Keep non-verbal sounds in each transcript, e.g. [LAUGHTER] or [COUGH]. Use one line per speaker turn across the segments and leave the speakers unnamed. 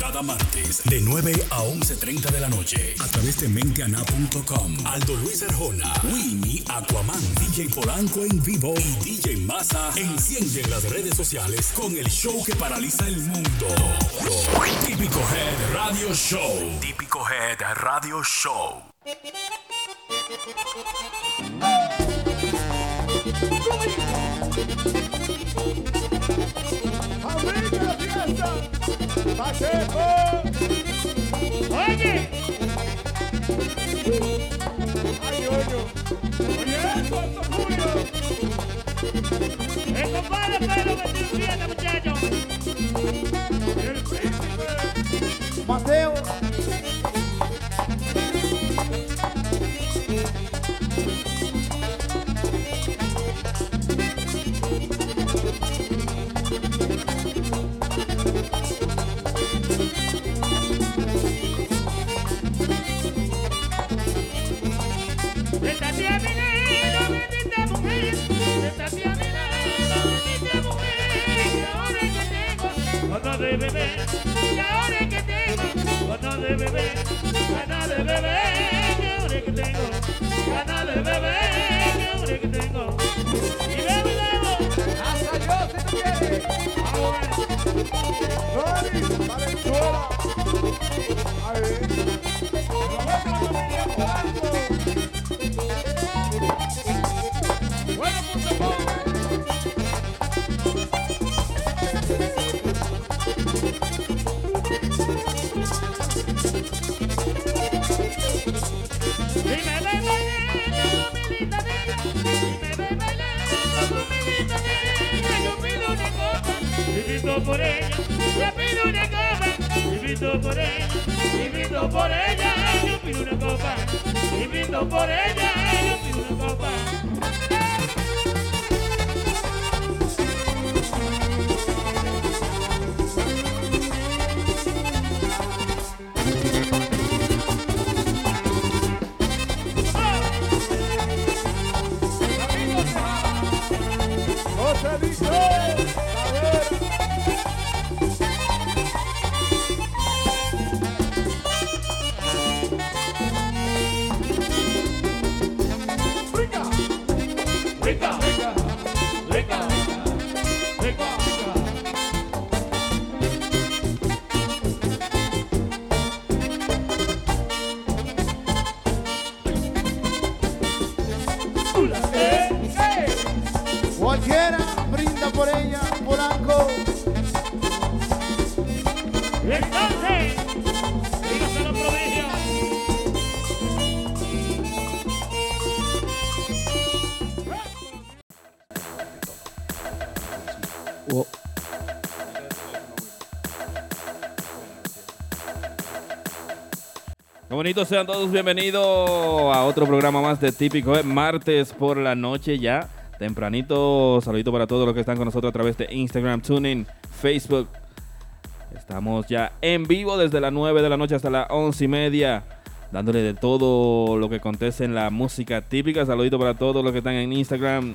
Cada martes de 9 a 11.30 de la noche a través de menteana.com. Aldo Luis Arjona, Winnie, Aquaman, DJ Polanco en vivo y DJ Massa encienden las redes sociales con el show que paraliza el mundo. Típico Head Radio Show. Típico Head Radio Show.
¡Pacheco! ¡Oye! ¡Ay, oño! ¡Oye, Santo Julio! ¡El compadre Pedro que tiene fiesta, muchachos! ¡El príncipe!
¡Mateo!
de bebé, y ahora que tengo ganas de bebé, ganas de bebé, que ahora que tengo ganas de bebé, que ahora que tengo. Y bebo y bebo,
hasta Dios si tú quieres.
Ahora,
Doris, Valenzuela, a ver, nosotros nos veníamos alto.
Bueno, punto poco. Invito por ella, yo pido una copa, invito por ella, invito por ella, yo pido una copa, invito por ella, yo pido una copa.
Bonitos sean todos bienvenidos a otro programa más de Típico ¿eh? martes por la noche ya, tempranito. Saludito para todos los que están con nosotros a través de Instagram, Tuning, Facebook. Estamos ya en vivo desde las 9 de la noche hasta las 11 y media, dándole de todo lo que acontece en la música típica. Saludito para todos los que están en Instagram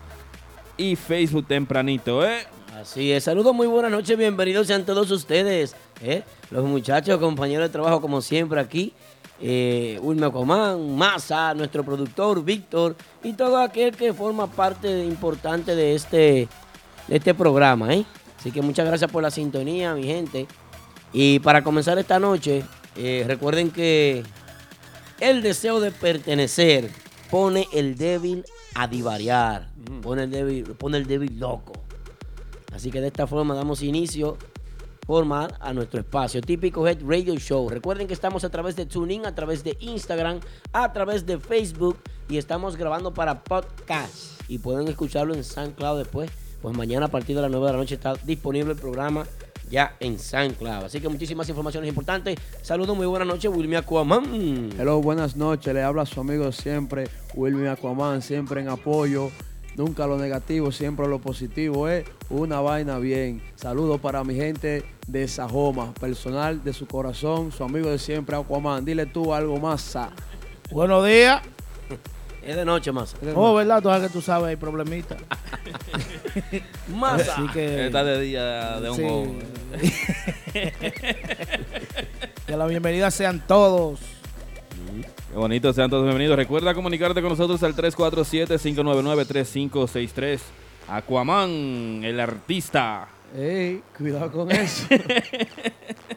y Facebook tempranito, ¿eh? [LAUGHS]
Así es, saludos, muy buenas noches, bienvenidos sean todos ustedes, ¿eh? los muchachos, compañeros de trabajo, como siempre aquí eh, Ulma Comán, Massa, nuestro productor Víctor y todo aquel que forma parte de, importante de este, de este programa. ¿eh? Así que muchas gracias por la sintonía, mi gente. Y para comenzar esta noche, eh, recuerden que el deseo de pertenecer pone el débil a divariar, pone el débil, pone el débil loco. Así que de esta forma damos inicio formar a nuestro espacio. Típico Head Radio Show. Recuerden que estamos a través de TuneIn, a través de Instagram, a través de Facebook y estamos grabando para podcast. Y pueden escucharlo en SoundCloud después. Pues mañana a partir de las 9 de la noche está disponible el programa ya en SoundCloud. Así que muchísimas informaciones importantes. Saludos, muy buenas noches, Wilmy Aquaman.
Hello, buenas noches. Le habla a su amigo siempre, Wilmy Aquaman, siempre en apoyo nunca lo negativo, siempre lo positivo es una vaina bien. Saludos para mi gente de Sajoma, personal de su corazón, su amigo de siempre, Aquaman. Dile tú algo, Massa.
Buenos días.
Es de noche, Massa.
Oh, ¿verdad? Tú sabes que tú sabes, hay problemita.
masa.
Así que... Está de día de un sí.
[LAUGHS] Que la bienvenida sean todos.
Qué bonito, sean todos bienvenidos. Recuerda comunicarte con nosotros al 347-599-3563. Aquaman, el artista.
Ey, cuidado con eso.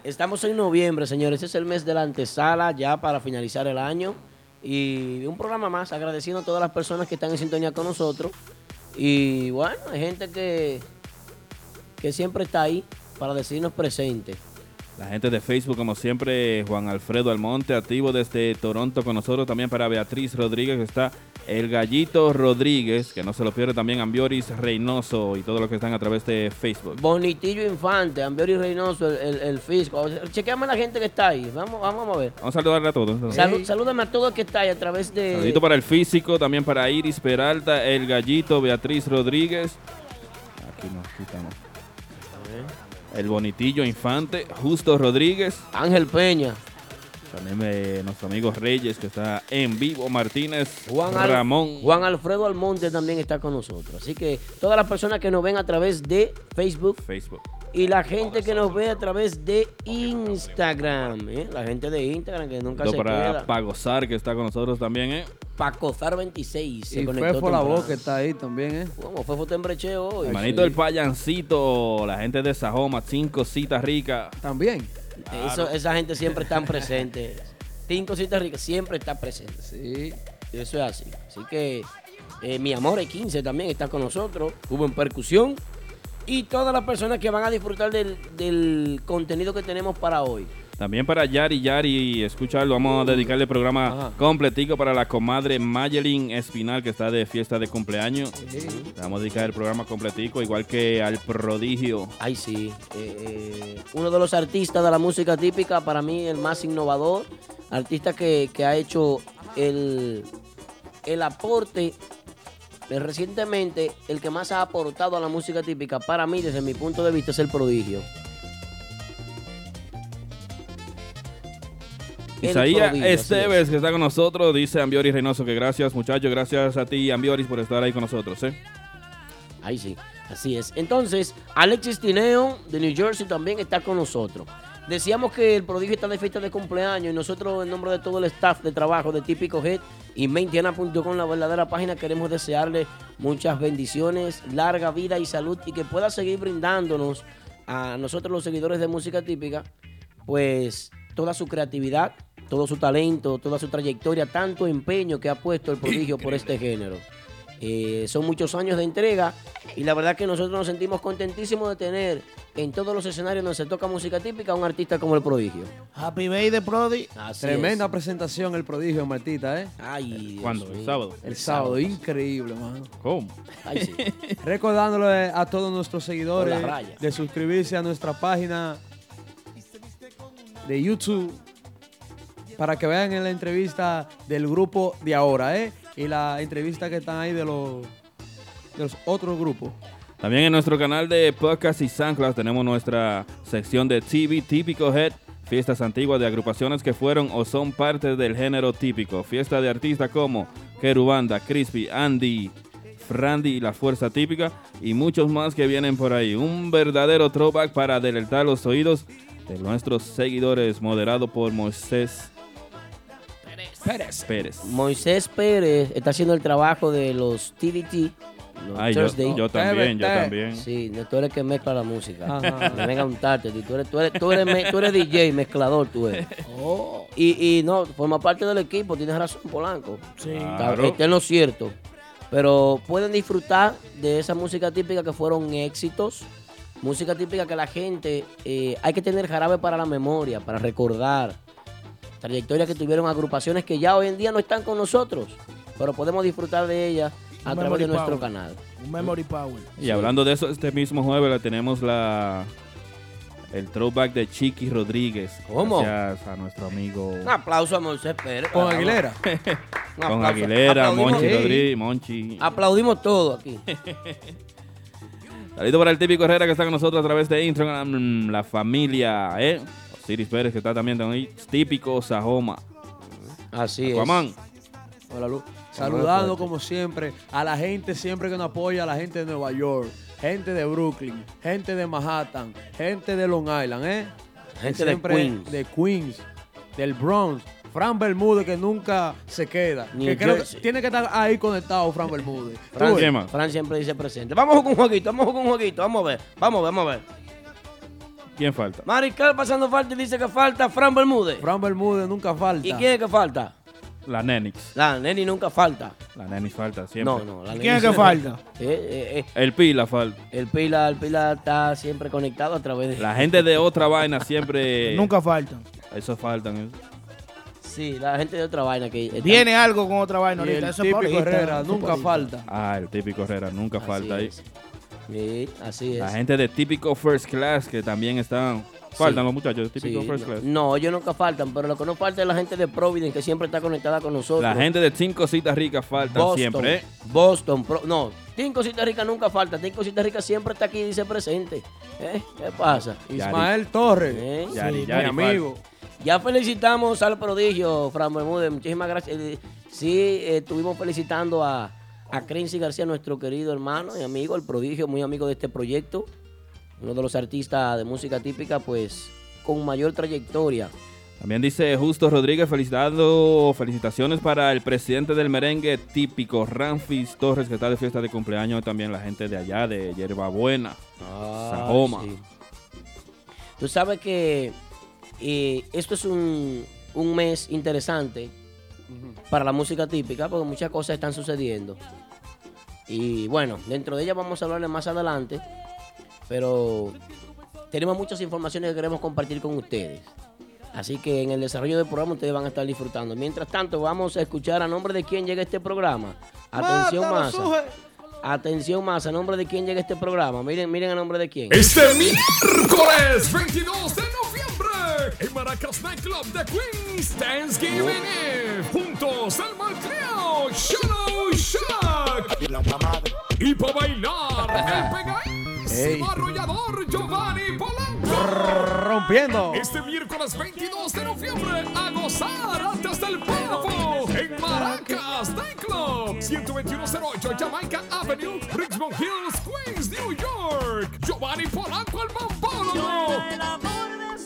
Estamos en noviembre, señores. Este es el mes de la antesala, ya para finalizar el año. Y un programa más, agradeciendo a todas las personas que están en sintonía con nosotros. Y bueno, hay gente que, que siempre está ahí para decirnos presente.
La gente de Facebook, como siempre, Juan Alfredo Almonte, activo desde Toronto con nosotros. También para Beatriz Rodríguez, que está el Gallito Rodríguez, que no se lo pierde. También Ambioris Reynoso y todos los que están a través de Facebook.
Bonitillo Infante, Ambiori Reynoso, el, el, el fisco. Chequeame la gente que está ahí. Vamos, vamos a ver.
Vamos a saludarle a todos. entonces.
Salú- salúdame a todos que está ahí a través de.
Saludito para el físico, también para Iris Peralta, el Gallito, Beatriz Rodríguez. Aquí no, aquí estamos. El Bonitillo Infante, Justo Rodríguez.
Ángel Peña.
También eh, nuestro amigo Reyes, que está en vivo. Martínez,
Juan Al-
Ramón.
Juan Alfredo Almonte también está con nosotros. Así que todas las personas que nos ven a través de Facebook
Facebook.
y la gente que nos ve a través de Instagram. ¿eh? La gente de Instagram que nunca se
Saludo para
queda.
Pagosar, que está con nosotros también, ¿eh?
Paco Zar 26 se
y
conectó
fue por la
temprano.
voz que está ahí también, ¿eh?
Bueno, fue foto en brecheo hoy.
Manito del payancito, la gente de Sajoma, cinco citas ricas.
También.
Eso- esa gente
[LAUGHS]
siempre está presente. Cinco citas ricas siempre está presente.
Sí.
Eso es así. Así que eh, mi amor es 15 también está con nosotros. Hubo en percusión. Y todas las personas que van a disfrutar del, del contenido que tenemos para hoy.
También para Yari Yari, escucharlo. Vamos a
Uh.
dedicarle el programa completico para la comadre Mayelin Espinal, que está de fiesta de cumpleaños. Le Vamos a dedicar el programa completico, igual que al prodigio.
Ay, sí. eh, eh, uno de los artistas de la música típica, para mí el más innovador, artista que, que ha hecho el, el aporte, eh, recientemente el que más ha aportado a la música típica, para mí desde mi punto de vista es el prodigio. El
Isaías
prodigio, así
Esteves, que está con nosotros, dice Ambioris Reynoso, que gracias, muchachos, gracias a ti, Ambioris, por estar ahí con nosotros, ¿eh?
Ahí sí, así es. Entonces, Alexis Tineo de New Jersey también está con nosotros. Decíamos que el prodigio está de fiesta de cumpleaños y nosotros, en nombre de todo el staff de trabajo de Típico Head y Mentiana.com, la verdadera página, queremos desearle muchas bendiciones, larga vida y salud y que pueda seguir brindándonos a nosotros los seguidores de música típica, pues toda su creatividad, todo su talento, toda su trayectoria, tanto empeño que ha puesto el prodigio por este género. Eh, son muchos años de entrega y la verdad que nosotros nos sentimos contentísimos de tener en todos los escenarios donde se toca música típica a un artista como el prodigio.
Happy Bay de Prodi.
Así
Tremenda
es.
presentación el prodigio Martita, ¿eh?
Ay, Dios
¿Cuándo?
mío.
¿El sábado?
El sábado, increíble, mano.
¿Cómo?
Ay, sí.
[LAUGHS] Recordándole a todos nuestros seguidores
Hola, Raya.
de suscribirse a nuestra página de YouTube para que vean en la entrevista del grupo de ahora, ¿eh? Y la entrevista que están ahí de los, de los otros grupos.
También en nuestro canal de podcast y SoundCloud tenemos nuestra sección de TV Típico Head, fiestas antiguas de agrupaciones que fueron o son parte del género típico, fiesta de artistas como Kerubanda, Crispy, Andy, Randy y la Fuerza Típica y muchos más que vienen por ahí. Un verdadero throwback para deleitar los oídos de nuestros seguidores, moderado por Moisés Pérez. Pérez.
Moisés Pérez está haciendo el trabajo de los TDT, los
Ay, yo,
Thursday.
yo también, yo
Pérez.
también.
Sí, no, tú eres el que mezcla la música.
Ajá.
No venga a untarte. Tú eres, tú, eres, tú, eres, me- tú eres DJ, mezclador tú eres. Oh. Y, y no, forma parte del equipo. Tienes razón, Polanco.
Sí.
Está-
Claro.
Está en lo cierto. Pero pueden disfrutar de esa música típica que fueron éxitos. Música típica que la gente... eh, hay que tener jarabe para la memoria, para recordar. Trayectorias que tuvieron agrupaciones que ya hoy en día no están con nosotros. Pero podemos disfrutar de ellas a
Un
través de
memory
nuestro
power.
canal.
Un memory power.
Y hablando de eso, este mismo jueves le tenemos la el throwback de Chiqui Rodríguez.
¿Cómo? Ah.
Gracias a nuestro amigo
Un aplauso a Moisés Pérez.
Con Aguilera.
Un
Con
aplauso.
Aguilera,
Aplaudimos-
Monchi
Sí.
Rodríguez, Monchi.
Aplaudimos
[LAUGHS]
todo aquí.
Saludito para el típico Herrera que está con nosotros a través de Instagram, la familia, ¿eh? Osiris Pérez que está también con ahí, típico Sajoma.
Así es.
Aquaman,
Hola, Lu. Saludando como siempre a la gente siempre que nos apoya, a la gente de Nueva York, gente de Brooklyn, gente de Manhattan, gente de Long Island, ¿eh?
Gente de
Siempre
Queens.
de Queens, del Bronx. Fran Bermúdez que nunca se queda.
New
Que creo que
Jersey.
tiene que estar ahí conectado Fran Bermúdez. Tú
Fran,
ves.
Emma.
Fran siempre dice presente. Vamos a jugar un jueguito, vamos a jugar un jueguito, vamos a ver, vamos a ver, vamos a ver.
¿Quién falta?
Mariscal pasando falta y dice que falta Fran Bermúdez.
Fran Bermúdez nunca falta.
¿Y quién es que falta?
La Nenix.
La Neni nunca falta.
La Nenix falta siempre.
No, no. La Neni
¿Quién es que
siempre-
falta?
Eh, eh, eh,
El Pila falta.
El pila, el pila está siempre conectado a través de.
La
[LAUGHS]
gente de otra vaina siempre.
[LAUGHS] Nunca faltan.
Eso faltan. ¿eh?
Sí, la gente de otra vaina que. está-
Viene algo con otra vaina
Y
ahorita.
el
Eso es por
típico
ahorita,
Herrera
eso es
nunca
por ahorita.
falta.
Ah, el típico Herrera. Nunca
Así
falta ahí.
es. Sí, así es.
La gente de típico First Class que también están. Faltan los muchachos de típico
Sí,
First
no,
Class.
no, ellos nunca faltan, pero lo que no falta es la gente de Providence que siempre está conectada con nosotros.
La gente de cinco cositas ricas faltan
Boston,
siempre. ¿eh?
Boston, Pro- no, Cinco Costa Rica nunca falta, Cinco Costa Rica siempre está aquí y dice presente. ¿Eh? ¿Qué pasa?
Ismael Torres,
¿Eh?
Ya,
Sí,
ni- ya
mi
ni
amigo.
Ya felicitamos al prodigio, Fran Bermúdez. Muchísimas gracias. Eh, Sí, eh, estuvimos felicitando a, a Crency García, nuestro querido hermano y amigo, el prodigio, muy amigo de este proyecto. Uno de los artistas de música típica, pues, con mayor trayectoria.
También dice Justo Rodríguez, felicitado, felicitaciones para el presidente del merengue típico, Ramfis Torres, que está de fiesta de cumpleaños, también la gente de allá, de Yerba Buena. Sahoma.
Ah, sí. Tú sabes que eh, esto es un, un mes interesante para la música típica porque muchas cosas están sucediendo. Y bueno, dentro de ella vamos a hablarle más adelante, pero tenemos muchas informaciones que queremos compartir con ustedes. Así que en el desarrollo del programa ustedes van a estar disfrutando. Mientras tanto, vamos a escuchar a nombre de quién llega este programa. Atención,
Mátalo,
Masa.
suje.
Atención más, a nombre de quién llega este programa. Miren, miren a nombre de quién.
Este miércoles 22 de noviembre en Maracas Nightclub de Queens Thanksgiving Eve. Juntos al maltrío Shallow Shack. Y para bailar el
Ey.
pegadísimo arrollador Giovanni Polanco.
Rompiendo.
Este miércoles 22 de noviembre a gozar antes del pavo en Maracas Nightclub 12108 Jamaica Avenue, Richmond Hills, Queens, New York. Giovanni Polanco el mambólogo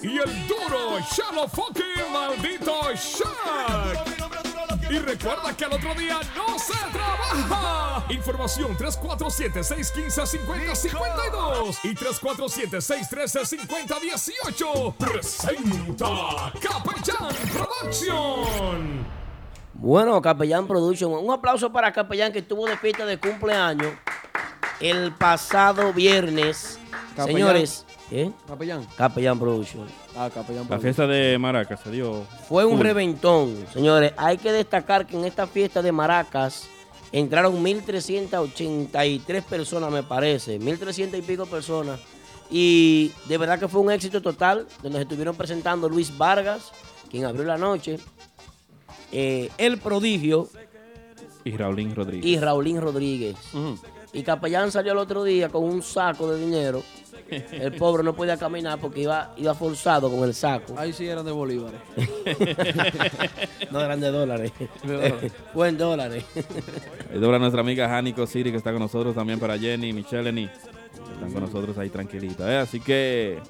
y el duro Shallow Fucking maldito Shark. Y recuerda que al otro día no se trabaja. Información 347-615-5052 y 347-613-5018. Presenta Capellán Production.
Bueno, Capellán Production. Un aplauso para Capellán que estuvo de fiesta de cumpleaños el pasado viernes.
Capellán.
Señores, ¿eh?
Capellán.
Capellán Production.
Ah, Capellán.
La
Pablo.
fiesta de Maracas se dio.
Fue un
full.
reventón. Señores, hay que destacar que en esta fiesta de Maracas entraron 1.383 personas, me parece. 1.300 y pico personas. Y de verdad que fue un éxito total, donde se estuvieron presentando Luis Vargas, quien abrió la noche, eh, El Prodigio
Y Raulín Rodríguez.
y Raulín Rodríguez. Y Capellán salió el otro día con un saco de dinero. El pobre no podía caminar porque iba, iba forzado con el saco.
Ahí sí eran de Bolívares.
[LAUGHS] No eran de dólares. Fue en
[LAUGHS]
dólares.
Y dobla nuestra amiga Janico Siri, que está con nosotros también para Jenny, Michelle, que Están con nosotros ahí tranquilitas. ¿eh? Así que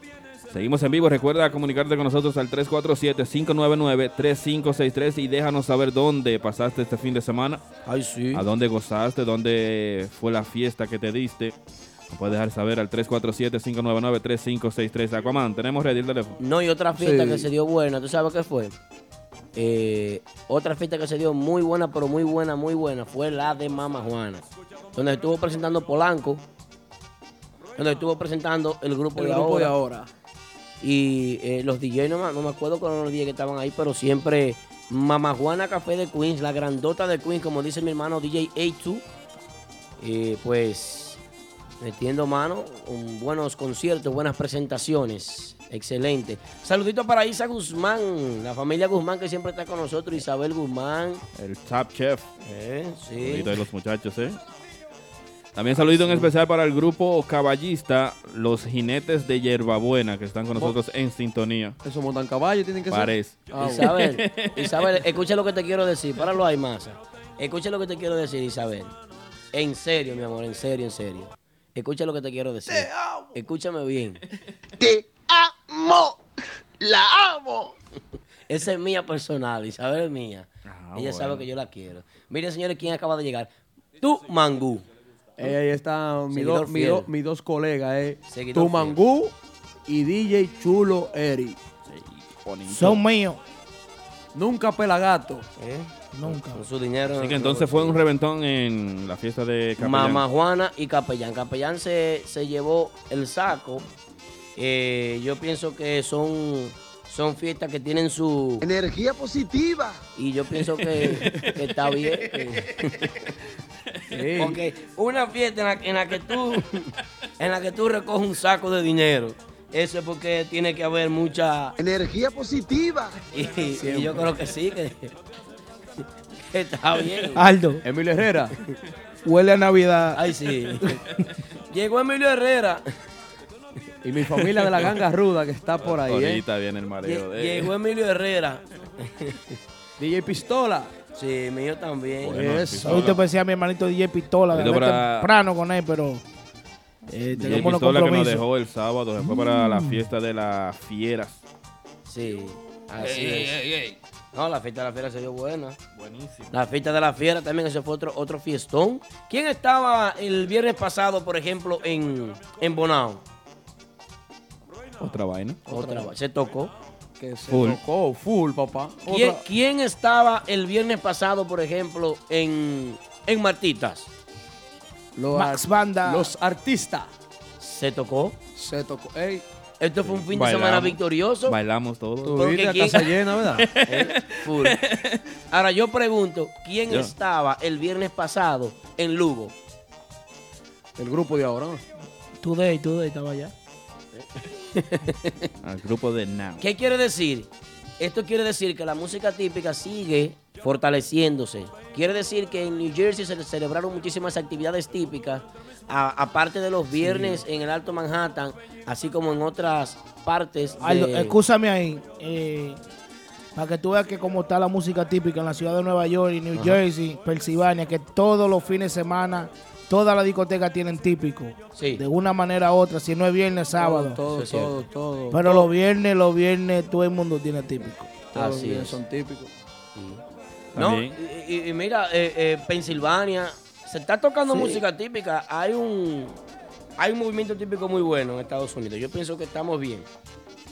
seguimos en vivo. Recuerda comunicarte con nosotros al 347-599-3563 y déjanos saber dónde pasaste este fin de semana,
Ay, sí.
a dónde gozaste, dónde fue la fiesta que te diste. Nos puedes dejar saber al 347-599-3563. Aquaman, tenemos ready el teléfono.
No, y otra fiesta
Sí.
que se dio buena, ¿tú sabes qué fue? Eh, otra fiesta que se dio muy buena, pero muy buena, muy buena, fue la de Mama Juana, donde estuvo presentando Polanco, donde estuvo presentando el grupo,
El
de,
grupo
ahora,
de ahora.
y eh, los DJ, no, me- no me acuerdo con los DJ que estaban ahí, pero siempre Mama Juana Café de Queens, la grandota de Queens, como dice mi hermano DJ A2, eh, pues metiendo mano, con buenos conciertos, buenas presentaciones. Excelente. Saludito para Isa Guzmán, la familia Guzmán que siempre está con nosotros, Isabel Guzmán.
El Top Chef.
Eh, sí.
Saludito de los muchachos, ¿eh? También saludito en especial para el grupo caballista Los Jinetes de Yerbabuena, que están con nosotros en sintonía.
Ah,
Eso montan caballos, tienen que
Parece.
ser. Ah, bueno.
[LAUGHS]
Isabel, Isabel, escucha lo que te quiero decir. Páralo ahí, masa. Escucha lo que te quiero decir, Isabel. En serio, mi amor, en serio, en serio. escucha lo que te quiero decir. Escúchame bien.
Te amo. La amo.
Esa es mía personal, Isabel es mía.
Ah,
Ella sabe
bueno.
que yo la quiero. Mire, señores, ¿quién acaba de llegar? Tú, Mangú.
Eh, ahí están mis
Seguidor
dos, mis
fiel.
dos- mis dos colegas, eh.
Seguidor
Tumangú y DJ Chulo Eri.
Son míos.
Nunca pelagato.
Eh.
Nunca.
Con su dinero.
Así que entonces fue un reventón en la fiesta de Capellán.
Mamá Juana y Capellán. Capellán se, se llevó el saco. Eh, yo pienso que son, son fiestas que tienen su...
Energía positiva.
Y yo pienso que, que está bien. que- Porque una fiesta en la, en la que tú en la que tú recoges un saco de dinero, eso es porque tiene que haber mucha
Energía positiva.
y, y yo creo que sí, que, que está bien.
Aldo,
Emilio Herrera.
[LAUGHS] huele a Navidad.
Ay,
[LAUGHS]
sí. Llegó Emilio Herrera.
y mi familia de la ganga ruda que está por ahí, eh.
Ahorita viene el mareo.
Lle-
de-
Llegó Emilio
[LAUGHS]
Herrera.
DJ Pistola.
Sí, mío también.
Bueno,
Eso.
Hoy te pensé a mi hermanito DJ Pistola,
Ahorita
gané
para-
temprano con él, pero eh,
DJ
tenemos unos
Pistola que nos
compromisos.
dejó el sábado, se fue para la fiesta de las fieras.
Mm. Sí, así es. No, la fiesta de la fiera se dio buena. Buenísimo. La fiesta de la fiera también, ese fue otro, otro fiestón. ¿Quién estaba el viernes pasado, por ejemplo, en, en Bonao?
Otra vaina.
Otra, se tocó.
Que se
Full.
tocó full, papá.
¿Quién,
Otra-
quién estaba el viernes pasado, por ejemplo, en, en Martitas?
Los,
Max
ar-
Banda.
los artistas.
Se tocó.
Se tocó. Ey,
Esto fue un fin
Bailamos.
de semana victorioso.
Bailamos todos.
tú
Porque
viste a
quién-
casa llena, ¿verdad?
Eh, [LAUGHS] full. Ahora yo pregunto, ¿quién
Yo.
estaba el viernes pasado en Lugo?
El grupo de ahora, ¿no?
Today, Today estaba allá.
Al grupo de Now.
¿Qué quiere decir? Esto quiere decir que la música típica sigue fortaleciéndose. Quiere decir que en New Jersey se celebraron muchísimas actividades típicas, a- aparte de los viernes en el Alto Manhattan, así como en otras partes. de-
Aldo, escúchame ahí. eh, para que tú veas que cómo está la música típica en la ciudad de Nueva York y New Jersey, Pensilvania, que todos los fines de semana, todas las discotecas tienen típico.
Sí.
De una manera u otra, si no es viernes, sábado.
Todo,
Eso es cierto.
todo, todo.
pero los viernes, los viernes, todo el mundo tiene típico.
Todos
Así
los días
es.
son típicos.
¿no? Y,
También.
y- y mira, eh, eh, Pensilvania, se está tocando música típica. Hay un, hay un movimiento típico muy bueno en Estados Unidos. Yo pienso que estamos bien.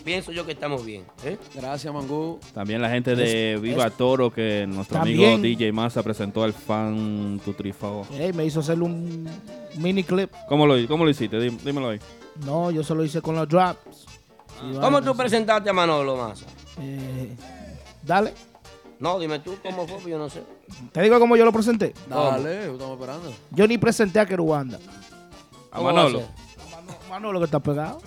Pienso yo que estamos bien. ¿eh?
Gracias, Mangú.
También la gente de Viva Toro, que nuestro amigo
También.
DJ Massa presentó al fan Tutrífago.
Ey, me hizo hacer un mini clip.
¿Cómo lo, cómo lo hiciste? Dí- Dímelo ahí.
No, yo solo hice con los drops. Y
¿Cómo
vaina,
tú
sí.
presentaste a Manolo Massa?
Eh, dale.
No, dime tú cómo fue, porque yo no sé.
Te digo cómo yo lo presenté.
Dale, estamos esperando.
Yo ni presenté a Keruanda.
A
¿Cómo va a
Manolo.
ser?
Manolo que está pegado.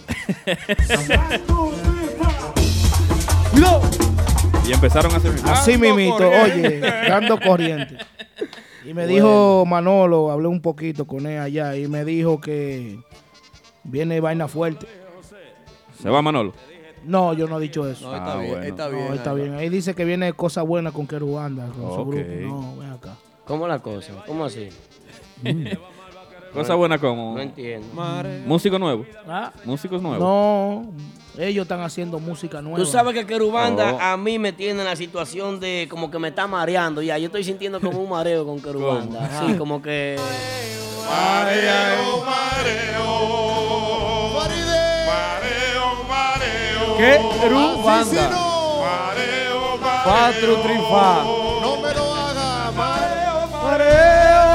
Y empezaron a hacer.
Así mismito, oye, dando corriente. Y me dijo Manolo, hablé un poquito con él allá y me dijo que viene vaina fuerte.
Ah, Se va Manolo.
No, yo no he dicho eso.
No, está
Ah,
bien,
bueno.
está
No,
bien.
está bien. Ahí dice que viene cosa buena con Keruanda, con su
Ok.
grupo. No, ven acá.
¿Cómo la cosa? ¿Cómo así?
Mm.
[LAUGHS]
Cosa buena como.
No entiendo.
Mare.
Músico nuevo.
Ah,
Músicos nuevos.
no, ellos están haciendo música nueva.
Tú sabes que Querubanda
Oh.
a mí me tiene en la situación de como que me está mareando ya. Yo estoy sintiendo como un mareo con Querubanda. Sí, como que...
¿Qué? Ru Banda. Cuatro trifa.
No me lo haga, mareo,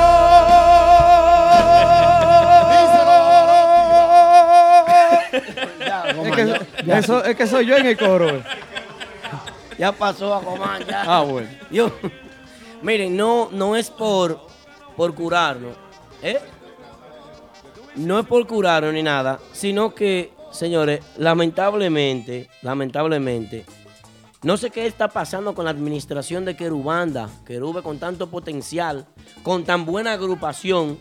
[LAUGHS]
Es que, eso, es que soy yo en el coro. eh.
Ya pasó a Comán, ya.
Ah, bueno.
Yo, miren, no, no es por, por curarnos, ¿eh? No es por curarnos ni nada, sino que, señores, lamentablemente, lamentablemente, no sé qué está pasando con la administración de Querubanda, Querube con tanto potencial, con tan buena agrupación.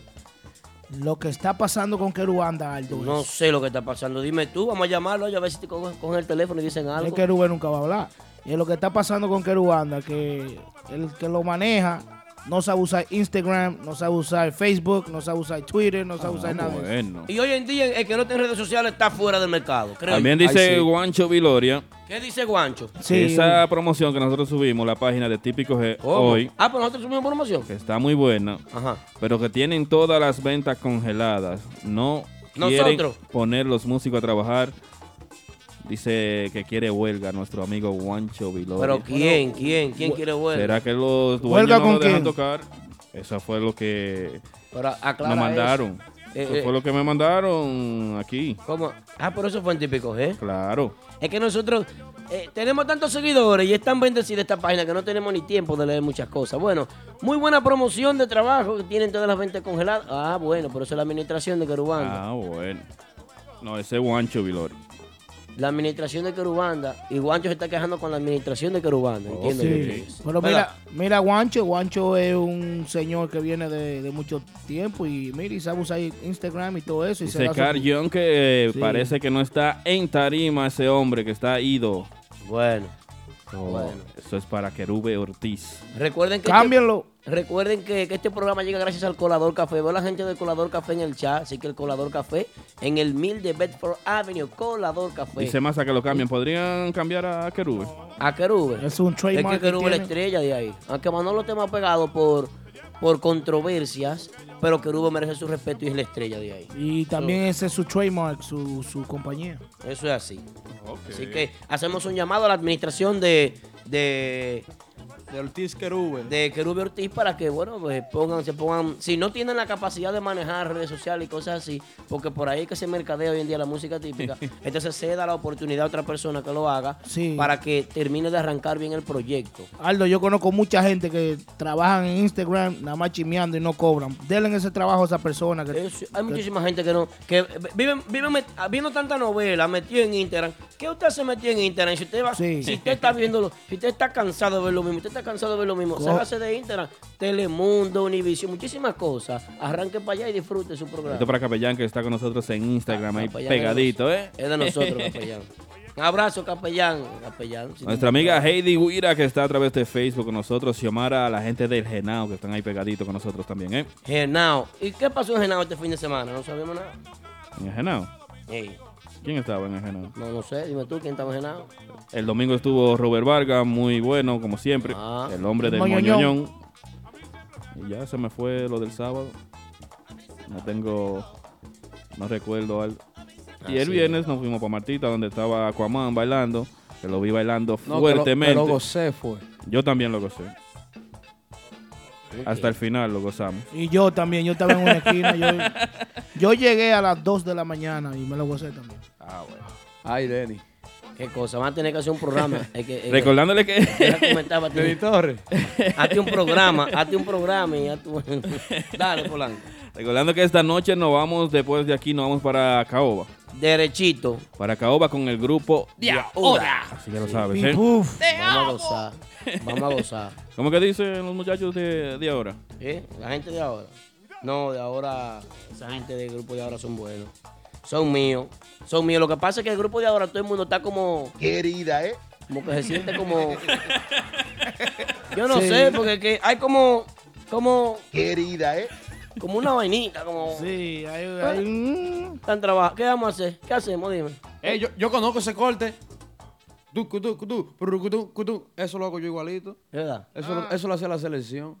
Lo que está pasando con Keruanda,
Pues.
Aldo,
No
es
sé lo que está pasando. Dime tú, vamos a llamarlo oye, a ver si te co- cogen, el teléfono y dicen
es
algo.
que Rubén nunca va a hablar. Y es lo que está pasando con Keruanda, que el que lo maneja no sabe usar Instagram, no sabe usar Facebook, no sabe usar Twitter, no sabe
Ah,
usar nada. de eso.
bueno.
Y hoy en día el que no tiene redes sociales está fuera del mercado, creo.
También
yo.
dice Guancho Viloria.
¿Qué dice Guancho?
que Esa promoción que nosotros subimos, la página de Típico G
¿Cómo?
hoy,
Ah, pero nosotros subimos promoción.
que está muy buena, pero que tienen todas las ventas congeladas. No quieren
Nosotros.
poner los músicos a trabajar. Dice que quiere huelga nuestro amigo Guancho Viloria.
Pero ¿quién? ¿Quién? ¿Quién quiere huelga?
¿Será que los dueños
¿Huelga
no
con
lo dejan
quién?
tocar? Eso fue lo que
Pero aclara
nos mandaron.
eso. Eh,
Eso
eh.
fue lo que me mandaron aquí.
¿Cómo? Ah, pero eso fue en típico, ¿eh?
Claro.
Es que nosotros eh, tenemos tantos seguidores y es tan bendecida esta página que no tenemos ni tiempo de leer muchas cosas. Bueno, muy buena promoción de trabajo que tienen todas las ventas congeladas. Ah, bueno, pero eso es la administración de Querubanda.
Ah, bueno. No, ese es Guancho Viloria.
La administración de Querubanda. Y Guancho se está quejando con la administración de Querubanda.
Oh,
Entiendo
Sí.
yo que es.
Pero
¿Verdad?
mira, mira Guancho, Guancho es un señor que viene de, de mucho tiempo y mira, y sabe usar Instagram y todo eso. Y se
Dice
da su-
Carl Jung que eh,
Sí.
parece que no está en tarima ese hombre que está ido.
Bueno.
bueno. Eso es para Querube Ortiz.
Recuerden que este-
Cámbialo.
recuerden que, que este programa llega gracias al Colador Café. Veo la gente de Colador Café en el chat. Así que el Colador Café en el 1000 de Bedford Avenue. Colador Café.
Dice Massa que lo cambien. ¿Podrían cambiar a Querube?
A Querube.
Es un
Es que
trademark. que
Querube es la
tiene.
estrella de ahí. Aunque Manolo te más pegado por, por controversias, pero Querube merece su respeto y es la estrella de ahí.
Y también ese es su trademark, su, su compañía.
Eso es así. Así que hacemos un llamado a la administración de, de,
De Ortiz Querube.
de Querube Ortiz para que, bueno, pues pongan, se pongan, si no tienen la capacidad de manejar redes sociales y cosas así, porque por ahí es que se mercadea hoy en día la música
[LAUGHS]
típica, entonces se da la oportunidad a otra persona que lo haga
Sí.
para que termine de arrancar bien el proyecto.
Aldo, yo conozco mucha gente que trabajan en Instagram, nada más chimeando y no cobran. Denle ese trabajo a esa persona. Que,
Eso- hay muchísima gente que no, que viven, viven met- viendo tanta novela, metido en Instagram. ¿Qué usted se metió en Instagram? Si usted va,
Sí.
si usted está viéndolo, si usted está cansado de ver lo mismo, usted está cansado de ver lo mismo,
Co-
sácase de Instagram, Telemundo, Univision, muchísimas cosas. Arranque para allá y disfrute su programa.
Esto para Capellán que está con nosotros en Instagram ahí
Capellán
pegadito,
es
¿eh?
de nos- Es de nosotros,
[LAUGHS]
capellán. Un abrazo, capellán. Capellán. si
Nuestra
tú-
amiga Heidi Guira que está a través de Facebook con nosotros. Xiomara, la gente del Genao que están ahí pegadito con nosotros también, ¿eh?
Genao. ¿Y qué pasó en Genao este fin de semana? No sabemos nada.
¿En el Genao?
Ey,
¿Quién estaba en el Genao?
no, no sé, dime tú quién estaba en Genao.
El domingo estuvo Robert Vargas, muy bueno, como siempre.
Ah.
el hombre del
Moñoñón.
Moñoñón. Y ya se me fue lo del sábado. No tengo. No recuerdo algo. y el
sí.
viernes nos fuimos para Martita, donde estaba Aquaman bailando. Que lo vi bailando
No, que lo-
fuertemente.
que lo gocé fue.
Yo también lo gocé. Hasta el final lo gozamos.
y yo también, yo estaba en una esquina. yo, yo llegué a las 2 de la mañana y me lo gocé también.
Ay, Denny.
Qué cosa, van a tener que hacer un programa. Es que- es que-
Recordándole que.
yo la comentaba a ti.
Denny Torres.
Hazte un programa, hazte un programa y haz tu... Dale, Polanco.
recordando que esta noche nos vamos, después de aquí, nos vamos para Caoba.
Derechito.
Para Caoba con el grupo
Ahora.
Así que lo sabes,
Y
¿eh?
puf,
Vamos a gozar. Vamos a gozar.
¿Cómo que dicen los muchachos de, de ahora?
¿Eh? La gente de ahora. No, de ahora. Esa gente del grupo de ahora son buenos. Son míos. Son míos. Lo que pasa es que el grupo de ahora todo el mundo está como.
Querida, ¿eh?
Como que se siente como. Yo no sé, porque es que hay como. Como.
Querida, ¿eh?
Como una vainita. Como. Pues,
sí, hay, hay un-
Están trabajando. ¿Qué vamos a hacer? ¿Qué hacemos? Dime.
Eh, yo, yo conozco ese corte. Du, cu, du, cu, du, pru, cu, du, cu, du. Eso lo hago yo igualito.
¿Verdad?
Eso,
Ah.
lo- eso lo hace la selección.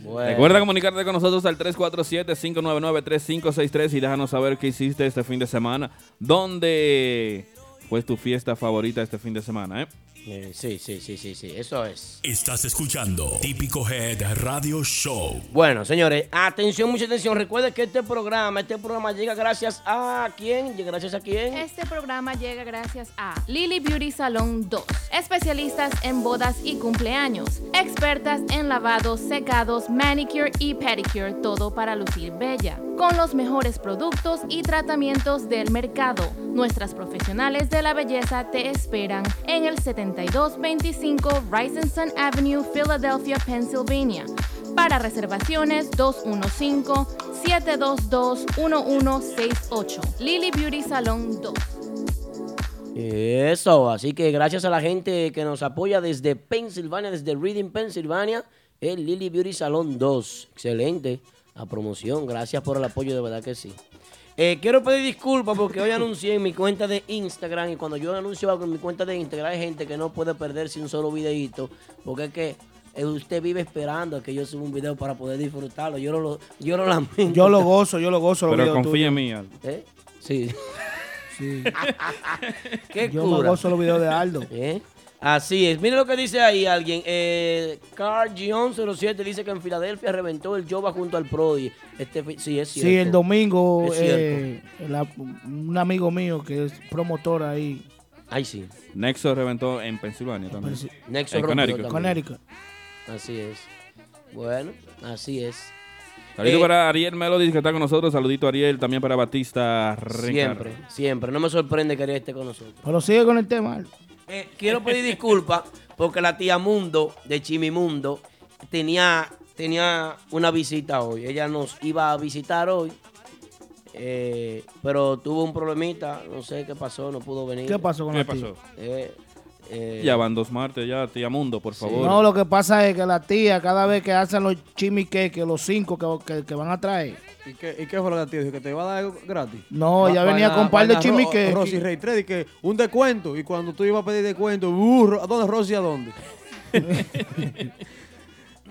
Bueno.
Recuerda comunicarte con nosotros al 347-599-3563 y déjanos saber qué hiciste este fin de semana. ¿Dónde fue tu fiesta favorita este fin de semana, eh?
Eh, Sí, sí, sí, sí, sí. Eso es.
Estás escuchando Típico Head Radio Show.
Bueno, señores, atención, mucha atención. Recuerden que este programa, este programa llega gracias a quién, llega gracias a quién.
Este programa llega gracias a Lily Beauty Salon 2, especialistas en bodas y cumpleaños, expertas en lavados, secados, manicure y pedicure, todo para lucir bella, con los mejores productos y tratamientos del mercado. Nuestras profesionales de la belleza te esperan en el 7225 Risington Avenue, Philadelphia, Pennsylvania. Para reservaciones 215-722-1168. Lily Beauty Salon 2.
Eso, así que gracias a la gente que nos apoya desde Pensilvania, desde Reading, Pensilvania, el Lily Beauty Salón 2. Excelente la promoción, gracias por el apoyo, de verdad que sí. Eh, quiero pedir disculpas porque hoy anuncié en mi cuenta de Instagram y cuando yo anuncio algo en mi cuenta de Instagram hay gente que no puede perderse un solo videíto porque es que eh, usted vive esperando a que yo suba un video para poder disfrutarlo. Yo no [LAUGHS] lo, yo lo lamento.
Yo lo gozo, yo lo gozo. los
Pero
videos
confía en
tuyos.
mí, Aldo.
¿Eh? Sí.
Sí.
[LAUGHS] Qué
Yo
cura.
me gozo los videos de Aldo.
[LAUGHS] ¿Eh? Así es. Mire lo que dice ahí alguien. Eh, Carl Gion 07 dice que en Filadelfia reventó el Jova junto al Prodi. Este, fi- sí, es cierto.
Sí, el domingo,
Es
eh, la- un amigo mío que es promotor ahí,
Ay, sí.
Nexo reventó en Pensilvania también.
Pensil-
Nexo
en
rompió
Connecticut.
también.
Connecticut.
Así es. Bueno, así es.
Saludito
Eh,
para Ariel Melody que está con nosotros. Saludito Ariel, también para Batista Ricardo.
Siempre, siempre. No me sorprende que Ariel esté con nosotros.
Pero sigue con el tema. Aldo.
Eh, quiero pedir disculpas porque la tía Mundo de Chimimundo tenía, tenía una visita hoy. Ella nos iba a visitar hoy, eh, pero tuvo un problemita. No sé qué pasó, no pudo venir.
¿Qué pasó con
¿Qué
la tía?
pasó?
Eh, eh,
Ya van dos martes, ya, tía Mundo, por favor.
No, lo que pasa es que la tía, cada vez que hacen los chimiqueques, los cinco que, que- que van a traer,
¿Y qué, ¿Y qué fue lo que te dijo? ¿Que te iba a dar algo gratis?
No,
Va-
ya venía
vaina-
con par de
vaina
chimis
Ro-
que-
Rosy Rey 3, y que un descuento. Y cuando tú ibas a pedir descuento, uh, Ro- ¿a dónde Rosy a dónde?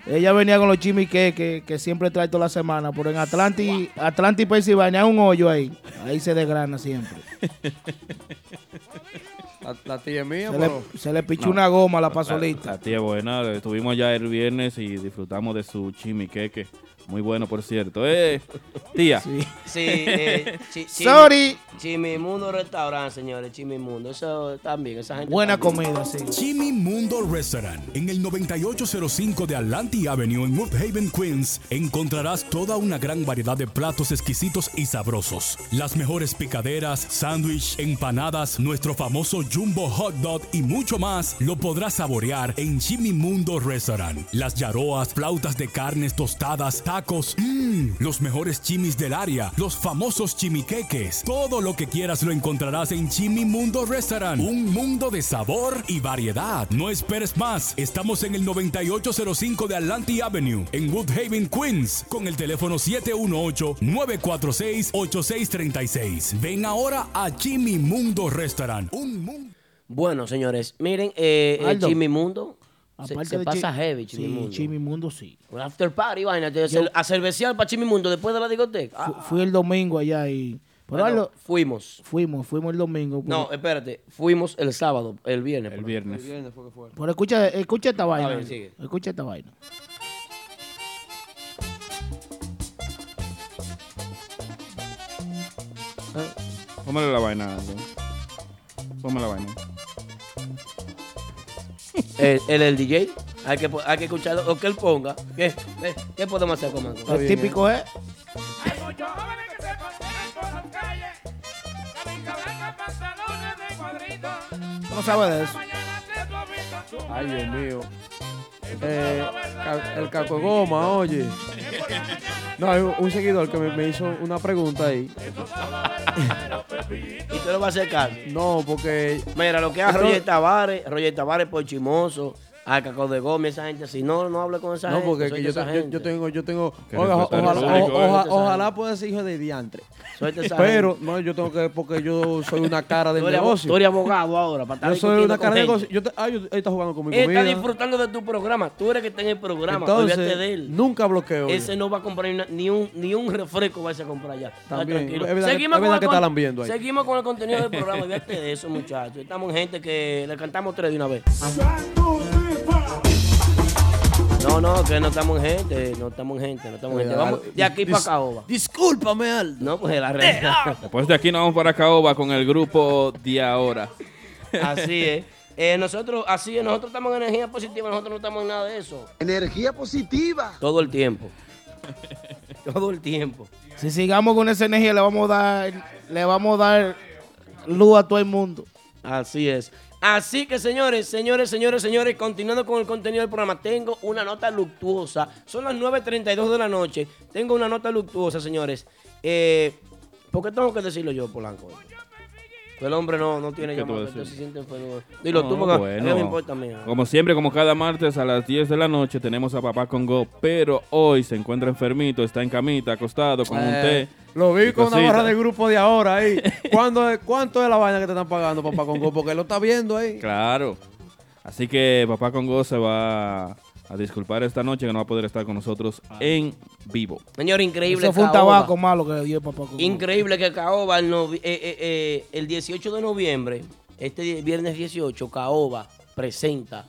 ella venía con los chimiqueques que siempre trae toda la semana, pero en Atlantic, Atlantic Pensilvania hay un hoyo ahí. Ahí se desgrana siempre.
La, la tía es mía,
Se
pero.
le, se le pichó una goma a la pasolita.
La tía buena, estuvimos allá el viernes y disfrutamos de su chimiqueque. Muy bueno, por cierto. Eh, tía,
Sí,
[LAUGHS]
eh, chi- chi-
Sorry.
Chimimundo Restaurant, señores, Chimimundo. Eso también, esa gente.
Buena
también.
comida, sí.
Jimmy Mundo Restaurant. En el 9805 de Atlantic Avenue en Woodhaven, Queens, encontrarás toda una gran variedad de platos exquisitos y sabrosos. Las mejores picaderas, sándwich, empanadas, nuestro famoso Jumbo Hot Dog y mucho más lo podrás saborear en Jimmy Mundo Restaurant. Las yaroas, flautas de carnes tostadas, tacos, mmm, los mejores chimis del área, los famosos chimiqueques. Todo lo que quieras lo encontrarás en Jimmy Mundo Restaurant. Un mundo de sabor y variedad. No esperes más. Estamos en el 9805 de Atlantic Avenue, en Woodhaven, Queens, con el teléfono 718-946-8636. Ven ahora a Jimmy Mundo Restaurant. Un mundo.
Bueno, señores, miren, eh, eh,
Aldo.
Chimimundo. [LAUGHS] Se,
Aparte
se
de
pasa
chi-
heavy,
Sí,
Chimimundo.
Chimimundo sí.
Un after party, vaina, de cer- a cervecear para Chimimundo después de la discoteca. Ah,
Fu- Fui el domingo allá y... Pero
bueno,
Aldo,
fuimos.
fuimos, fuimos el domingo.
No, eh, espérate, fuimos el sábado, el viernes.
el
perdón.
viernes.
Pero escucha, escucha esta vaina.
bien,
Aldo.
sigue.
Escucha esta vaina.
Póngale la vaina, Aldo. Póngale la vaina.
El, el, el DJ, hay que, po- hay que escucharlo, o que él ponga. ¿Qué, eh, ¿qué podemos hacer con Mango?
El típico
eh.
es...
Hay muchos jóvenes que se pasean por las calles, camisa blanca, pantalones de cuadritos.
Tú no sabes de eso.
Mañana se suavizan su
Ay, Dios mío. Eh, ca- el caco de goma, oye. No, hay un- un seguidor que me, me hizo una pregunta ahí.
Y tú lo vas a hacer caso.
No, porque
Mira, lo que hace Roger Tavares, Roger Tavares por chimoso, a Caco de Gómez, esa gente, si no, no hable con esa
No,
gente.
porque
suelta
que yo,
esa
te- yo-
gente.
yo tengo, yo tengo,
Que
oiga,
respetar
ojalá,
al público,
o-
¿eh?
ojalá- ojalá pueda ser hijo de diantre.
Suelta esa
Pero,
gente.
no, yo tengo que, porque yo soy una cara del
Tú eres abo- tú
negocio.
eres abogado ahora, para estar
Yo soy
discutiendo
una cara
con
de
gente.
negocio. Yo te- ay, yo- él está jugando con mi
Él está
comida.
disfrutando de tu programa. Tú eres que está en el programa.
Entonces,
Olvídate de él.
nunca bloqueo. yo.
Ese no va a comprar una- ni un, ni un refresco, va a comprar ya. Está
También,
tranquilo.
es verdad que- es
con
verdad
el
que
con-
están viendo ahí.
Seguimos con el contenido
[LAUGHS]
del programa. Olvídate de eso, muchachos. Estamos en gente que le cantamos tres de una vez. No, no, que no estamos en gente. No estamos en gente. No estamos en gente. Vamos de aquí para
Dis-
Caoba.
Discúlpame, Aldo.
No, pues la
[LAUGHS]
realidad.
Después de aquí nos vamos para Caoba con el grupo de ahora.
así es. Eh, nosotros, así es, nosotros estamos en energía positiva, nosotros no estamos en nada de eso.
Energía positiva.
Todo el tiempo. Todo el tiempo.
Si sigamos con esa energía, le vamos a dar, le vamos a dar luz a todo el mundo.
Así es. Así que señores, señores, señores, señores, continuando con el contenido del programa, tengo una nota luctuosa. Son las 9.32 de la noche. Tengo una nota luctuosa, señores. Eh, ¿Por qué tengo que decirlo yo, Polanco? Pues el hombre no, no tiene
¿Qué te voy a
llamado,
decir?
entonces se siente enfermo. Dilo
No,
tú, porque a mí
bueno.
no me importa a mí.
Como siempre, como cada martes a las 10 de la noche, tenemos a Papá Congo, pero hoy se encuentra enfermito, está en camita, acostado, con un té.
Eh, Lo vi
y
con una
cositas.
barra de grupo de
[LAUGHS]
ahora ahí. ¿Cuándo, es- ¿Cuánto es la vaina que te están pagando, papá Congo? Porque él lo está viendo ahí.
Claro. Así que Papá Congo se va a disculpar esta noche que no va a poder estar con nosotros en vivo.
Señor, increíble.
Eso fue un
Caoba.
tabaco malo que le dio el papá. Congo.
Increíble que Caoba el, novi- eh, eh, eh, el 18 de noviembre, este di- viernes 18, Caoba presenta,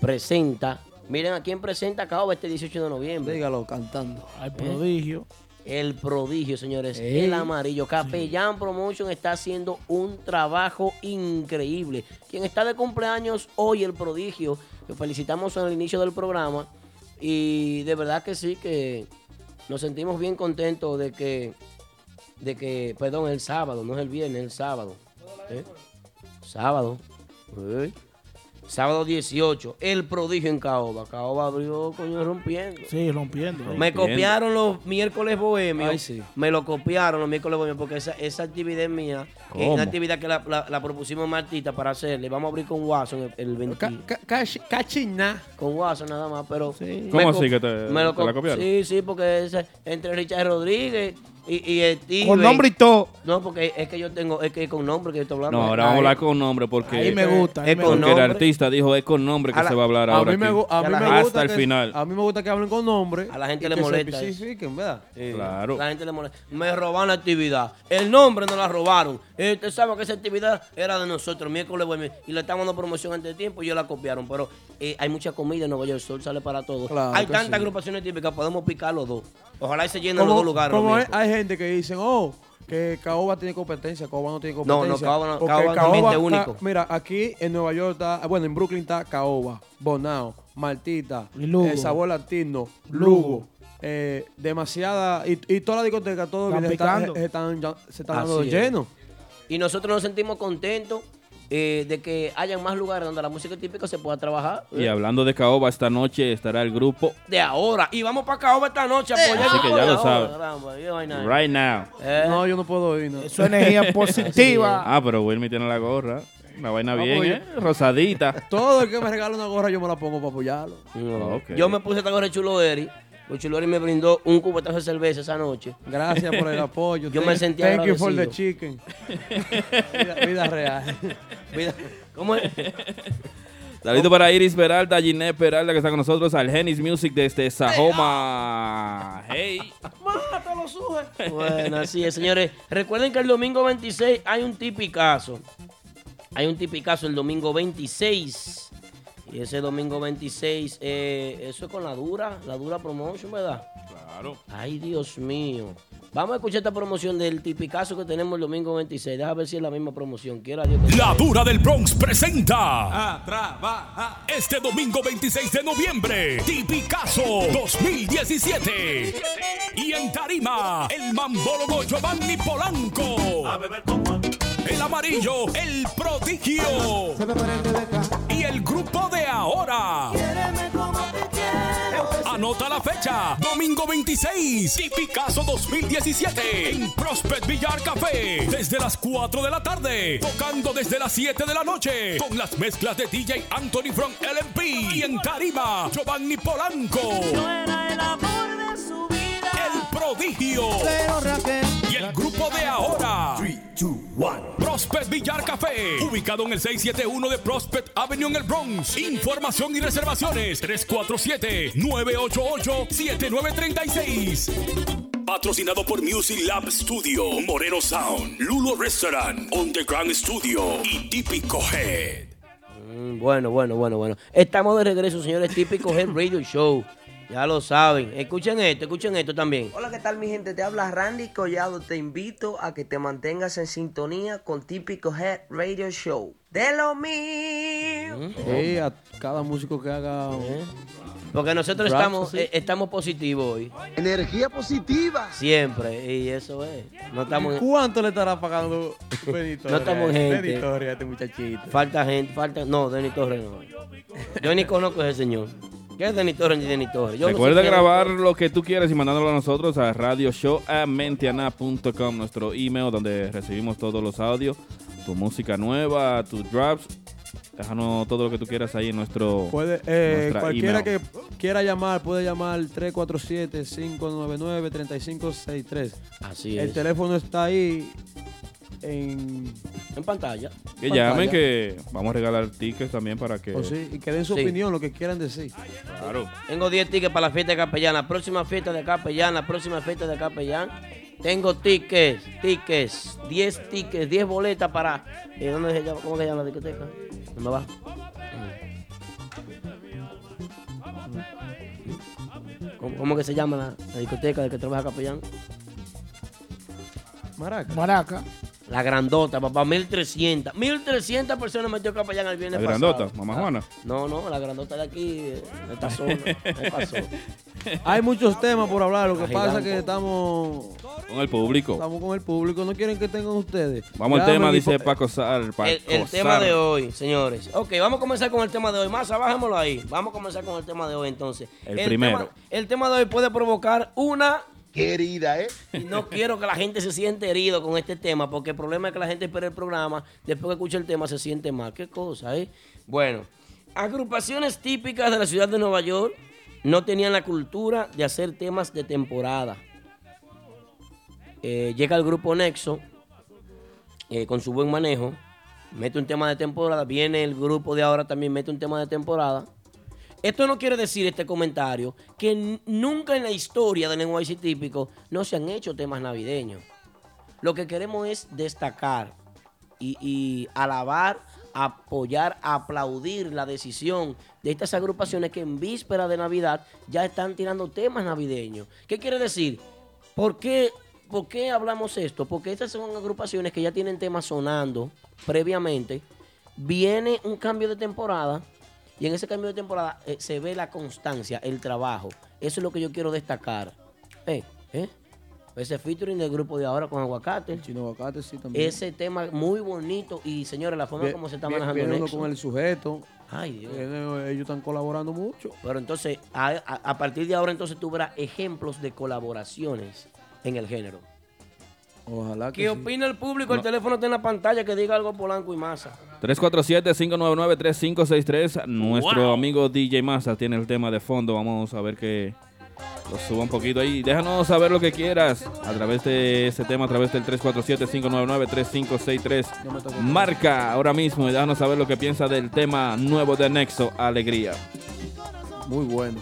presenta. Miren a quién presenta Caoba este 18 de noviembre.
Dígalo cantando.
Al prodigio.
El prodigio, señores.
Ey.
El amarillo. Capellán Promotion está haciendo un trabajo increíble. Quien está de cumpleaños hoy, el prodigio. Lo felicitamos al inicio del programa. Y de verdad que sí, que nos sentimos bien contentos de que, de que, perdón, el sábado, no es el viernes, el sábado. ¿eh? Sábado. ¿eh? Sábado 18, el prodigio en Caoba. Caoba abrió, coño, rompiendo.
Sí, rompiendo. ¿eh?
Me copiaron los miércoles bohemios.
Ay, sí.
Me lo copiaron los miércoles bohemios porque esa, esa actividad es mía.
¿Cómo?
Es una actividad que la, la- la propusimos Martita para hacerle. Vamos a abrir con Watson el, el 20.
Ca- ca- cachi- Cachina.
Con Watson nada más, pero. me
¿Cómo
co-
así que te,
me lo
te la
co-
copiaron?
Sí, sí, porque esa- entre Richard Rodríguez y, y Steve.
Con nombre y todo.
No, porque es que yo tengo. Es que es con nombre que yo estoy hablando. Eh,
No, ahora vamos a hablar con nombre porque,
Ahí me gusta. ahí
Es
me
con
gusta.
porque el
nombre.
artista dijo es con nombre que
A la-
se va a hablar
A
ahora.
mí, me,
aquí.
gu- a mí
Ya la-
me gusta
Hasta el
que-
final.
A mí me gusta que hablen con nombre.
A la gente
y
le
que se
molesta eso.
especifiquen, ¿verdad?
Claro.
La gente le molesta. Me robaron la actividad. El nombre nos la robaron. Eh, Usted sabe que esa actividad era de nosotros, miércoles bueno, y le estamos dando promoción antes de tiempo y ellos la copiaron. Pero eh, hay mucha comida en Nueva York, el sol sale para todos.
Claro
hay
que
tantas
sí.
agrupaciones típicas, podemos picar los dos. Ojalá y se llenen los
Como,
dos lugares.
como
los
hay,
miércoles.
hay gente que dicen, oh, que Caoba tiene competencia, Caoba no tiene
no,
competencia.
Caoba no,
Porque
Caoba es un ambiente
está-
único.
mira, aquí en Nueva York está, bueno, en Brooklyn está Caoba, Bonao, Martita,
Y Lugo.
eh, Sabor Latino,
Lugo.
Lugo. eh, demasiada, y, y toda la discoteca, todo
Están
viene, está-
picando.
se están, ya- se están
Así
dando
es.
lleno.
Y nosotros nos sentimos contentos eh, de que hayan más lugares donde la música típica se pueda trabajar.
Y hablando de caoba, esta noche estará el grupo
De ahora. Y vamos para Caoba esta noche. apoyar
Eh, Así
el
que
grupo
ya
de
lo
ahora,
sabes.
caramba, qué vaina es.
Right Now.
Eh,
No, yo no puedo ir. No.
Eso
[LAUGHS]
es energía positiva.
Ah, pero Wilmy tiene la gorra. Una vaina bien,
pues,
¿eh? [LAUGHS] Rosadita.
Todo el que me regala una gorra, yo me la pongo para apoyarlo.
No.
Ok.
Yo me puse esta gorra de Chulo Eri. Pues Chulo Eri me brindó un cubetazo de cerveza esa noche.
Gracias por el apoyo.
[LAUGHS] Yo
Thank-
me sentí
Thank you for the
agradecido. [LAUGHS]
chicken. vida, vida [LAUGHS] real.
Mira, ¿Cómo es?
Saludos para Iris Peralta, Ginette Peralta, que está con nosotros, al Genis Music este desde Sajoma. Hey.
Bueno, así es, señores. Recuerden que el domingo 26 hay un tipicazo. Hay un tipicazo el domingo 26. Y ese domingo 26, eh, eso es con la dura, la dura promotion, ¿verdad?
Claro.
Ay, Dios mío. Vamos a escuchar esta promoción del tipicazo que tenemos el domingo 26. Déjame ver si es la misma promoción. Quiera Dios que sea.
La Dura del Bronx presenta este domingo 26 de noviembre, Tipicazo 2017. Y en Tarima, el mambólogo Giovanni Polanco. El amarillo, el prodigio. Y el grupo de ahora. Anota la fecha, domingo 26, Tipicazo 2017, en Prospect Villar Café, desde las 4 de la tarde, tocando desde las 7 de la noche, con las mezclas de DJ Anthony from LMP y en Tarima, Giovanni Polanco. El prodigio. Y el grupo de ahora. Prospect Villar Café, ubicado en el 671 de Prospect Avenue en el Bronx. Información y reservaciones 347-988-7936. Patrocinado por Music Lab Studio, Moreno Sound, Lulo Restaurant, Underground Studio y Típico Head.
Mm, Bueno, bueno, bueno, bueno. Estamos de regreso, señores, típicos el Radio Show. Ya lo saben. Escuchen esto, escuchen esto también. Hola, ¿qué tal mi gente? Te habla Randy Collado. Te invito a que te mantengas en sintonía con Típico Head Radio Show. De lo mío.
Sí, a cada músico que haga.
Eh, Porque nosotros
Raps,
estamos,
así.
eh, estamos positivos hoy.
Energía positiva.
Siempre. Y eso es. No estamos en-
¿Cuánto le estará pagando Benito?
[LAUGHS] No estamos
Benito
gente.
Torres a este muchachito.
Falta gente, falta. No, Denis Torres
[LAUGHS]
no. Yo ni conozco a ese señor. ¿Qué es Denis Torres ni Denis Torres? Yo no sé
Recuerda
quién es.
grabar lo que tú quieres y mandándolo a nosotros a radioshow.mentiana.com, nuestro email donde recibimos todos los audios, tu música nueva, tus drops. Déjanos todo lo que tú quieras ahí en nuestro.
Puede, eh,
nuestra
cualquiera
email.
que quiera llamar, puede llamar al 347-599-3563.
Así
El
es.
teléfono está ahí en,
pantalla.
Que llamen, que vamos a regalar tickets también para que.
O Oh, sí, y que den su
Sí.
opinión, lo que quieran decir.
Claro.
Tengo 10 tickets para la fiesta de Capellán, la próxima fiesta de Capellán, la próxima fiesta de Capellán. Tengo tickets, tickets, 10 tickets, 10 boletas para... eh, ¿dónde se llama? ¿Cómo se llama la discoteca? No me va. ¿Cómo, cómo que se llama la, la discoteca de que trabaja Capellán?
Maraca.
Maraca.
La grandota, papá, 1300. 1300 personas metió Capellán el
La
viernes pasado.
grandota, mamá Juana.
No, no, la grandota de aquí, eh, de [LAUGHS] esta
[LAUGHS]
zona. ¿Qué pasó?
Hay muchos temas por hablar, lo que
Ay,
pasa es
Gambo.
que estamos,
Con el público.
estamos con el público, no quieren que tengan ustedes.
Vamos al
Llamen
tema,
y
dice
po-
Paco Sar. Paco
El, el tema
Sar.
de hoy, señores. Ok, vamos a comenzar con el tema de hoy. Masa, bájémoslo ahí. Vamos a comenzar con el tema de hoy entonces.
El primero.
tema- el tema de hoy puede provocar una...
Querida, ¿eh?
Y no quiero que la gente se sienta herido con este tema, porque el problema es que la gente espera el programa, después que escucha el tema se siente mal. Qué cosa, ¿eh? Bueno, agrupaciones típicas de la ciudad de Nueva York no tenían la cultura de hacer temas de temporada. Eh, llega el grupo Nexo eh, con su buen manejo, mete un tema de temporada, viene el grupo de ahora también, mete un tema de temporada. Esto no quiere decir este comentario que n- nunca en la historia del lenguaje típico no se han hecho temas navideños. Lo que queremos es destacar y, y alabar, apoyar, aplaudir la decisión de estas agrupaciones que en víspera de Navidad ya están tirando temas navideños. ¿Qué quiere decir? ¿Por qué, por qué hablamos esto? Porque estas son agrupaciones que ya tienen temas sonando previamente. Viene un cambio de temporada y en ese cambio de temporada eh, se ve la constancia, el trabajo. Eso es lo que yo quiero destacar. Eh, eh, Ese featuring del grupo de ahora con aguacate.
chino aguacate, sí, también.
Ese tema muy bonito y señores, la forma
Vie-
como se está
vie-
manejando
viene uno
Nexo.
con el sujeto.
Ay, Dios.
Viene- ellos están colaborando mucho.
Pero entonces, a, a- a partir de ahora entonces tú verás ejemplos de colaboraciones en el género.
Ojalá que
¿Qué
sí.
opina el público? El
No.
teléfono está en la pantalla que diga algo Polanco y Masa.
347-599-3563. Nuestro amigo DJ Massa tiene el tema de fondo. Vamos a ver que lo suba un poquito ahí. Déjanos saber lo que quieras a través de ese tema, a través del 347-599-3563. Marca ahora mismo y déjanos saber lo que piensa del tema nuevo de Nexo, Alegría.
Muy
[LAUGHS]
bueno.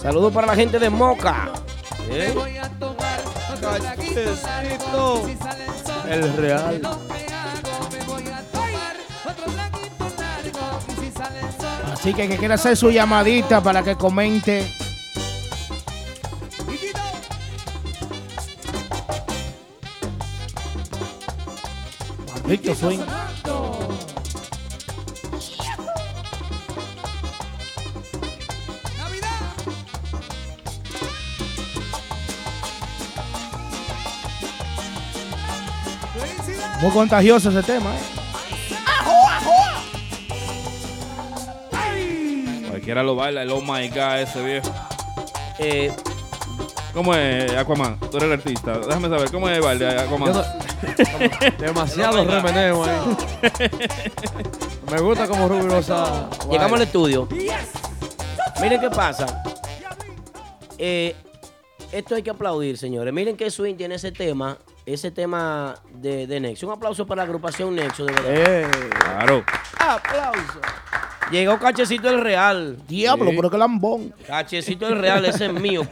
Saludos para la gente de Moca.
¿Eh?
Voy a tomar otro traguito largo.
Cachecito.
Si sale el sol,
El
me
real.
lo pego. Me voy a tomar otro traguito largo. Si sale el sol,
Así que que quiera hacer su llamadita para que comente. Maldito swing. Muy contagioso ese tema, ¿eh?
Cualquiera lo baila, el oh my god, ese viejo.
Eh,
¿Cómo es, Aquaman? Tú eres el artista. Déjame saber, ¿cómo es el baile, Aquaman?
Yo [LAUGHS] Demasiado remeneo
[LAUGHS]
ahí. Me gusta como Rubio Rosa.
Llegamos al estudio. Miren qué pasa. Eh, esto hay que aplaudir, señores. Miren que swing tiene ese tema, ese tema de, de Nexo. Un aplauso para la agrupación Nexo, de verdad.
Eh,
Claro.
Aplauso. Llegó Cachecito el Real.
Diablo, pero qué lambón.
Cachecito el Real, ese es mío.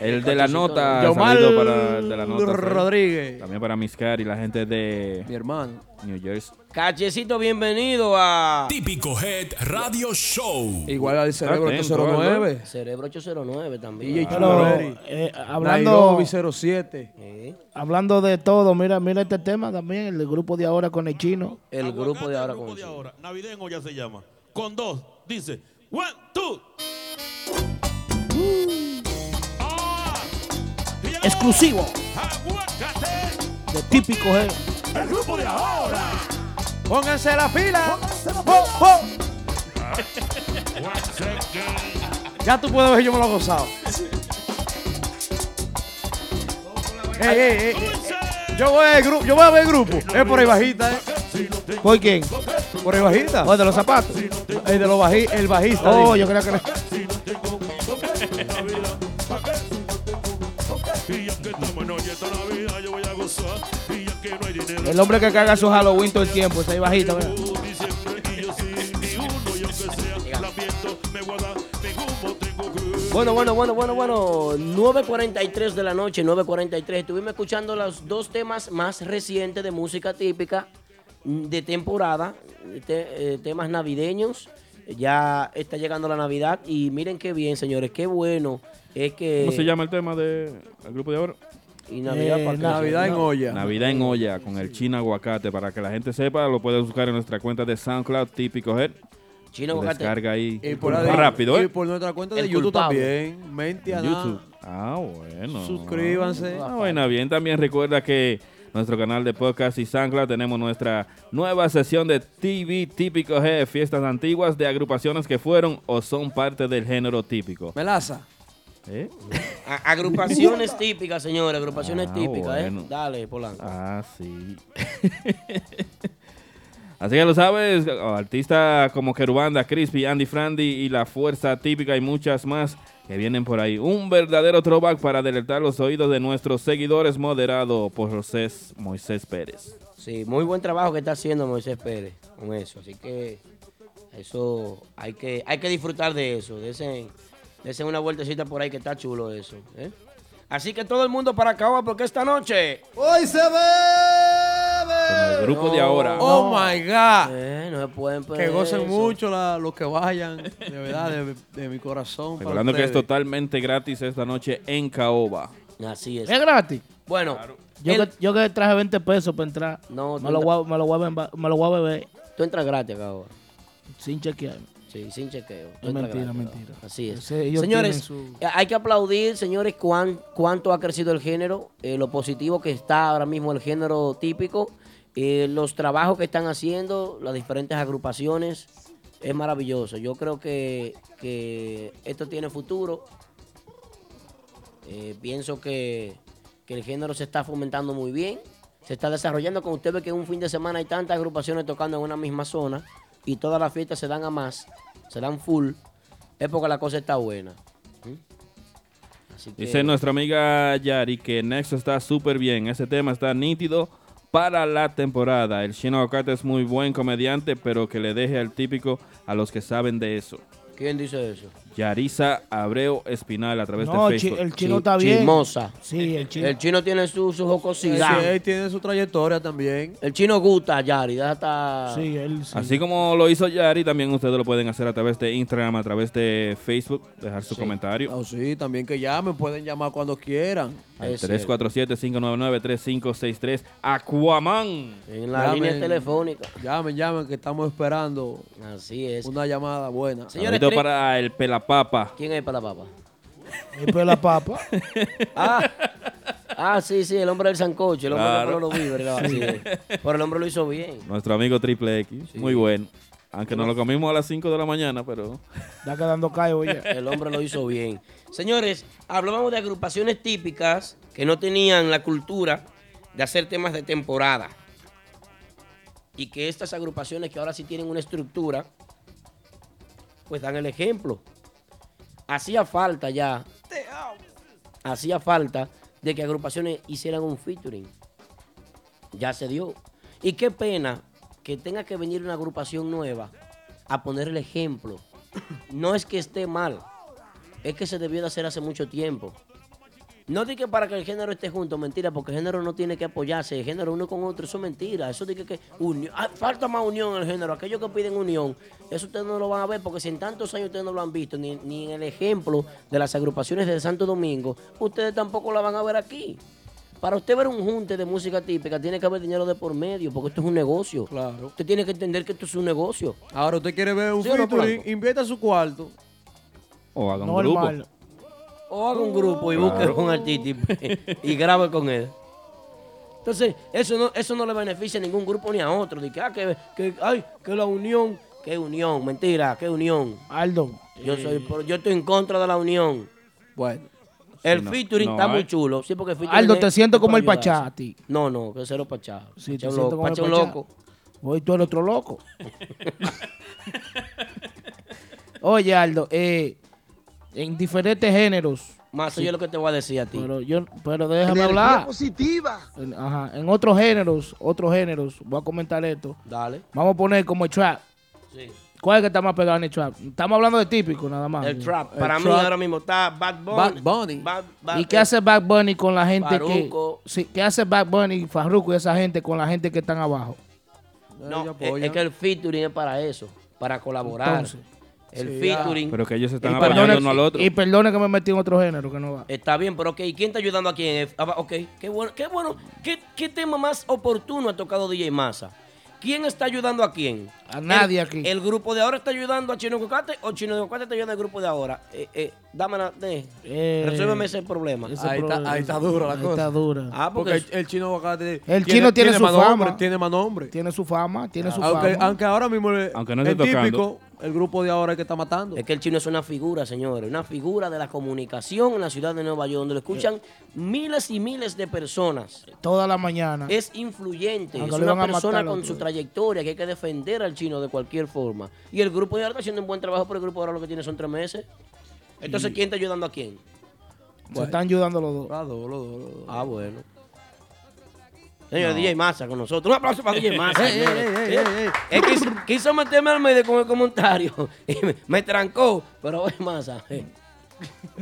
El de la nota,
Yomar
saludo para el de la nota. sí.
Rodríguez.
También para Miscar y la gente de
Mi hermano.
New Jersey.
Cachecito, bienvenido a
Típico Head Radio Show.
Igual
Ah,
al cerebro
Atento,
809.
Cerebro 809 también.
DJ
Pero
Chulo
eh, hablando,
Nairobi 07.
Eh,
hablando de todo, mira, mira este tema también, el del grupo de ahora con el chino.
el grupo de ahora con
grupo de
el
ahora. Navideño ya se llama. Con dos, dice. One, two. Ah, Dios,
Exclusivo
aguacate.
de típico eh. G.
El grupo de ahora.
Pónganse la pila. Ya tú puedes ver, yo me lo he gozado.
Ey, ey, ey. Yo voy, al gru- yo voy a ver el grupo. Es por ahí bajita, ¿eh?
¿Por quién?
¿Por ahí bajita?
¿O de los zapatos?
El de los baji- el bajista.
Oh,
digo.
yo creo que no. El hombre que carga su Halloween todo el tiempo, está ahí bajito, ¿verdad?
Bueno, bueno, bueno, bueno, bueno. 9.43 de la noche, 9.43. Estuvimos escuchando los dos temas más recientes de música típica mm, de temporada, te- eh, temas navideños. Ya está llegando la Navidad y miren qué bien, señores, qué bueno. Es que...
¿Cómo se llama el tema del grupo de ahora?
Y
Eh,
Navidad, ¿para qué?
Navidad en olla con el chino aguacate. Para que la gente sepa, lo puedes buscar en nuestra cuenta de SoundCloud típico Head.
Chino
Lo
Aguacate.
Descarga ahí.
Y por,
Más
ahí-
rápido,
y
¿eh?
por nuestra cuenta de
El
YouTube
culpable.
también. Mente a
En
nada.
YouTube. Ah, bueno.
Suscríbanse.
Ah, bueno, bien. También recuerda que nuestro canal de podcast y SoundCloud tenemos nuestra nueva sesión de TV típico Head, fiestas antiguas de agrupaciones que fueron o son parte del género típico.
Melaza.
¿Eh?
A-
[LAUGHS]
agrupaciones típicas, señores, agrupaciones
Ah,
típicas,
bueno.
¿eh? Dale, Polanco.
Ah, sí. [LAUGHS] Así que lo sabes, artistas como Kerubanda, Crispy, Andy Frandy y La Fuerza Típica y muchas más que vienen por ahí. Un verdadero throwback para deleitar los oídos de nuestros seguidores moderado por Josés Moisés Pérez.
Sí, muy buen trabajo que está haciendo Moisés Pérez con eso. Así que eso hay que, hay que disfrutar de eso. Desen, desen una vueltecita por ahí que está chulo eso. ¿eh? Así que todo el mundo para Caoba porque esta noche.
Hoy se bebe.
El grupo de ahora.
Oh my God.
Eh, no se pueden
Que
perder
gocen
eso.
mucho la- los que vayan. De verdad, de, de mi corazón. para
Recordando que es
ustedes.
totalmente gratis esta noche en Caoba.
Así
¿Es gratis?
Bueno,
Yo, que, yo que traje 20 pesos para entrar.
No,
me
tú
lo,
entra-
voy a, me, lo voy a, bemba- me lo voy a beber
tú entras gratis Caoba.
sin chequear.
Sí, sin chequeo.
Es mentira,
mentira. Así es.
Ese- ellos
señores,
tienen
eh, hay que aplaudir, señores, cuán- cuánto ha crecido el género, eh, lo positivo que está ahora mismo el género típico, eh, los trabajos que están haciendo, las diferentes agrupaciones. Es maravilloso. Yo creo que, que esto tiene futuro. Eh, pienso que, que el género se está fomentando muy bien. Se está desarrollando, como usted ve que en un fin de semana hay tantas agrupaciones tocando en una misma zona y todas las fiestas se dan a más, se dan full, es porque la cosa está buena. ¿Mm? Así que-
Eh,
Dice nuestra amiga Yari que Nexo está súper bien. Ese tema está nítido para la temporada. El chino aguacate es muy buen comediante, pero que le deje al típico a los que saben de eso.
¿Quién dice eso?
Yarisa Abreu Espinal a través
No,
de
chi-
Facebook.
el chino está bien.
Chismosa.
Sí, el chino.
El chino tiene su, su jocosidad.
Sí, él tiene su trayectoria también.
El chino gusta, Yari. deja hasta...
Así como lo hizo Yari, también ustedes lo pueden hacer a través de Instagram, a través de Facebook, dejar su
Ah,
comentario.
Oh, sí, también que llamen, pueden llamar cuando quieran.
Al 347-599-3563. Aquaman.
En
Llamen,
telefónica.
Llamen, llamen, que estamos esperando.
Así es.
Una llamada buena.
Saludito para el Pelapapa.
¿Quién es para
[LAUGHS]
la papa?
Y pues la papa.
Ah, ah, sí, sí, el hombre del sancocho, el hombre
Claro.
que los víveres. la-
Sí.
así es. Pero el hombre lo hizo bien.
Nuestro amigo Triple X. Muy bueno. Aunque nos lo comimos a las 5 de la mañana, pero...
Está quedando callo, oye.
[LAUGHS] El hombre lo hizo bien. Señores, hablábamos de agrupaciones típicas que no tenían la cultura de hacer temas de temporada. Y que estas agrupaciones que ahora sí tienen una estructura, pues dan el ejemplo. Hacía falta ya, hacía falta de que agrupaciones hicieran un featuring. Ya se dio. Y qué pena que tenga que venir una agrupación nueva a poner el ejemplo. No es que esté mal, es que se debió de hacer hace mucho tiempo. No di que para que el género esté junto, mentira, porque el género no tiene que apoyarse, el género uno con otro, eso es mentira. Eso di que, que unión- ah, falta más unión en el género, aquellos que piden unión, eso ustedes no lo van a ver, porque si en tantos años ustedes no lo han visto, ni, ni en el ejemplo de las agrupaciones de Santo Domingo, ustedes tampoco la van a ver aquí. Para usted ver un junte de música típica, tiene que haber dinero de por medio, porque esto es un negocio. Claro. Usted tiene que entender que esto es un negocio.
Ahora usted quiere ver un
¿Sí o no,
featuring,
Polanco?
invierta su cuarto.
O haga un
No,
grupo.
hermano. O haga un grupo y
Claro.
busque un artista [LAUGHS] y- y grabe con él. Entonces, eso no, eso no le beneficia a ningún grupo ni a otro. De que, ah, que, que, ay, que la unión, que unión, mentira, que unión.
Aldo.
Yo soy, por- yo estoy en contra de la unión.
Bueno.
El
Sí, no.
featuring
No
está
hay.
muy chulo. Sí, porque el featuring
Aldo,
es-
te siento
es
como
para
el
ayudarse.
Pachá a ti.
No, no, que cero Pachá.
Sí,
Pachá
te
un
siento
loco.
como el
Pachá un
Pachá.
loco.
Voy tú eres otro loco. Oye, Aldo, eh, en diferentes géneros.
Más
Sí.
yo lo que te voy a decir a ti.
Pero yo, pero déjame hablar.
positiva.
En- Ajá. En otros géneros, otros géneros, voy a comentar esto.
Dale.
Vamos a poner como el trap.
Sí.
¿Cuál es que está más pegado en el trap? Estamos hablando de típico nada más.
El trap. Para mí
trap.
ahora mismo está Bad Bunny.
Bad
Bunny.
¿Y qué hace Bad Bunny con la gente
Farruko.
que... Sí, ¿qué hace Bad Bunny, Farruko y esa gente con la gente que están abajo?
No, es, es que el featuring es para eso, para colaborar.
Entonces.
el
Sí,
featuring.
ah.
Pero que ellos se están
Y
apoyando
perdone-
uno al otro.
Y perdone que me metí en otro género que no va.
Está bien, pero ok, ¿quién está ayudando a quién? Ah, va, Ok, qué bueno, qué bueno, qué, qué tema más oportuno ha tocado DJ Massa. ¿Quién está ayudando a quién?
A nadie
El-
aquí.
¿El grupo de ahora está ayudando a Chino Cocate o Chino Cocate está ayudando al grupo de ahora? Eh, eh, dame la- de- Eh, resuélveme ese problema.
Ahí, Está, Eh, ahí está dura la cosa.
está dura.
Ah, porque
porque, el, el chino aguacate.
El chino tiene, su
más
fama.
nombre, tiene más nombre.
Tiene su fama, tiene su
aunque,
fama.
aunque ahora mismo el,
Aunque no
el
esté tocando.
típico, el grupo de ahora es que está matando.
Es que el chino es una figura, señores, una figura de la comunicación en la ciudad de Nueva York, donde lo escuchan miles y miles de personas.
Toda la mañana.
Es influyente,
Aunque
es
lo
una
iban a matar
persona
al
con
otro
su
día.
trayectoria que hay que defender al chino de cualquier forma. Y el grupo de ahora está haciendo un buen trabajo, pero el grupo de ahora lo que tiene son tres meses. Entonces,
Y-
¿quién está ayudando a quién?
Se están ayudando los dos.
Ah,
[LAUGHS]
bueno. Señor DJ Massa con nosotros. Un aplauso para
[LAUGHS]
DJ Massa.
Ey, ey,
señores.
ey, ey, ey,
Es que quiso, quiso meterme al medio con el comentario. [LAUGHS] Y me, me trancó. Pero oye, Massa.
[LAUGHS]
eh.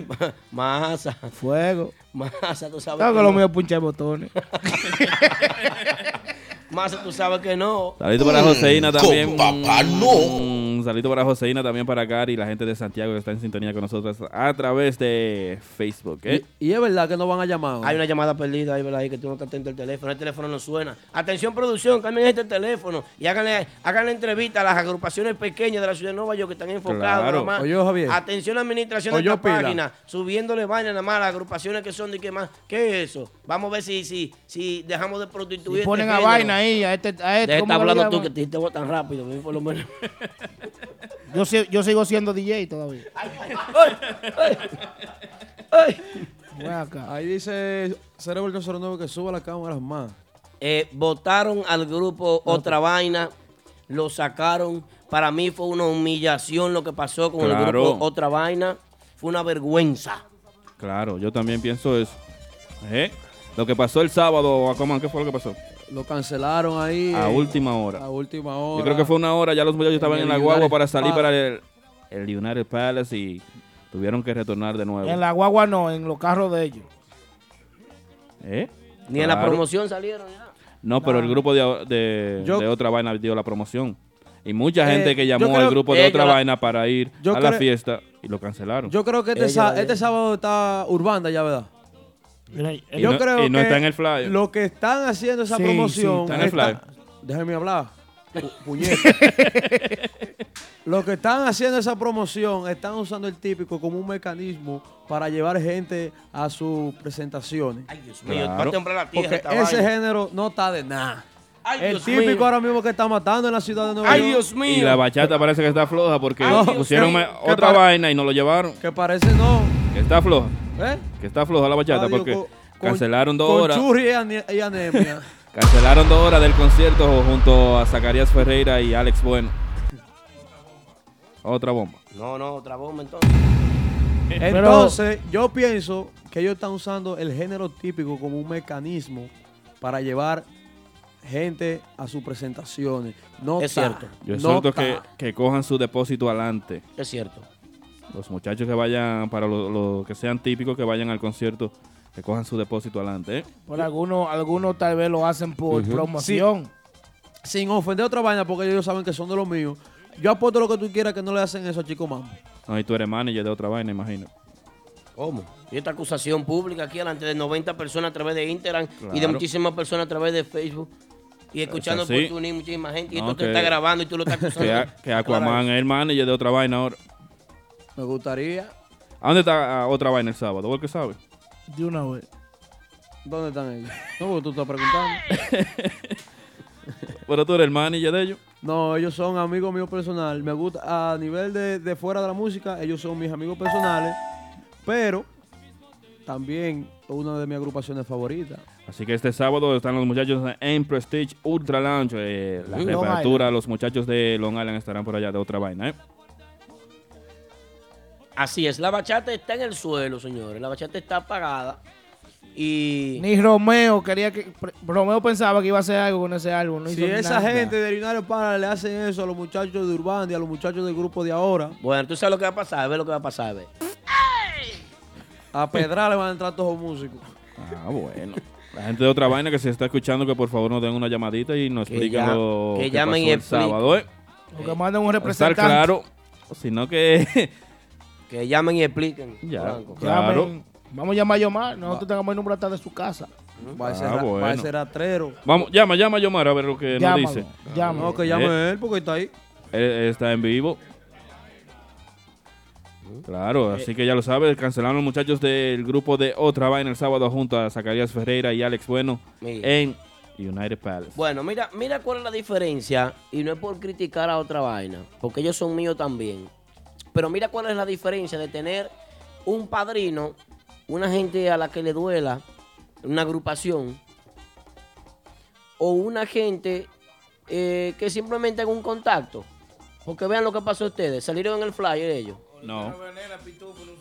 Ma- Massa.
Fuego.
Massa, tú sabes.
Claro
que
que lo
no.
mío es punchar botones.
Massa, tú sabes que no.
Saludito para Joseína también.
papá,
no. Saludito para Joseína también para Gary y la gente de Santiago que está en sintonía con nosotros a través de Facebook. ¿eh?
Y, es verdad que no van a llamar. Hay una llamada perdida ahí, ¿verdad? Ahí que tú no estás atento al teléfono. El teléfono no suena. Atención, producción, cambien este teléfono y háganle, háganle entrevista a las agrupaciones pequeñas de la ciudad de Nueva York que están enfocadas.
Claro.
nada más.
Oye, Javier.
Atención, administración
Oye,
de esta
Pila.
página. Subiéndole vaina nada más a las agrupaciones que son de qué más. ¿Qué es eso? Vamos a ver si, si, si dejamos de prostituir.
Y ponen
este
a
género. [LAUGHS]
vaina ahí, a este, a este.
De
¿cómo
está
que lo
hablando tú que
llaman?
te dijiste vos tan rápido, a mí por lo menos.
Yo, si- yo sigo siendo DJ todavía. Ven acá.
Ahí dice Cerebro 09 que suba las cámaras más.
Eh, votaron al grupo Otra Vaina, lo sacaron. Para mí fue una humillación lo que pasó con el
Claro.
grupo Otra Vaina. Fue una vergüenza.
Claro, yo también pienso eso. ¿Eh? Lo que pasó el sábado, Aquaman, ¿qué fue lo que pasó?
Lo cancelaron ahí.
A
eh,
última hora.
A última hora.
Yo creo que fue una hora, ya los muchachos estaban
el
en la guagua
United
para salir
Palace.
para el, el United Palace y tuvieron que retornar de nuevo.
En la guagua no, en los carros de ellos.
¿Eh?
Ni en la
Claro.
promoción salieron. ya.
No, pero el grupo de, de-
Yo-
de otra vaina dio la promoción. Y mucha
Eh,
gente que
yo
llamó
creo-
al grupo de
Ella
otra
la-
vaina para ir
Yo
a la
creo-
fiesta y lo cancelaron.
Yo creo que este,
Ella
sa-
la-
este sábado está Urbanda ya, ¿verdad?
Y no- y no está en el flyer.
Lo que están haciendo esa
Sí, sí,
promoción.
está en el flyer.
Déjenme hablar.
[LAUGHS]
pu- puñeta. lo que están haciendo esa promoción, están usando el típico como un mecanismo para llevar gente a sus presentaciones. Ay,
Dios mío, va a temblar la tierra
Porque
esta
ese
vaina.
género no está de nada.
Ay,
el
Dios
típico
mío.
ahora mismo que está matando en la ciudad de Nueva
Ay,
York.
Dios
Y la bachata parece que está floja porque
Ay, Dios
pusieron
mío.
me-
Ah, Que
otra
pa-
vaina y no lo llevaron.
Que parece no.
Que está floja.
¿Eh?
Que está floja la bachata
Adiós,
porque
con-
cancelaron dos
con
horas.
churri y ane- y anemia.
Cancelaron dos horas del concierto junto a Zacarías Ferreira y Alex Bueno. Otra bomba.
[LAUGHS] No, no, otra bomba entonces.
Entonces, yo pienso que ellos están usando el género típico como un mecanismo para llevar gente a sus presentaciones. No
Es
ta,
cierto.
Yo
no
exhorto
ta.
que, que cojan su depósito adelante.
Es cierto.
Los muchachos que vayan, para los que sean típicos que vayan al concierto, que cojan su depósito adelante. ¿eh?
Por algunos, algunos tal vez lo hacen por
Ujú.
promoción.
Sin ofender a otra vaina, porque ellos saben que son de los míos. Yo apuesto lo que tú quieras que no le hacen eso a Chico Mambo.
No, y tú eres manager de otra vaina, imagino.
¿Cómo? Y esta acusación pública aquí delante de 90 personas a través de Instagram y de
Claro.
muchísimas personas a través de Facebook. Y escuchando
así.
por TuneIn muchísima gente. Y
No,
esto te
que-
está grabando y tú lo
[LAUGHS]
estás
Que,
acusando.
a- que Aquaman es el manager de otra vaina ahora.
Me gustaría.
¿A dónde está ah, otra vaina el sábado? ¿Vos qué sabes?
De una vez.
¿Dónde están ellos? No, porque tú estás preguntando.
[LAUGHS] Pero tú eres el manager de ellos.
No, ellos son amigos míos personales. Me gusta, a nivel de, de fuera de la música, ellos son mis amigos personales. Pero también una de mis agrupaciones favoritas.
Así que este sábado están los muchachos en Prestige Ultra Lounge. eh, la
Mm. Long
temperatura, los muchachos de Long Island estarán por allá de otra vaina, ¿eh?
Así es, la bachata está en el suelo, señores. La bachata está apagada. Y.
Ni Romeo quería que. pre- Romeo pensaba que iba a hacer algo con ese álbum. No
Si
hizo
esa
nada.
gente de Linares Para le hacen eso a los muchachos de Urbanda y a los muchachos del grupo de ahora,
Bueno, tú sabes lo que va a pasar, ve lo que va a pasar, ve.
a Pedra le van a entrar todos los músicos.
Ah, bueno. [LAUGHS] La gente de otra vaina que se está escuchando, que por favor nos den una llamadita y nos
Que
expliquen
ya-
lo
que
que
llamen
pasó
y
el
expliquen.
sábado, ¿eh?
O que manden un
Para Estar
representante.
claro, sino
[LAUGHS]
que...
que llamen y expliquen.
Ya,
Blanco.
claro.
Llamen. Vamos a llamar a Yomar. Nosotros tengamos el número hasta de su casa.
Va a ser,
Ah,
ra- va a
bueno.
ser rastrero.
Vamos, llama, llama a Yomar a ver lo que
Llámalo,
nos dice. Eh.
llámalo. No, que llame él, porque está ahí.
Él está en vivo. Claro,
Eh.
así que ya lo sabes, cancelaron los muchachos del grupo de Otra Vaina el sábado junto a Zacarías Ferreira y Alex Bueno
Mira.
en United Palace.
Bueno, mira, mira cuál es la diferencia. Y no es por criticar a otra vaina, porque ellos son míos también. Pero mira cuál es la diferencia de tener un padrino, una gente a la que le duela, una agrupación, o una gente eh, que simplemente haga un contacto. Porque vean lo que pasó a ustedes. Salieron en el flyer ellos.
No.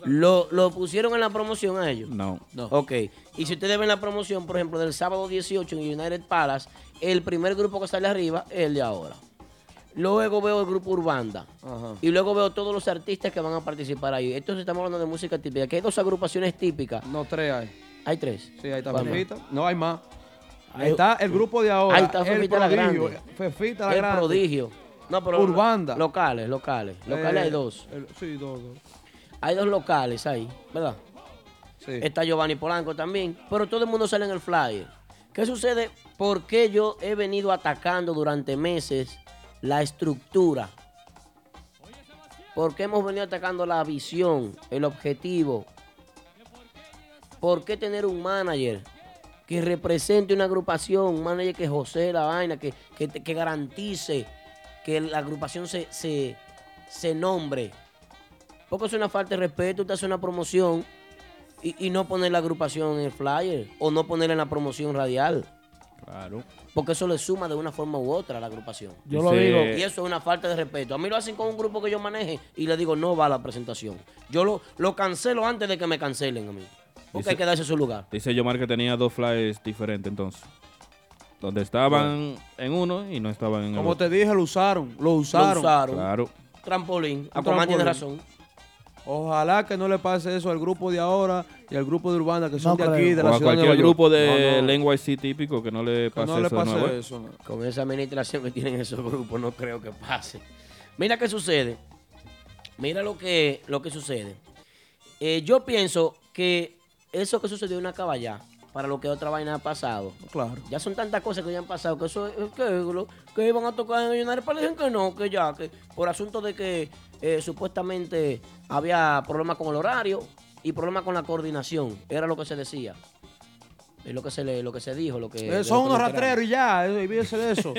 Lo, lo pusieron en la promoción a ellos.
No.
Ok. Y si ustedes ven la promoción, por ejemplo, del sábado 18 en United Palace, el primer grupo que sale arriba es el de ahora. Luego veo el grupo Urbanda. Y luego veo todos los artistas que van a participar ahí. Entonces estamos hablando de música típica. Que hay dos agrupaciones típicas.
No, tres hay.
Hay tres.
Sí, ahí está
¿Cuál más?
Fefita. No hay más.
Ahí-
Ahí está el grupo de ahora.
Ahí está Fefita la
prodigio,
Grande.
Fefita la
El
Grande.
prodigio. No, pero
Urbanda.
Locales, locales. Locales
Eh,
hay dos.
el- sí, dos, dos.
Hay dos locales ahí, ¿verdad? Está Giovanni Polanco también. Pero todo el mundo sale en el flyer. ¿Qué sucede? Porque yo he venido atacando durante meses la estructura. Porque hemos venido atacando la visión, el objetivo. ¿Por qué tener un manager que represente una agrupación? Un manager que josee la vaina, que, que, te- que garantice que la agrupación se, se, se nombre. Porque es una falta de respeto, usted hace una promoción y, y no poner la agrupación en el flyer o no ponerla en la promoción radial.
Claro.
Porque eso le suma de una forma u otra a la agrupación.
[LAUGHS] Yo lo Sí. digo.
Y eso es una falta de respeto. A mí lo hacen con un grupo que yo maneje y le digo, no va a la presentación. Yo lo, lo cancelo antes de que me cancelen a mí. Porque
Dice-
hay que darse su lugar.
Dice Yomar que tenía dos flyers diferentes entonces. Donde estaban en uno y no estaban en el
Como
otro.
te dije, lo usaron. Lo usaron.
usaron.
Claro.
Trampolín.
Un
Aquaman tiene
trampolín.
razón.
Ojalá que no le pase eso al grupo de ahora y al grupo de Urbana que son de aquí, de
o
la
a
ciudad de Nueva
cualquier
York.
grupo
No,
de
no.
lengua IC típico que no le pase
no le
eso de
pase
nuevo, ¿eh?
eso, no.
Con esa administración que tienen esos grupos, no creo que pase. Mira qué sucede. Mira lo que, lo que sucede. Eh, yo pienso que eso que sucedió en una caballa, para lo que otra vaina ha pasado.
Claro.
Ya son tantas cosas que ya han pasado que eso es que, lo- que iban a tocar en United Palace, dicen que no, que ya, que por asunto de que eh, supuestamente había problemas con el horario y problemas con la coordinación. Era lo que se decía. Es lo que se le, lo que se dijo, lo que. de
Eh,
lo
son
que
unos
nos enteramos.
rastreros y ya, eh, olvídense de
[LAUGHS]
eso.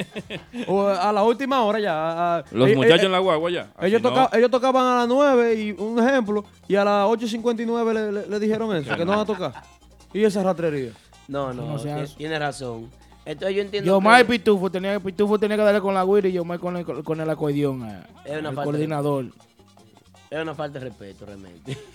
O, eh, a la última hora ya. a- a-
Los
eh,
muchachos
eh,
en la guagua ya. Así
Ellos,
no.
toca- ellos tocaban a las 9, y, un ejemplo, y a las 8.59 le, le- le dijeron eso, que no van a tocar. Y esa rastrería.
No, no,
No se
tie-
hace.
tiene razón. Entonces yo entiendo
Yomar y
que
Pitufo tenía, Pitufo tenía que darle con la guira y Yomar con el, con el acordeón. eh,
Es una
el
falta de-
coordinador.
es una falta de respeto realmente. [LAUGHS]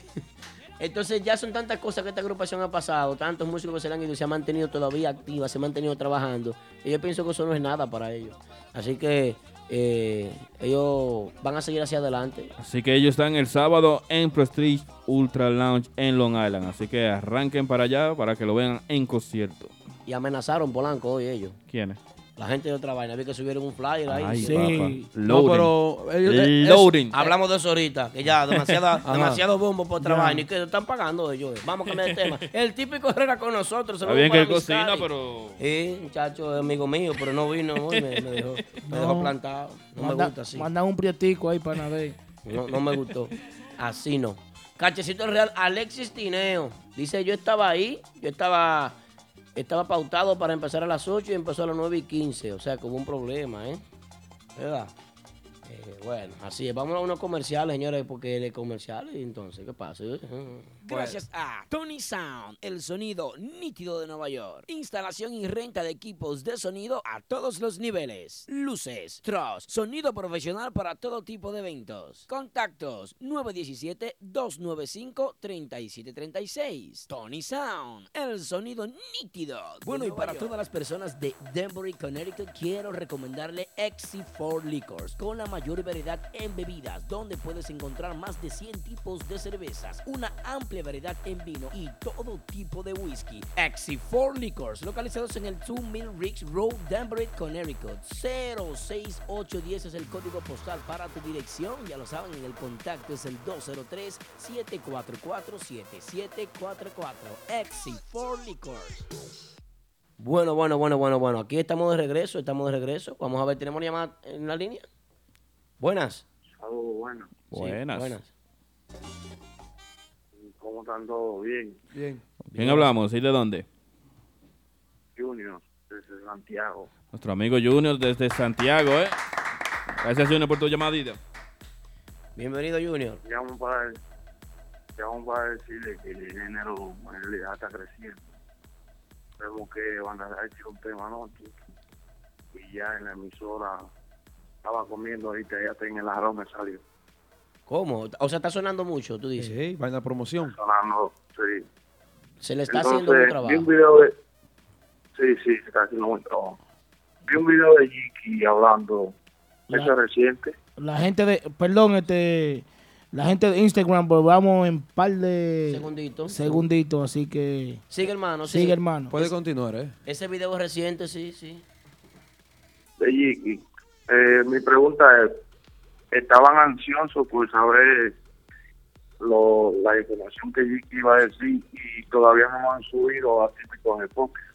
Entonces ya son tantas cosas que esta agrupación ha pasado, tantos músicos que se le han ido y se han mantenido todavía activas, se han mantenido trabajando. Y yo pienso que eso no es nada para ellos. Así que eh, ellos van a seguir hacia adelante.
Así que ellos están el sábado en Prestige Ultra Lounge en Long Island. Así que arranquen para allá para que lo vean en concierto.
Y amenazaron Polanco hoy ellos.
¿Quiénes?
La gente de otra vaina, vi que subieron un flyer ahí.
Ay,
Sí.
papá.
No,
Loading.
pero ellos- eh,
Loading.
es- hablamos de eso ahorita, que [LAUGHS] ya demasiada,
Ajá.
demasiado bombo por otra
Ya.
vaina y que lo están pagando ellos. eh. Vamos a cambiar de tema. El típico Herrera con nosotros.
Está bien que él
saludos
cocina,
para Vizcari.
pero...
Sí, muchacho, es amigo mío, pero no vino hoy, me, me dejó, me dejó plantado. No me
Manda-
gusta así.
Mandan un prietico ahí para nadar.
[LAUGHS] No, no me gustó.
[LAUGHS]
Así no. Cachecito Real, Alexis Tineo. Dice, yo estaba ahí, yo estaba, estaba pautado para empezar a las 8 y empezó a las 9 y 15. O sea, que hubo un problema, ¿eh? ¿Verdad? Eh, bueno, así es. Vamos a unos comerciales, señores, porque él es comercial y entonces, ¿qué pasa?
Gracias a Tony Sound, el sonido nítido de Nueva York. Instalación y renta de equipos de sonido a todos los niveles. Luces, truss, sonido profesional para todo tipo de eventos. Contactos 917-295-3736. Tony Sound, el sonido nítido. de
Bueno, y
Nueva
para
York.
todas las
personas de Denver, Connecticut, quiero recomendarle Exit 4 Liquors con la mayor variedad en bebidas, donde puedes encontrar más de 100 tipos de cervezas, una amplia variedad en vino y todo tipo de whisky. Exit 4 Liquors, localizados en el 2 Mill Ridge Road, Denver, Connecticut. 06810 es el código postal para tu dirección, ya lo saben, en el contacto es el 203-744-7744. Exit 4 Liquors.
Bueno, bueno, bueno, bueno, bueno. Aquí estamos de regreso, estamos de regreso. Vamos a ver, tenemos una llamada en la línea. Buenas.
Saludos, bueno.
Sí, buenas.
¿Cómo están todos? Bien.
Bien.
¿Quién hablamos? ¿Y de dónde?
Junior, desde Santiago.
Nuestro amigo Junior desde Santiago, ¿eh? Gracias, Junior, por tu llamadita.
Bienvenido, Junior.
Llamo para, llamo para decirle que el género él ya está creciendo. Vemos que van a hecho un tema noche y ya en la emisora estaba comiendo ahorita, ya está en el arroz, me salió
¿Cómo? O sea, está sonando mucho, tú dices.
Sí, vaina promoción.
sonando. Sí.
Se le está
Entonces,
haciendo un
Vi un
trabajo.
video de. Sí, sí, se está haciendo un trabajo. Vi un video de Jiki hablando. Eso es reciente.
La gente de, perdón, este, la gente de Instagram, volvamos en par de
Segundito.
segundito, así que
Sigue, hermano,
sigue,
sigue.
hermano.
Puede continuar, ¿eh?
Ese video es reciente, sí, sí.
de Jiki. Eh, mi pregunta es, ¿estaban ansiosos por saber lo, la información que Jiki iba a decir y todavía no han subido a típicos de podcast?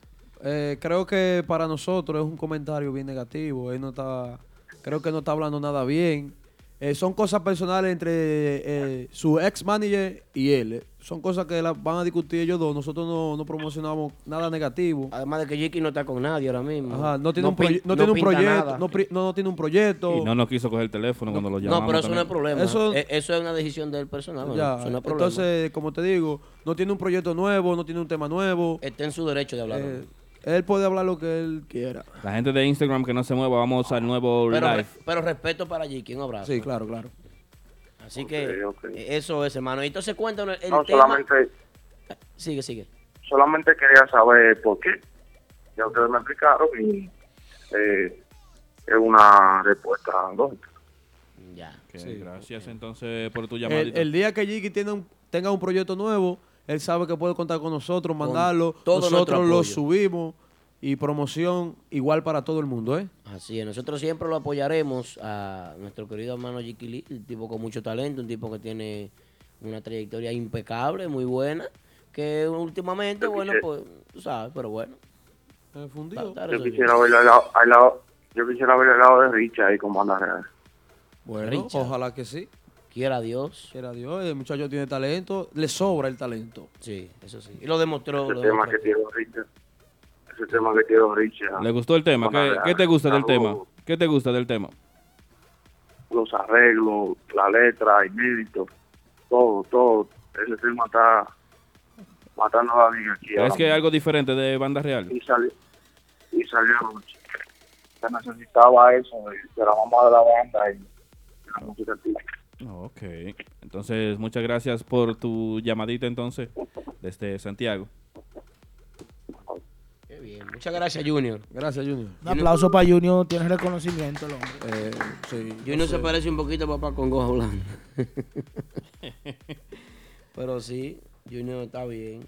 Eh, creo que para nosotros es un comentario bien negativo. Él no está, creo que no está hablando nada bien. Eh, son cosas personales entre eh, su ex manager y él. Eh, Son cosas que la- van a discutir ellos dos. Nosotros no, no promocionamos nada negativo.
Además de que Jiki no está con nadie ahora mismo.
Ajá, no tiene
No
un, proye-
pin-
no
no
tiene un
pinta
proyecto.
nada.
No, pri- no, no tiene un proyecto.
Y no nos quiso coger el teléfono cuando lo llamamos.
no, pero eso no es
también.
problema.
Eso-
Eso, eso es una decisión del personal.
Ya,
Eso no es problema.
entonces, como te digo, no tiene un proyecto nuevo, no tiene un tema nuevo.
Está en su derecho de hablar.
Eh, él puede hablar lo que él quiera.
La gente de Instagram que no se mueva, vamos al nuevo
pero,
live.
re- pero respeto para Jiki, un
Ah,
abrazo.
Sí, claro, claro.
Así que eh, eso es, hermano. Y Entonces cuéntanos el, el
No,
tema.
solamente,
Sigue, sigue.
solamente quería saber por qué. Ya ustedes me explicaron y eh, es una respuesta lógica.
Ya.
Gracias entonces por tu
El,
llamadita.
el día que Jiki tiene un- tenga un proyecto nuevo, él sabe que puede contar con nosotros, mandarlo.
todo nuestro
nosotros lo
apoyo.
subimos y promoción igual para todo el mundo, ¿eh?
Así es, nosotros siempre lo apoyaremos a nuestro querido hermano Jiquilí, un tipo con mucho talento, un tipo que tiene una trayectoria impecable, muy buena, que últimamente, bueno, pues, tú sabes, pero bueno. Está- está
Yo
resuelto.
quisiera verlo al lado, al lado- yo quisiera verlo al lado de Richard ahí como anda eh. real.
Bueno,
Richard.
ojalá que sí.
Quiera Dios.
Quiera Dios. El muchacho tiene talento, le sobra el talento.
Sí, eso sí. Y lo demostró.
Ese tema que tiene Richard. Ese tema que tiene Richard.
¿Le gustó el tema?
Bueno,
¿Qué,
ya,
qué te gusta del
algo-
tema? ¿Qué te gusta del tema?
los arreglos, la letra, el mérito, todo, todo. Ese tema está matando a alguien aquí.
Es
ahora
que
mismo.
algo diferente de banda real.
Y salió, y salió anoche. Se necesitaba eso de, de la mamá de la banda y de la música típica.
Ok. Entonces, muchas gracias por tu llamadita entonces desde Santiago.
Qué bien. Muchas gracias, Junior.
Gracias, Junior. Eh,
Un aplauso para Junior, tienes reconocimiento el hombre.
sí,
Junior se parece un poquito a papá con
[LAUGHS]
Goja hablando. pero sí, Junior está bien.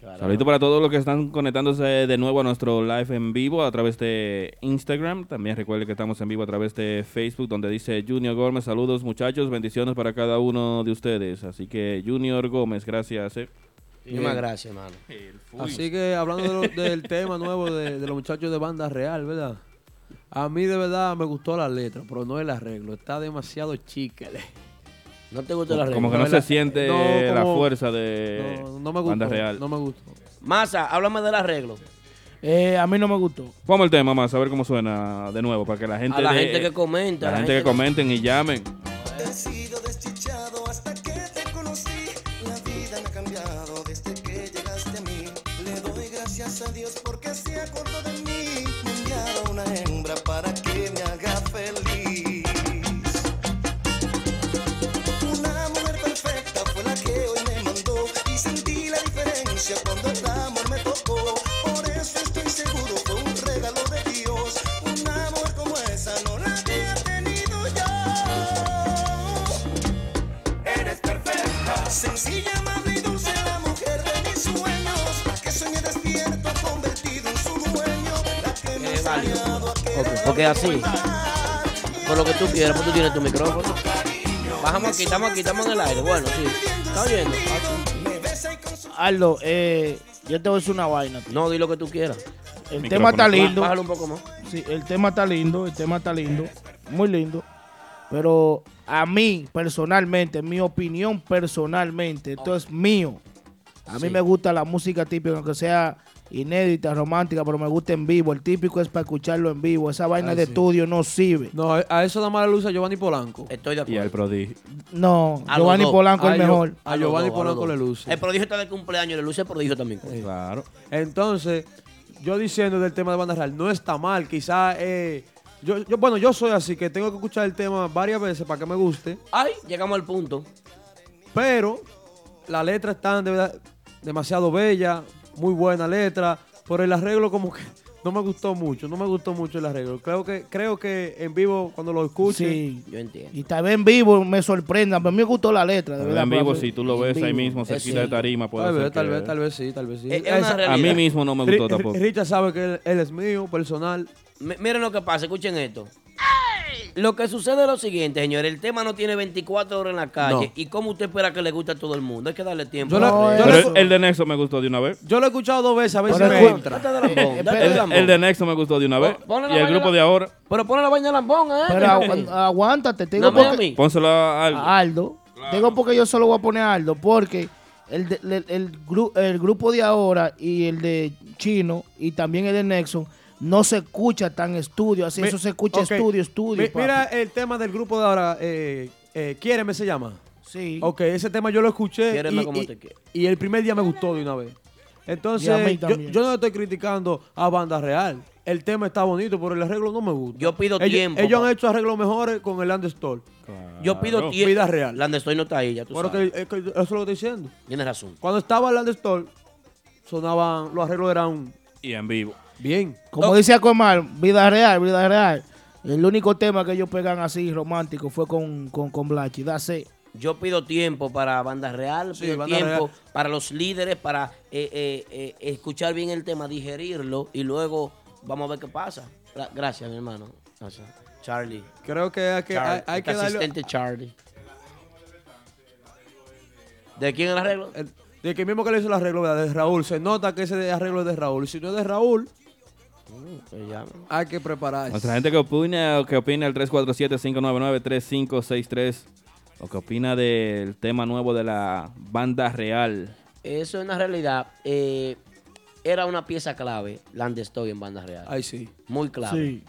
Caramba.
Saludito para todos los que están conectándose de nuevo a nuestro live en vivo a través de Instagram. También recuerden que estamos en vivo a través de Facebook, donde dice Junior Gómez. Saludos, muchachos. Bendiciones para cada uno de ustedes. Así que, Junior Gómez, gracias. eh.
Muchísimas gracias, hermano.
Así que hablando de
[LAUGHS]
lo- del tema nuevo de, de los muchachos de banda real, ¿verdad? A mí de verdad me gustó la letra, pero no el arreglo. Está demasiado chicle.
¿No te gustó
el arreglo? Como que no se siente la fuerza de
no, no me gustó,
banda real.
No me gustó.
Masa, háblame del arreglo.
Eh, a mí no me gustó.
Vamos al tema más, a ver cómo suena de nuevo, para que la gente.
la
de-
gente que comenta,
La,
la
gente,
gente
que
que-
comenten y llamen.
He sido desdichado hasta que te conocí. La vida me ha cambiado desde que llegaste a mí. Le doy gracias a Dios porque se acordó de mí. Me enviaron una hembra para que me haga feliz. Una mujer perfecta fue la que hoy me mandó. Y sentí la diferencia cuando el amor me tocó. Por eso estoy seguro fue un regalo de Dios. Una mujer como esa no la había tenido yo. Eres perfecta, sencilla, amable y dulce, la mujer de mis sueños, la que soñé despierto, convertido en su dueño, la que me ha soñado,
Ok, ok, así. Por lo que tú quieras, pues tú tienes tu micrófono. Bajamos aquí, estamos aquí, estamos en el aire. Bueno, sí. ¿Está oyendo?
Aldo, eh, yo te voy a decir una vaina.
No, di lo que tú quieras.
El tema está lindo.
Bájalo un poco más.
Sí, el tema está lindo, el tema está lindo, muy lindo. Pero a mí, personalmente, mi opinión personalmente, esto es mío. A mí
Sí.
me gusta la música típica, aunque sea inédita, romántica, pero me gusta en vivo. El típico es para escucharlo en vivo. Esa vaina
Ah,
de
sí.
estudio no sirve.
No, a eso nada más le usa Giovanni Polanco.
Estoy de
Y al prodigio.
No,
A los
Giovanni
dos.
Polanco es el
A Gio-
mejor.
a Giovanni Polanco le luce.
El prodigio está de cumpleaños, le luce el prodigio también.
Claro.
Entonces, yo diciendo del tema de banda real, no está mal. Quizá, eh, yo, yo- bueno, yo soy así, que tengo que escuchar el tema varias veces para que me guste.
Ay, llegamos al punto.
Pero la letra está de verdad, demasiado bella, muy buena letra, pero el arreglo como que no me gustó mucho, no me gustó mucho el arreglo. Creo que, creo que en vivo cuando lo escuche,
Sí.
Yo entiendo.
Y tal vez en vivo me sorprendan, pero a mí me gustó la letra. De
Tal
verdad,
vez en vivo,
profe.
si tú lo ves
En
ahí
vivo.
mismo,
Es-
cerquita de tarima, puede
Tal
ser
vez, tal
que-
vez, tal vez sí, tal vez sí.
Es- es una
Esa-
realidad. A mí mismo
no me gustó
Ri-
tampoco.
Richard sabe que él, él es mío, personal.
M- miren lo que pasa, escuchen esto. Lo que sucede es lo siguiente, señores. El tema no tiene 24 horas en la calle.
No.
¿Y cómo usted espera que le guste a todo el mundo? Hay que darle tiempo.
Yo la-
No,
yo
eh.
la-
Pero el, el de Nexo me gustó de una vez.
Yo lo he escuchado dos veces, a veces
Pero
me
escu-
entra.
Date lambón,
Eh,
date
eh,
lambón.
El de Nexo me gustó de una vez.
Ponle la
Y el
vaina-
grupo de ahora.
Pero pone la vaina lambón, ¿eh? [LAUGHS]
Pero agu- aguántate, te digo
No,
porque-
mami.
Pónselo a
Ah.
Aldo.
a Aldo. Digo porque yo solo voy a poner a Aldo, porque el, de- el, el gru- el grupo de ahora y el de Chino y también el de Nexon no se escucha tan estudio, así
Mi-
eso se escucha
ok.
estudio, estudio.
Mi-
papi.
mira el tema del grupo de ahora, eh, eh, Quiéreme se llama.
Sí.
Ok, ese tema yo lo escuché.
Quiéreme
y,
como
y-
te quiero.
y el primer día me gustó de una vez.
Y a mí
Entonces, yo,
también.
yo no estoy criticando a Banda Real. El tema está bonito, pero el arreglo no me gusta.
Yo pido
ellos,
tiempo,
Ellos
pa-
han hecho arreglos mejores con el Land Store.
Yo pido tiempo.
Vida real.
La estoy no está ahí, ya tú
Pero
sabes.
que- es que eso es lo que estoy diciendo.
Tienes razón.
Cuando estaba el Land Store, sonaban, los arreglos eran
Y en vivo.
bien.
Como dice Acomar, vida real, vida real. El único tema que ellos pegan así romántico fue con, con, con Blachi, dase.
Yo pido tiempo para Banda Real, pido
Banda
tiempo
Real.
para los líderes, para eh, eh, eh, escuchar bien el tema, digerirlo y luego vamos a ver qué pasa. Gra- Gracias, mi hermano. Gracias. Charlie.
Creo que hay que,
Char-
hay, hay que
el
darle.
asistente Charlie. ¿De quién el arreglo?
de que mismo que le hizo el arreglo, ¿verdad? De Raúl. Se nota que ese arreglo es de Raúl. Si no es de Raúl, hay que prepararse.
Nuestra gente que opina, que opina el 347-599-3563. O que opina del tema nuevo de la banda real.
Eso es una realidad. eh, era una pieza clave, Landestoy en Banda Real.
Ay, sí.
Muy clave.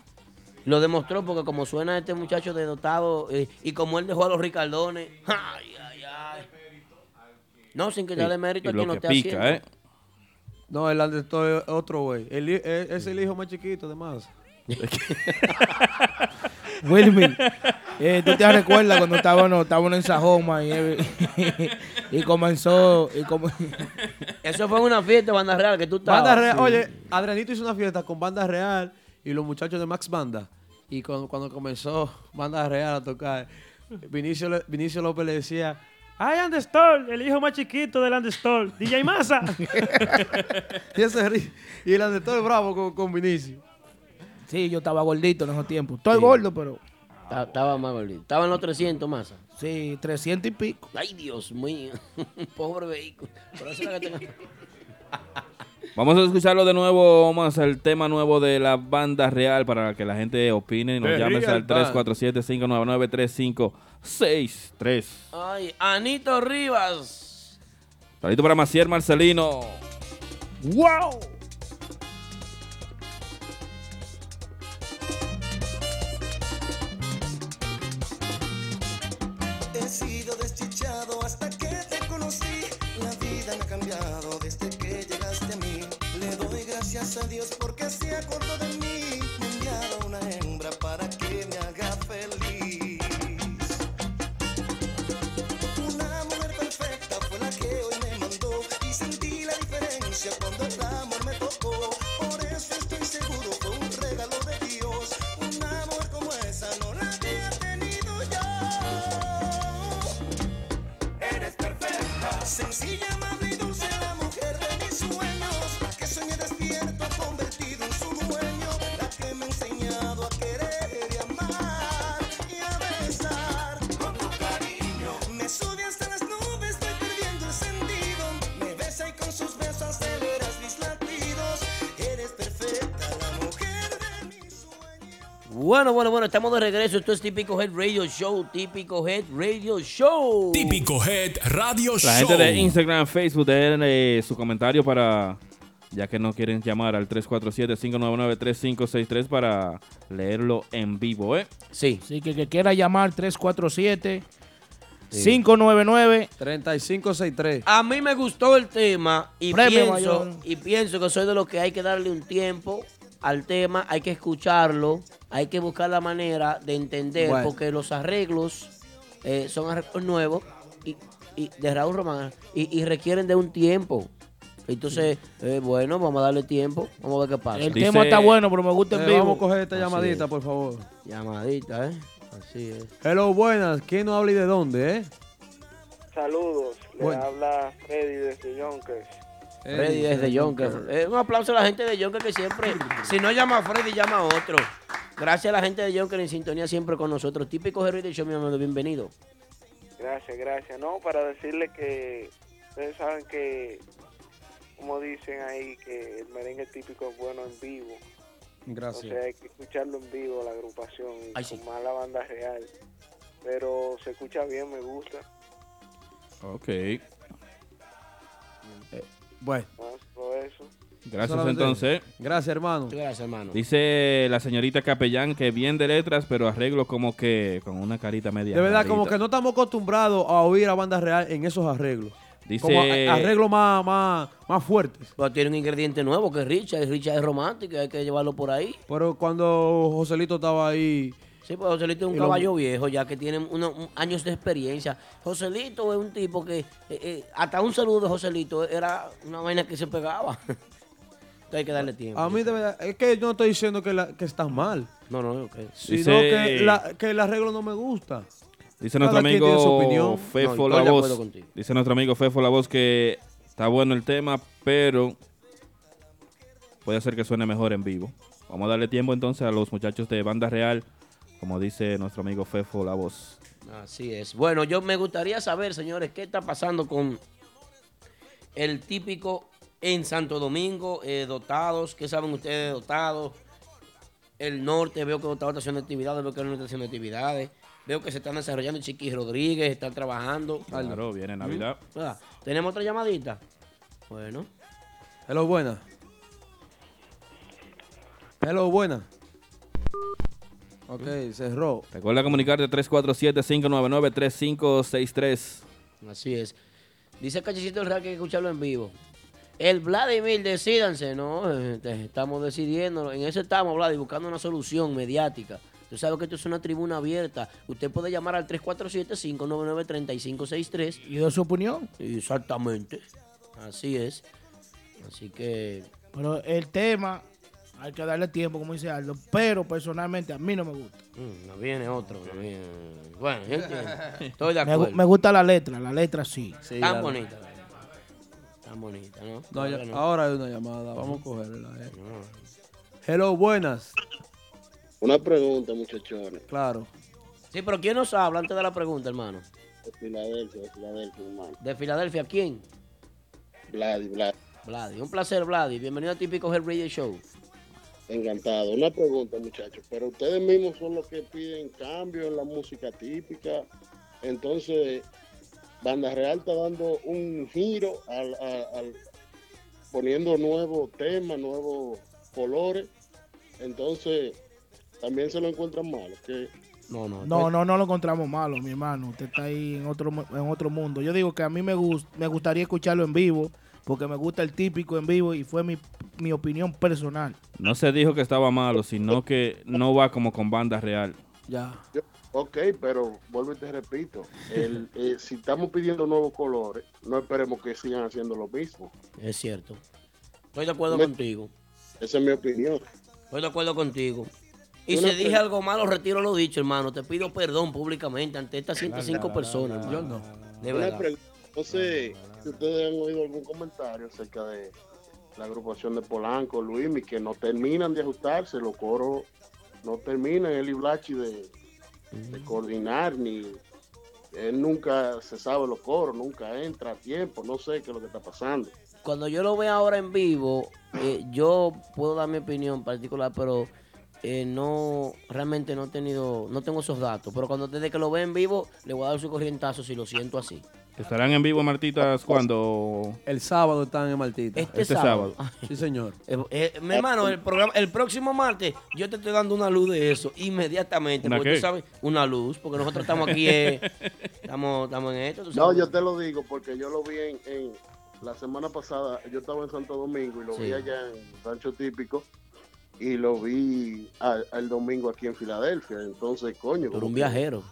Lo demostró porque como suena este muchacho de dotado eh, y como él dejó a los Ricardones. [LAUGHS] ¡Ay, ay, ay! No, sin quitarle
Y-
mérito
y
a
lo
quien lo
que
esté
pica,
haciendo.
¿eh?
No, el Anderton es otro güey. El hi- Es, es el hijo más chiquito, [LAUGHS] además.
Wilmy, eh, tú te recuerdas cuando estábamos, estábamos en Sajoma y, eh, y comenzó. Y como
¿eh?
Eso fue en una fiesta de Banda Real que tú estabas.
Banda Real,
Sí.
oye, Adrianito hizo una fiesta con Banda Real y los muchachos de Max Banda. Y cuando, cuando comenzó Banda Real a tocar, Vinicio, le- Vinicio López le decía, ¡Ay, Anderton, el hijo más chiquito del Anderton,
[LAUGHS]
DJ Massa! [LAUGHS] y, ese ri- y el Anderton es bravo con, con Vinicio.
Sí, yo estaba gordito en esos tiempos. Estoy gordo, pero.
Ta- Estaba más gordito. Estaban los 300 más.
Sí, 300 y pico.
Ay, Dios mío. [LAUGHS] Pobre vehículo. Por eso era que tenía-
Vamos a escucharlo de nuevo, más el tema nuevo de la banda real para que la gente opine y nos
The
llames
Real
al 347-599-3563.
Ay, Anito Rivas.
Saludito para Maciel Marcelino.
¡Wow!
a Dios porque se acordó de mí. Me enviaba una hembra para que me haga feliz. Una mujer perfecta fue la que hoy me mandó y sentí la diferencia cuando el amor me tocó. Por eso estoy seguro fue un regalo de Dios. Un amor como esa no la había tenido yo. Eres perfecta, sencilla, amable y dulce la mujer de mis sueños. La que soñé despierto convertido en su dueño. La que me ha enseñado a querer y amar y a besar con tu cariño. Me sube hasta las nubes, estoy perdiendo el sentido. Me besa y con sus besos aceleras mis latidos. Eres perfecta, la mujer de mis
Bueno, bueno, bueno, estamos de regreso. Esto es Típico Head Radio Show. Típico Head Radio Show.
Típico Head Radio Show.
La gente de Instagram, Facebook, den eh, su comentario para, ya que no quieren llamar al 347-599-3563 para leerlo en vivo, ¿eh?
Sí.
Así que que quiera llamar 347
Sí.
599
3563.
A mí me gustó el tema y
Premio
pienso,
mayor.
y pienso que soy de los que hay que darle un tiempo al tema, hay que escucharlo, hay que buscar la manera de entender,
Bueno.
porque los arreglos eh, son arreglos nuevos y, y de Raúl Román y, y requieren de un tiempo. Entonces, eh, bueno, vamos a darle tiempo, vamos a ver qué pasa.
El tema está bueno, pero me gusta
Eh,
en vivo.
Vamos a coger esta
Así
llamadita,
es.
por favor.
Llamadita, ¿eh? Así es.
Hello, buenas. ¿Quién no habla y de dónde, eh?
Saludos, le
Bueno.
habla Freddy desde Yonkers.
Freddy es de Yonkers. Eh, un aplauso a la gente de Yonkers que siempre, si no llama a Freddy, llama a otro. Gracias a la gente de Yonkers en sintonía siempre con nosotros. Típico Heroes de Show, mi hermano, bienvenido.
Gracias, gracias. No, para decirle que ustedes saben que, como dicen ahí, que el merengue típico es bueno en vivo. O sea, hay que escucharlo en vivo, la agrupación, y con
Ay, sí.
más la banda real. Pero se escucha bien, me gusta.
Ok.
Eh, Bueno.
Todo eso.
Gracias entonces.
Gracias, hermano.
Gracias, hermano.
Dice la señorita Capellán que bien de letras, pero arreglo como que con una carita media.
De verdad, como
rarita.
que no estamos acostumbrados a oír a banda real en esos arreglos.
Dice-
Como a- arreglos más, más, más fuertes.
Pero Pues tiene un ingrediente nuevo que es Richard. y Richard es romántico y hay que llevarlo por ahí.
Pero cuando Joselito estaba ahí.
Sí, pues Joselito es un
Y lo-
caballo viejo ya que tiene unos un- años de experiencia. Joselito es un tipo que eh, eh, hasta un saludo de Joselito era una vaina que se pegaba. [LAUGHS] Entonces hay que darle tiempo.
A mí de verdad, es que yo no estoy diciendo que, la, que estás mal.
No, no, ok.
Sino
Dice-
que, la- que el arreglo no me gusta.
Dice nuestro
Cada quien tiene su
amigo
opinión.
Fefo
No, estoy
La
de acuerdo
Voz.
contigo.
Dice nuestro amigo Fefo La Voz que está bueno el tema, pero puede ser que suene mejor en vivo. Vamos a darle tiempo entonces a los muchachos de Banda Real, como dice nuestro amigo Fefo La Voz.
Así es. Bueno, yo me gustaría saber, señores, qué está pasando con el típico en Santo Domingo, eh, dotados. ¿Qué saben ustedes de dotados? El norte, veo que dotados está haciendo actividades, veo que no está haciendo actividades. Veo que se están desarrollando Chiqui Rodríguez, están trabajando.
Claro, viene Navidad.
Mm, ¿verdad? Tenemos otra llamadita. Bueno.
Hello, buena. Hello, buena. Ok, cerró.
Recuerda comunicarte 347-599-3563.
Así es. Dice Cachecito el Real que hay que escucharlo en vivo. El Vladimir, decídanse, ¿no? eh, te- Estamos decidiendo, en eso estamos, Vladimir, buscando una solución mediática. Tú sabes que esto es una tribuna abierta. Usted puede llamar al 347-599-3563.
¿Y de su opinión?
Exactamente. Así es. Así que...
Pero el tema hay que darle tiempo, como dice Aldo. Pero personalmente a mí no me gusta.
mm, no viene otro. no viene- Bueno, yo entiendo. estoy de
[LAUGHS] Me, gu-
acuerdo.
me gusta la letra, la letra sí.
Tan bonita. la verdad. Tan bonita, ¿no?
No, ya-
Ahora no.
ahora hay una llamada. Vamos a cogerla. eh. Hello, buenas.
Una pregunta, muchachones.
Claro.
Sí, pero ¿quién nos habla antes de la pregunta, hermano?
De Filadelfia, de Filadelfia, hermano.
¿De Filadelfia quién?
Vladi, Vladi.
Vladi. Un placer, Vladi. Bienvenido a Típico Head Radio Show.
Encantado. Una pregunta, muchachos. Pero ustedes mismos son los que piden cambio en la música típica. Entonces, Banda Real está dando un giro al, al- al- poniendo nuevos temas, nuevos colores. Entonces, también se lo encuentran mal. ¿ok?
No, no.
No, no, no lo encontramos malo, mi hermano. Usted está ahí en otro, mu- en otro mundo. Yo digo que a mí me, gus- me gustaría escucharlo en vivo, porque me gusta el típico en vivo y fue mi, mi opinión personal.
No se dijo que estaba malo, sino que no va como con banda real.
Ya.
Yo- ok, pero vuelvo y te repito, el- eh, si estamos pidiendo nuevos colores, no esperemos que sigan haciendo lo mismo.
Es cierto. Estoy de acuerdo
Me-
contigo.
Esa es mi opinión.
Estoy de acuerdo contigo. Y
Una
si dije
pre-
algo malo, retiro lo dicho, hermano. Te pido perdón públicamente ante estas 105 personas.
Yo
hermano. De
Una
verdad.
pregunta, no sé si ustedes han oído algún comentario acerca de la agrupación de Polanco, Luismi, que no terminan de ajustarse, los coros no terminan, él y Blachi de, de coordinar, ni él nunca se sabe los coros, nunca entra a tiempo, no sé qué es lo que está pasando.
Cuando yo lo veo ahora en vivo, eh, yo puedo dar mi opinión particular, pero eh, no, realmente no he tenido, no tengo esos datos. Pero cuando desde que lo veo en vivo, le voy a dar su corrientazo si lo siento así.
Estarán en vivo, Martitas, cuando.
El sábado están en Martita.
Este Este sábado. sábado.
Sí, señor.
Eh, eh, mi hermano, el programa, el próximo martes, yo te estoy dando una luz de eso inmediatamente.
¿Una
porque
qué?
tú sabes, una luz, porque nosotros estamos aquí,
[LAUGHS]
eh, estamos, estamos en esto. tú
No,
sabes.
yo te lo digo porque yo lo vi en, en- la semana pasada, yo estaba en Santo Domingo y lo
Sí.
vi allá en Rancho Típico y lo vi a- el domingo aquí en Filadelfia. Entonces, coño,
Tú eres un
como
viajero.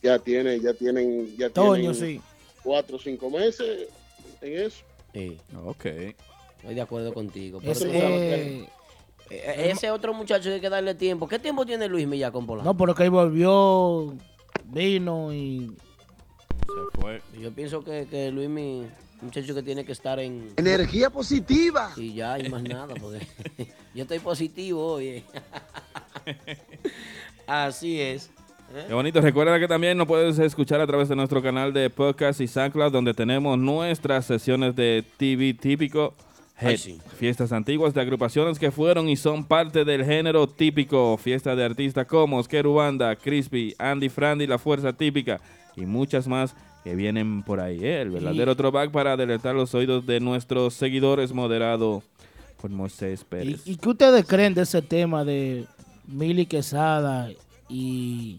que ya tienen, ya tienen, ya
Toño,
tienen
sí.
cuatro o cinco meses en eso.
Sí.
Ok.
Estoy de acuerdo contigo. pero
Ese,
tú sabes que-
eh,
Eh, Ese otro muchacho hay que darle tiempo. ¿Qué tiempo tiene Luis Milla con Polanco?
no, pero que ahí volvió, vino y
Se fue.
Yo pienso que, que Luis mi muchacho que tiene que estar en
Energía positiva.
Y ya, y más nada, porque [LAUGHS] yo estoy positivo hoy. eh. [LAUGHS] Así es. ¿Eh?
Qué bonito. Recuerda que también nos puedes escuchar a través de nuestro canal de podcast y SoundCloud, donde tenemos nuestras sesiones de TV típico.
Ay,
Head.
sí.
Fiestas antiguas de agrupaciones que fueron y son parte del género típico. Fiestas de artistas como Oscar Banda, Crispy, Andy Frandy, La Fuerza Típica y muchas más que vienen por ahí. ¿eh? El verdadero throwback para deleitar los oídos de nuestros seguidores moderado con Moisés Pérez.
¿Y qué ustedes creen de ese tema de Mili Quesada y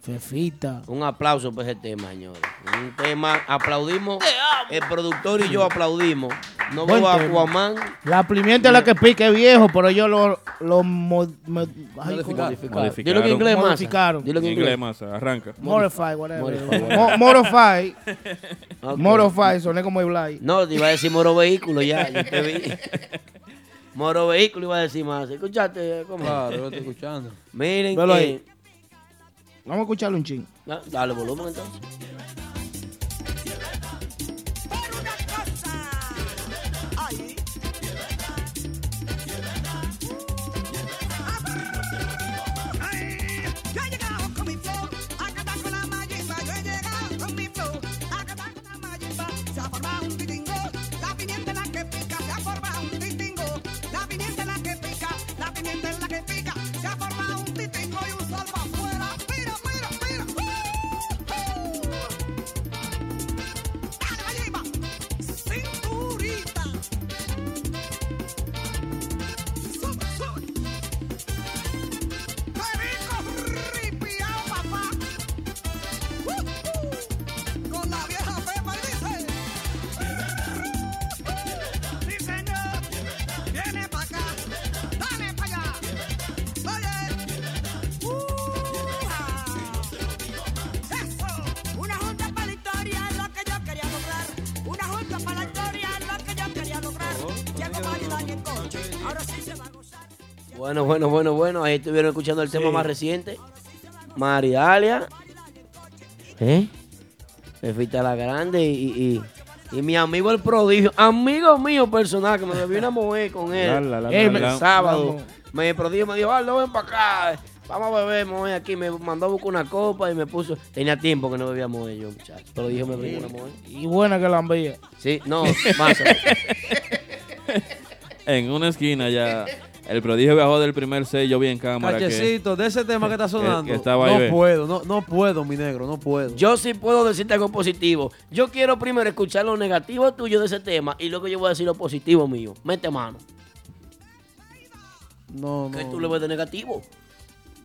Fefita?
Un aplauso por ese tema, señores. Un tema, aplaudimos. El productor y yo aplaudimos. No
Buen
veo a
tema.
Guamán.
La pimienta es la que pica, es viejo, pero ellos lo, lo mo- mo- ay, ¿cómo?
Modificaron.
Dilo en inglés, Maza.
Modificaron.
Dilo en
En
inglés.
inglés, Maza. Arranca.
Modify, whatever.
Modify, whatever.
Mo- Modify.
[LAUGHS] Ok.
Modify, soné como Iblay.
No, te iba a decir moro vehículo ya, yo te
[LAUGHS]
vi. Moro vehículo iba a decir más. ¿Escuchaste? ¿Cómo?
Claro, lo estoy escuchando.
Miren,
Velo ahí.
eh,
Vamos a escucharlo un ching.
da- dale volumen entonces.
Yo he llegado con mi flow, a cantar con la mayimba. Yo he llegado con mi flow, a cantar con la mayimba. Se ha formado un titingo, la pimienta es la que pica. Se ha formado un titingo, la pimienta es la que pica. La pimienta es la que pica. Se ha formado un titingo y un sol para afuera. Mira, mira, mira. ¡Uh! ¡Uh! Dale, mayimba. Cinturita. Sube, sube. Uh-huh. Con la vieja Pepa dice Uh-huh. Sí señor, viene pa' acá, dale pa' allá Oye, Uh-huh. ¡uja! Eso, una junta para la historia es lo que yo quería lograr Una junta para la historia es lo que yo quería lograr Llego para ayudar en coche, ahora sí se va a gozar
Bueno, bueno, bueno, bueno. Ahí estuvieron escuchando el tema más reciente. Marialia. ¿Eh? Fefita la Grande y, y- y mi amigo el prodigio. Amigo mío personal, que me debí una mujer con
La,
él.
la, la,
el
la, la.
sábado.
Vamos.
Me prodigio me dijo, Aldo, ven para acá. Vamos a beber, mujer, aquí. Me mandó a buscar una copa y me puso. Tenía tiempo que no bebíamos mujer yo, muchacho. Prodigio me brindó una mujer.
Y buena que la han visto.
Sí, no, más.
[LAUGHS] En una esquina ya. El prodigio bajó del primer set, yo vi en cámara. que-
Cachecito, de ese tema que está
[LAUGHS] que-
sonando.
que estaba ahí,
no
ve.
puedo, no, no puedo, mi negro, no puedo.
Yo sí puedo decirte algo positivo. Yo quiero primero escuchar lo negativo tuyo de ese tema y luego yo voy a decir lo positivo mío. Mete mano.
No, no.
¿Qué tú le ves de negativo?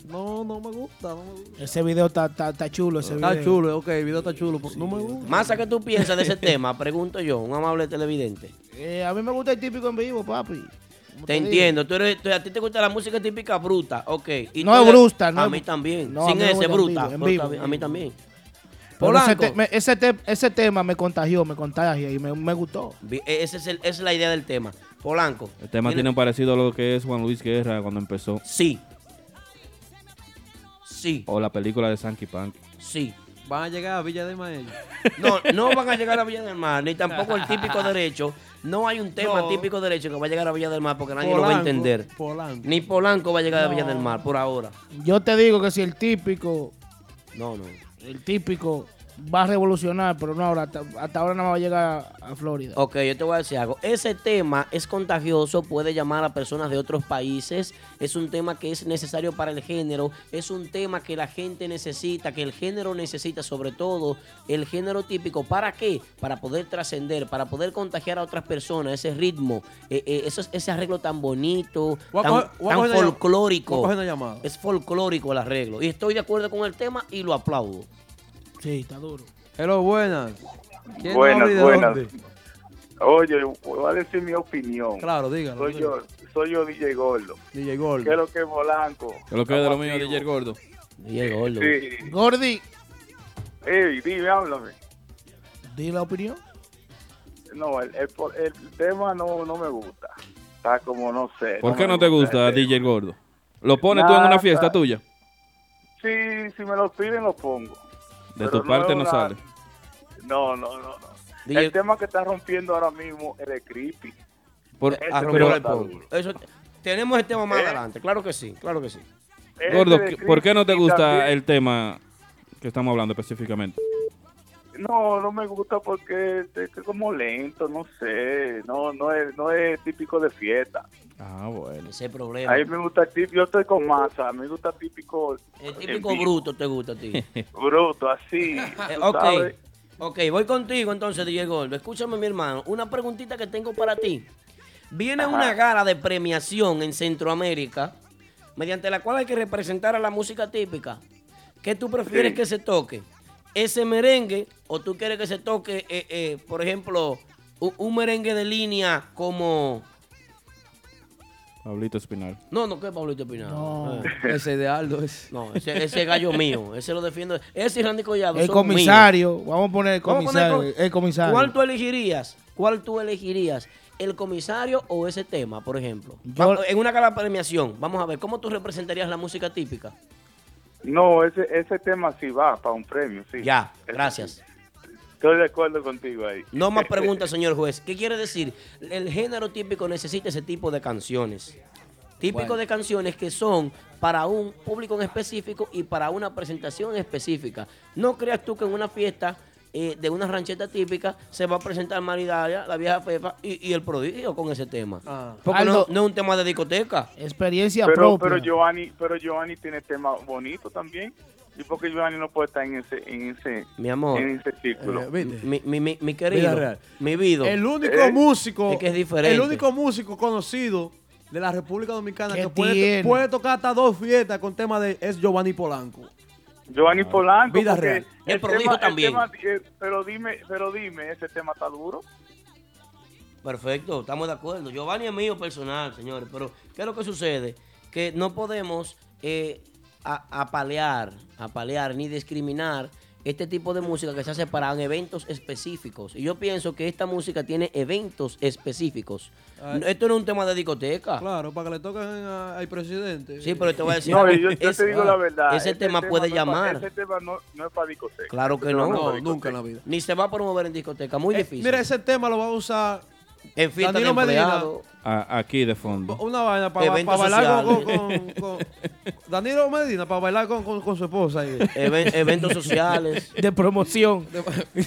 No, no me gusta, no me
[LAUGHS]
gusta.
Ese video está, está, está chulo. Ese
Está
video.
chulo, ok, el video está chulo. pero No me gusta.
Masa, ¿qué tú
[LAUGHS]
piensas de ese tema? Pregunto yo, un amable televidente.
Eh, a mí me gusta el típico en vivo, papi. como
Te
digo.
entiendo. Tú eres, tú- a ti te gusta la música típica bruta, ok. Y
No
tú
es
eres-
bruta, no
A
es-
mí también.
No, a
Sin
mí me
ese,
gusta en
bruta.
vivo, en
bruta,
vivo,
a mí
en
también.
Pero ese,
Polanco.
te- me- ese, te- ese tema me contagió, me contagia y me, me gustó.
Vi- Esa es, el- esa es la idea del tema. Polanco.
El tema tiene un parecido a lo que es Juan Luis Guerra cuando empezó.
Sí. Sí.
O la película de Sanky Punk.
Sí.
Van a llegar a Villa de Mael.
No, no van a llegar a Villa del Mar, ni tampoco el
[LAUGHS]
típico derecho. No hay un tema
No.
típico derecho que va a llegar a Villa del Mar porque nadie lo va a
Polanco,
entender.
Polanco.
Ni Polanco va a llegar a Villa
No.
del Mar por ahora.
Yo te digo que si el típico,
No, no.
el típico va a revolucionar, pero no ahora, hasta, hasta ahora no va a llegar a, a Florida.
Ok, yo te voy a decir algo. Ese tema es contagioso, puede llamar a personas de otros países. Es un tema que es necesario para el género. Es un tema que la gente necesita, que el género necesita, sobre todo el género típico. ¿Para qué? Para poder trascender, para poder contagiar a otras personas ese ritmo, eh, eh, esos- ese arreglo tan bonito,
Voy a
tan,
coger- voy a
tan
coger una llam-
folclórico.
voy a coger una llamada.
Es folclórico el arreglo. Y estoy de acuerdo con el tema y lo aplaudo.
Sí, está duro.
Hello, buenas. ¿Quién
Buenas,
habla y de
buenas.
dónde?
Oye, voy a decir mi opinión.
Claro, dígalo,
Soy
dígalo.
yo, soy yo DJ Gordo.
DJ
¿Qué es
Gordo.
lo que es Polanco?
Que lo que es de lo mío, DJ Gordo.
DJ Gordo.
Sí.
Gordi,
Ey, dime, háblame.
di la opinión.
No, el, el, el tema no, no me gusta. Está como, no sé.
¿Por qué
me
no te gusta DJ Gordo? ¿Lo pones tú en una
Nada.
fiesta tuya?
Sí, si me lo piden, lo pongo.
De
Pero
tu
no
parte
es
no
una-
sale.
No, no, no. no.
DJ
El tema que está rompiendo ahora mismo es de Creepy.
Por-
Ese
a romper
tema
el
está
povo.
duro.
Eso- tenemos el tema más adelante, claro que sí, claro que sí.
Ese
Gordo,
Este de
¿por qué no te
Creepy
gusta
también-
el tema que estamos hablando específicamente?
No, no me gusta porque es- es como lento, no sé, no no es, no es típico de fiesta.
Ah, bueno.
Ese problema.
A mí me gusta típico, yo estoy con masa, me gusta
[LAUGHS]
típico.
El
en
típico
vivo.
bruto te gusta a ti.
Bruto, así.
Eh,
tú
ok,
sabes.
ok, voy contigo entonces, DJ Gordo. Escúchame, mi hermano, una preguntita que tengo para ti. Viene
Ajá.
una gala de premiación en Centroamérica, mediante la cual hay que representar a la música típica. ¿Qué tú prefieres
Sí.
que se toque? ¿Ese merengue o tú quieres que se toque, eh, eh, por ejemplo, un, un merengue de línea como...
Pablito Espinal.
No, no, ¿qué Pablito Espinal?
No.
Eh.
Ese de Aldo es.
No, Ese, ese gallo mío, ese lo defiendo. Ese y Randy Collado.
El
son
comisario,
míos.
vamos a poner el
Vamos a poner
comisario,
co-
el comisario.
¿Cuál tú elegirías? ¿Cuál tú elegirías? ¿El comisario o ese tema, por ejemplo?
Yo-
Va- en una gala de premiación, vamos a ver, ¿cómo tú representarías la música típica?
No, ese, ese tema sí va para un premio, sí.
Ah,
Ya, gracias.
Estoy de acuerdo contigo ahí. Este,
No más preguntas, señor juez. ¿Qué quiere decir? El género típico necesita ese tipo de canciones. Típico
Bueno.
de canciones que son para un público en específico y para una presentación específica. No creas tú que en una fiesta eh, de una rancheta típica se va a presentar Maridalia, la vieja Pepa y, y el prodigio con ese tema. Porque no,
Aldo.
no es un tema de discoteca.
Experiencia
Pero,
propia.
pero Giovanni, pero Giovanni tiene tema bonito también. ¿Y por qué Giovanni no puede estar en ese, en ese,
Mi amor.
en ese círculo?
Eh, Mi, mi, mi, mi querido,
Eh, Vida real.
mi vida.
El único
Eh,
músico.
Es que es diferente.
El único músico conocido de la República Dominicana
¿Qué
que puede,
tiene?
puede tocar hasta dos fiestas con tema de. Es Giovanni Polanco.
Giovanni
Ah.
Polanco.
Vida
porque
real.
el
El prodigio
tema- el
también.
tema- eh, pero dime, pero dime, ese tema está duro.
Perfecto, estamos de acuerdo. Giovanni es mío personal, señores, pero ¿qué es lo que sucede? Que no podemos eh, a- apalear, apalear ni discriminar este tipo de música que se hace para eventos específicos. Y yo pienso que esta música tiene eventos específicos.
Ay.
No, Esto no es un tema de discoteca.
Claro, para que le toquen a- al presidente.
Sí, pero te voy a decir
No,
algo.
yo, yo
Ese-
te digo la verdad.
Ese
este
tema puede
no es pa-
llamar.
ese tema no, no es para discoteca.
Claro que
Ese tema
no.
es pa'
nunca en la vida. Ni se va a promover en discoteca, muy
Eh,
difícil.
Mira, ese tema lo va a usar.
en fiesta de
Danilo Medina.
empleado.
A- aquí de fondo.
Una vaina para
Eventos
bailar con, con-
sociales.
con- con- Danilo Medina, para bailar con, con- con su esposa. ahí.
Even- eventos sociales.
[LAUGHS] De promoción.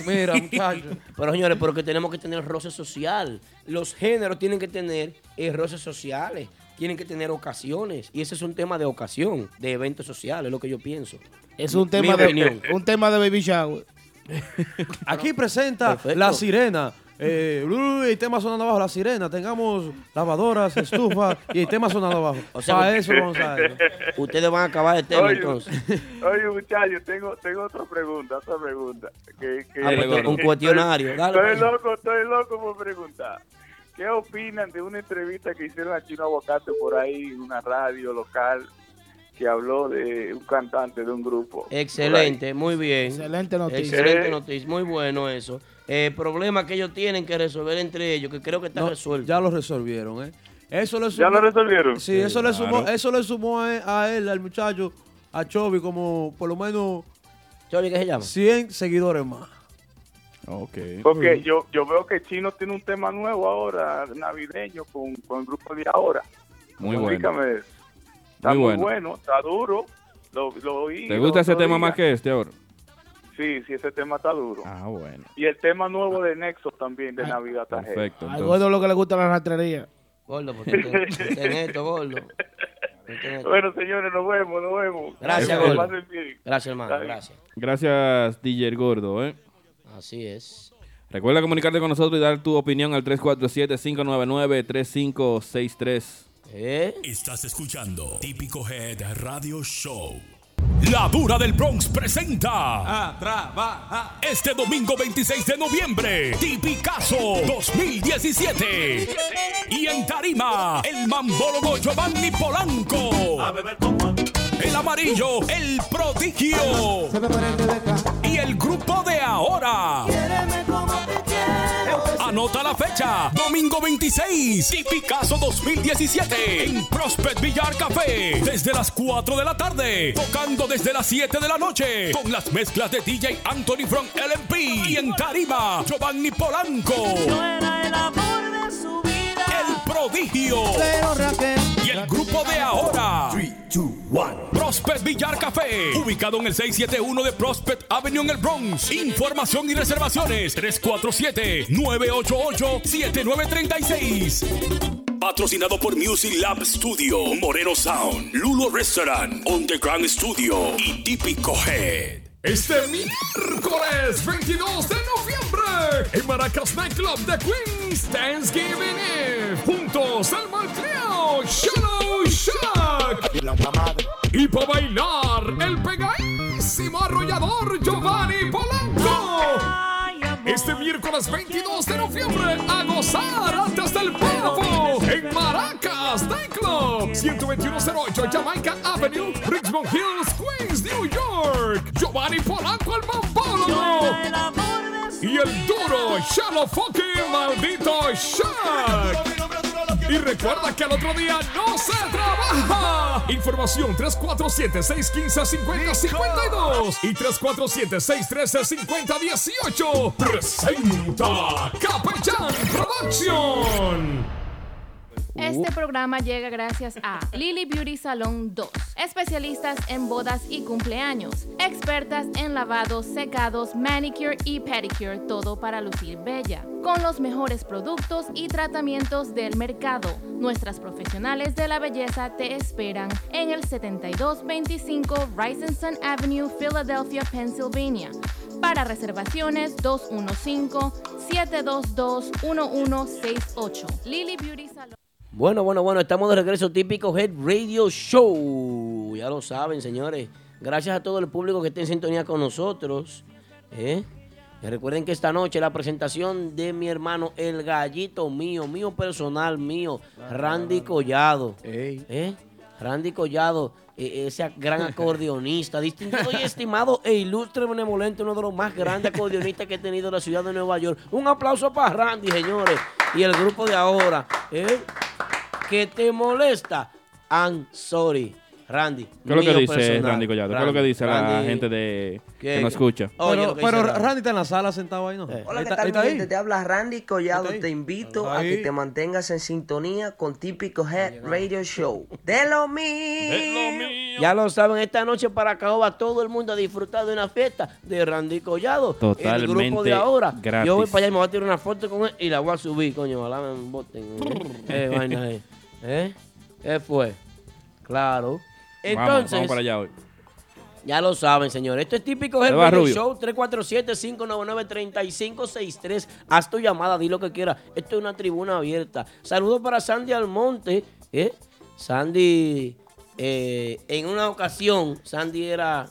Mira, muchachos.
Pero señores, pero que tenemos que tener roce social. Los géneros tienen que tener eh, roces sociales, tienen que tener ocasiones. Y ese es un tema de ocasión, de eventos sociales, lo que yo pienso.
Es un
Mi
tema, de,
opinión.
un tema de baby shower.
Aquí presenta
Perfecto.
La Sirena. Eh, uy, tema sonando abajo, La Sirena. Tengamos lavadoras, estufas y tema sonando abajo.
O sea,
Para
que-
eso vamos
[LAUGHS]
a ir.
Ustedes van a acabar el tema
Oye,
entonces.
[LAUGHS] Oye, muchachos, tengo, tengo otra pregunta, otra pregunta. Que, que-
Ah, pues, un cuestionario, dale,
Estoy
pues.
loco, estoy loco por preguntar. ¿Qué opinan de una entrevista que hicieron a Chino Aguacate por ahí, una radio local, que habló de un cantante de un grupo?
Excelente, muy bien.
Excelente noticia.
Excelente
Eh.
noticia, muy bueno eso. Eh, problema que ellos tienen que resolver entre ellos, que creo que está
No,
resuelto.
Ya lo resolvieron, ¿eh? Eso le
¿Ya lo resolvieron?
Sí,
Sí,
eso, le sumó,
claro.
eso le sumó a a él, al muchacho, a Chovy, como por lo menos.
¿Chovy qué se llama?
100 seguidores más.
Ok.
Porque yo, yo veo que Chino tiene un tema nuevo ahora, navideño, con, con el grupo de ahora.
Muy bueno.
Explícame eso. Está
Muy
muy,
bueno.
bueno. está duro. Lo, lo oí.
¿Te
el
gusta ese
otro
tema
día.
más que este ahora?
Sí, sí, ese tema está duro.
Ah, bueno.
Y el tema nuevo de Nexo también, de Navidad está heavy.
Perfecto.
Al gordo lo que le gusta la rastrería.
Gordo, por
ten [LAUGHS]
esto, gordo.
Bueno, señores, nos vemos, nos vemos. Que
Gracias, gordo.
pasen bien.
Gracias, hermano.
Está bien.
Gracias.
Gracias, DJ Gordo, ¿eh?
Así es.
Recuerda comunicarte con nosotros y dar tu opinión al 347-599-3563.
Estás escuchando Típico Head Radio Show. La Dura del Bronx presenta este domingo 26 de noviembre, Tipicazo 2017. Y en Tarima, el mambólogo Giovanni Polanco, el amarillo, el prodigio y el grupo de
Ah.
ahora. Anota la fecha, domingo 26, Tipicazo 2017, en Prospect Villar Café, desde las 4 de la tarde, tocando desde las 7 de la noche, con las mezclas de DJ Anthony from LMP y en Tarima, Giovanni Polanco. El prodigio.
Pero Raquel.
Y el grupo de ahora. Prospect Villar Café, ubicado en el 671 de Prospect Avenue en el Bronx. Información y reservaciones 347-988-7936. Patrocinado por Music Lab Studio, Moreno Sound, Lulo Restaurant, Underground Studio y Típico Head.
Este miércoles 22 de noviembre en Maracas Nightclub de Queens Thanksgiving Eve. Juntos al maltrío Shallow Shack. Y para bailar el pegadísimo arrollador Giovanni Polanco. Este miércoles 22 de noviembre a gozar antes del pavo en Maracas Nightclub 12108 Jamaica Avenue, Richmond Hills, Queens, New York. Giovanni Polanco el Mambólogo. Y el duro Shallow Fucking Maldito Shack. Y recuerda que al otro día no se trabaja. Información 347-615-5052 y 347-613-5018. Presenta Capellán Production.
Este programa llega gracias a Lily Beauty Salon 2, especialistas en bodas y cumpleaños, expertas en lavados, secados, manicure y pedicure, todo para lucir bella, con los mejores productos y tratamientos del mercado. Nuestras profesionales de la belleza te esperan en el 7225 Risington Avenue, Philadelphia, Pennsylvania. Para reservaciones 215-722-1168. Lily Beauty Salon.
Bueno, bueno, bueno, estamos de regreso, típico Head Radio Show. Ya lo saben, señores. Gracias a todo el público que está en sintonía con nosotros. ¿eh? Y Recuerden que esta noche la presentación de mi hermano, el gallito mío, mío personal, mío, Randy Collado. ¿eh? Randy Collado, eh, ese gran acordeonista, distinguido y estimado e ilustre benevolente, uno de los más grandes acordeonistas que he tenido en la ciudad de Nueva York. Un aplauso para Randy, señores, y el grupo de ahora. ¿eh? que te molesta, I'm sorry. Randy.
¿Qué es lo que
mío
dice
personal.
Randy Collado? ¿Qué es lo que dice la gente de- que nos escucha?
pero
Oye, lo que Eh. dice
pero
Randy.
Randy está en la sala sentado ahí, ¿no?
Hola,
Ahí
¿qué
está-
tal,
ahí está
mi
ahí.
gente? Te habla Randy Collado. Te invito a que
Ahí.
te mantengas en sintonía con Típico Head Radio Show. De lo mío.
[LAUGHS]
Ya lo saben, esta noche para Caoba todo el mundo a disfrutar de una fiesta de Randy Collado. El grupo
Totalmente
de ahora.
gratis.
Yo voy para allá y me voy a tirar una foto con él y la voy a subir, coño. Ojalá me boten. ¿eh? Eh, vaina, eh. ¿Eh? ¿Qué fue? Claro.
Vamos,
Entonces,
vamos para allá hoy.
Ya lo saben, señores. Esto es típico
Te
del
va,
Radio
Rubio.
Show 347-599-3563. Haz tu llamada, di lo que quieras. Esto es una tribuna abierta. Saludos para Sandy Almonte. ¿eh? Sandy, eh, en una ocasión, Sandy era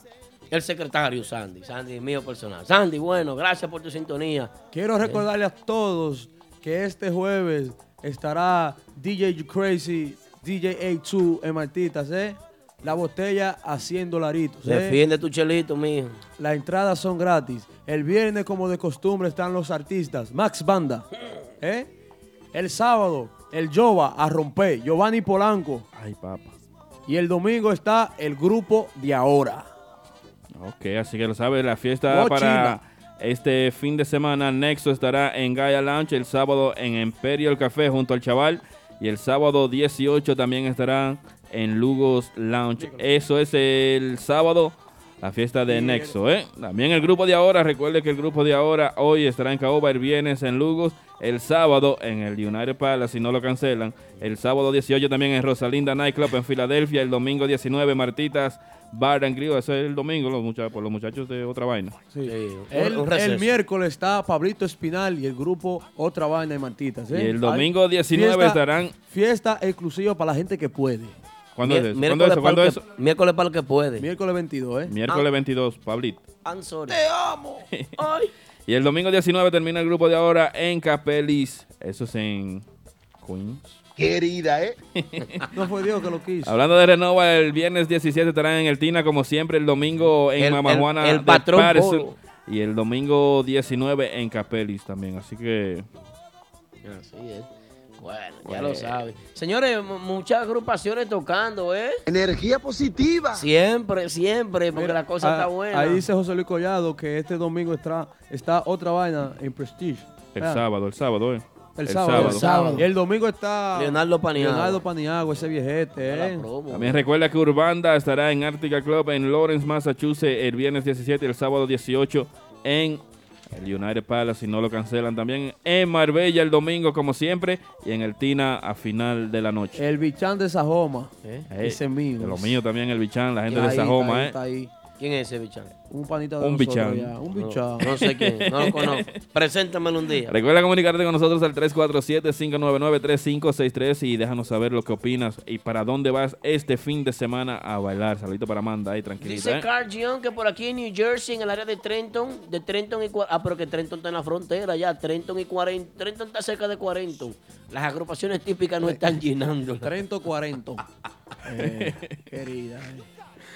el secretario, Sandy. Sandy, mío personal. Sandy, bueno, gracias por tu sintonía.
Quiero recordarle a todos que este jueves estará DJ Crazy, DJ A2 en Martitas, ¿eh? La botella a 100 dolaritos. ¿eh?
Defiende tu chelito, mijo.
Las entradas son gratis. El viernes, como de costumbre, están los artistas. Max Banda. ¿eh? El sábado, el Jova a romper. Giovanni Polanco.
Ay, papá.
Y el domingo está el grupo de ahora.
Ok, así que lo sabes, la fiesta
Oh,
para este fin de semana. Nexo estará en Gaia Lounge el sábado en Imperial Café junto al chaval. Y el sábado 18 también estará en Lugos Lounge. Eso es el sábado, la fiesta de Nexo. ¿eh? También el grupo de ahora, recuerde que el grupo de ahora hoy estará en Caoba, el viernes en Lugos, el sábado en el United Palace, si no lo cancelan. El sábado 18 también en Rosalinda Nightclub en Filadelfia, el domingo 19 Martitas. Bar and Grill, eso es el domingo, los mucha- por los muchachos de otra vaina.
El, el miércoles está Pablito Espinal y el grupo Otra Vaina de Martitas. ¿eh?
Y el domingo 19 estarán-
Fiesta exclusiva para la gente que puede.
¿Cuándo es eso? ¿Cuándo es eso? ¿Cuándo es eso?
Miércoles para el que puede. Ah.
Miércoles 22, ¿eh?
Miércoles 22, Pablito.
I'm sorry. Te [LAUGHS] amo. Ay.
Y el domingo 19 termina el grupo de ahora en Capelis. Eso es en Queens.
Querida, ¿eh? no fue Dios
[LAUGHS]
que lo quiso.
Hablando de Renova, el viernes 17 estarán en el Tina, como siempre, el domingo en
El-
Mamajuana.
el- el
de
patrón
Patterson.
Polo.
Y el domingo 19 en Capelis también. Así que
Así es. eh. Bueno, ya
Bueno.
lo saben. Señores, mu- muchas agrupaciones tocando, ¿eh?
Energía positiva.
Siempre, siempre, porque la cosa
Ah,
está buena.
Ahí dice José Luis Collado que este domingo está, está Otra Vaina en Prestige.
el
Ah,
sábado, el sábado, ¿eh?
El sábado. El sábado. Y el domingo está
Leonardo Paniagua.
Leonardo Paniagua, ese viejete, ¿eh?
También recuerda que Urbanda estará en Arctica Club en Lawrence, Massachusetts, el viernes 17 y el sábado 18 en el United Palace, si no lo cancelan también, en Marbella el domingo, como siempre, y en el Tina a final de la noche.
El bichán de Sajoma.
Eh,
Ese es mío.
de lo mío también, el Bichán, la gente
Está
de
ahí,
Sajoma,
está
¿eh?
ahí, está
¿Quién es ese bichán?
Un panita
de Un nosotros bichán. ya,
un
No,
bichán.
No, sé quién, no lo
[LAUGHS]
conozco. Preséntamelo un día.
Recuerda comunicarte con nosotros al 347-599-3563 y déjanos saber lo que opinas y para dónde vas este fin ahí. de semana a bailar. Saludito para Amanda, ahí tranquilita.
Dice
¿eh?
Carl Jung que por aquí en New Jersey, en el área de Trenton, de Trenton y cua- ah, pero que Trenton está en la frontera ya, Trenton y 40, Trenton está cerca de 40. Las agrupaciones típicas no están llenando.
Trenton
[LAUGHS]
40. Eh, querida. eh.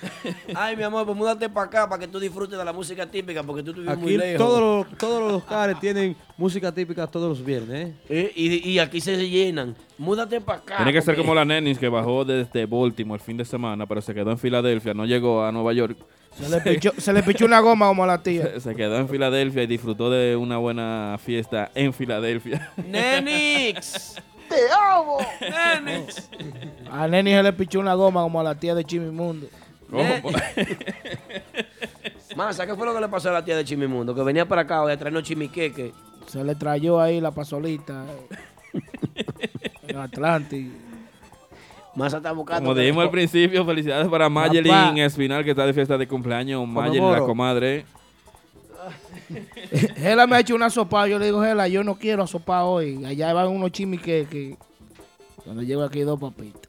[LAUGHS] Ay, mi amor, pues múdate para acá para que tú disfrutes de la música típica, porque tú estuviste muy
Aquí
lejos.
todos los, todos los cares tienen música típica todos los viernes, ¿eh?
Eh, y, y aquí se llenan. Múdate para acá.
Tiene
Ah,
que ser
porque-
como la Nenis que bajó desde Baltimore el fin de semana, pero se quedó en Filadelfia, no llegó a Nueva York.
Se le pichó, se le pichó una goma como a la
[LAUGHS]
tía.
Se quedó en Filadelfia y disfrutó de una buena fiesta en
[LAUGHS]
Filadelfia.
¡Nenix!
¡Te amo!
¡Nenix!
A Neni se le pichó una goma como a la tía de Chimimundo.
eh.
[LAUGHS]
Masa, ¿qué fue lo que le pasó a la tía de Chimimundo? Que venía para acá hoy a traernos chimiqueque.
Se le trayó ahí la pasolita. eh, [LAUGHS] en Atlantic.
Masa está buscando.
Como dijimos al principio, felicidades para Mayelin Espinal que está de fiesta de cumpleaños. Mayelin, la
Conmemoro.
comadre.
Gela me ha hecho una sopa. Yo le digo, Gela, yo no quiero sopa hoy. Allá van unos chimiqueques. Cuando llego aquí dos papitas.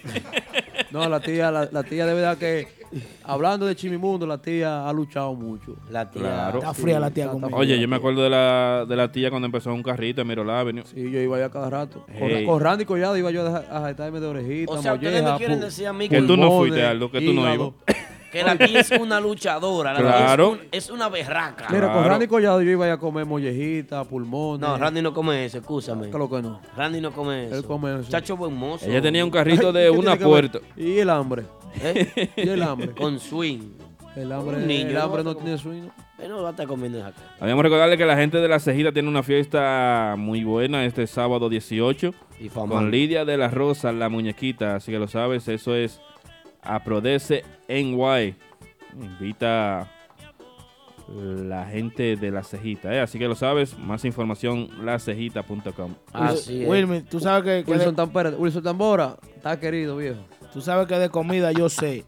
[LAUGHS] No, la tía, la, la tía de verdad que, hablando de Chimimundo, la tía ha luchado mucho.
La
Claro.
está- está fría.
Oye, yo me acuerdo de la, de la tía cuando empezó un carrito en Mirola Avenue.
Sí, yo iba allá cada rato. Con,
Ey.
con Randy Collado iba yo a dejar- a jaitarme de orejita,
O sea, ustedes me
molleja,
quieren
pu-
decir a mí
Que tú no
pulmones,
fuiste, Aldo, que tú no
hígado.
ibas.
[LAUGHS] Que la tía es una luchadora. La
Claro.
tía es, un- es una berraca.
Mira, con Randy Collado yo iba allá a comer mollejita, pulmones.
No, Randy no come eso, escúchame.
Claro que no.
Randy no come eso.
Él come eso.
Chacho buen mozo.
Ella tenía un carrito de una puerta.
Y el hambre.
¿Eh?
Y el hambre.
Con swing.
El hambre,
Un niño,
el
¿no?
hambre no tiene sueño.
Él no va a estar comiendo esa cosa.
Habíamos recordarle que la gente de la Cejita tiene una fiesta muy buena este sábado 18 con Lidia de la Rosa, la muñequita, así que lo sabes, eso es Aprodece NY. Invita la gente de la Cejita, ¿eh? así que lo sabes, más información lacejita.com. eh.
Wilmer, tú sabes que. que
Wilson,
de-
Tam- espérate, Wilson Tambora está querido, viejo.
Tú sabes que de comida yo sé.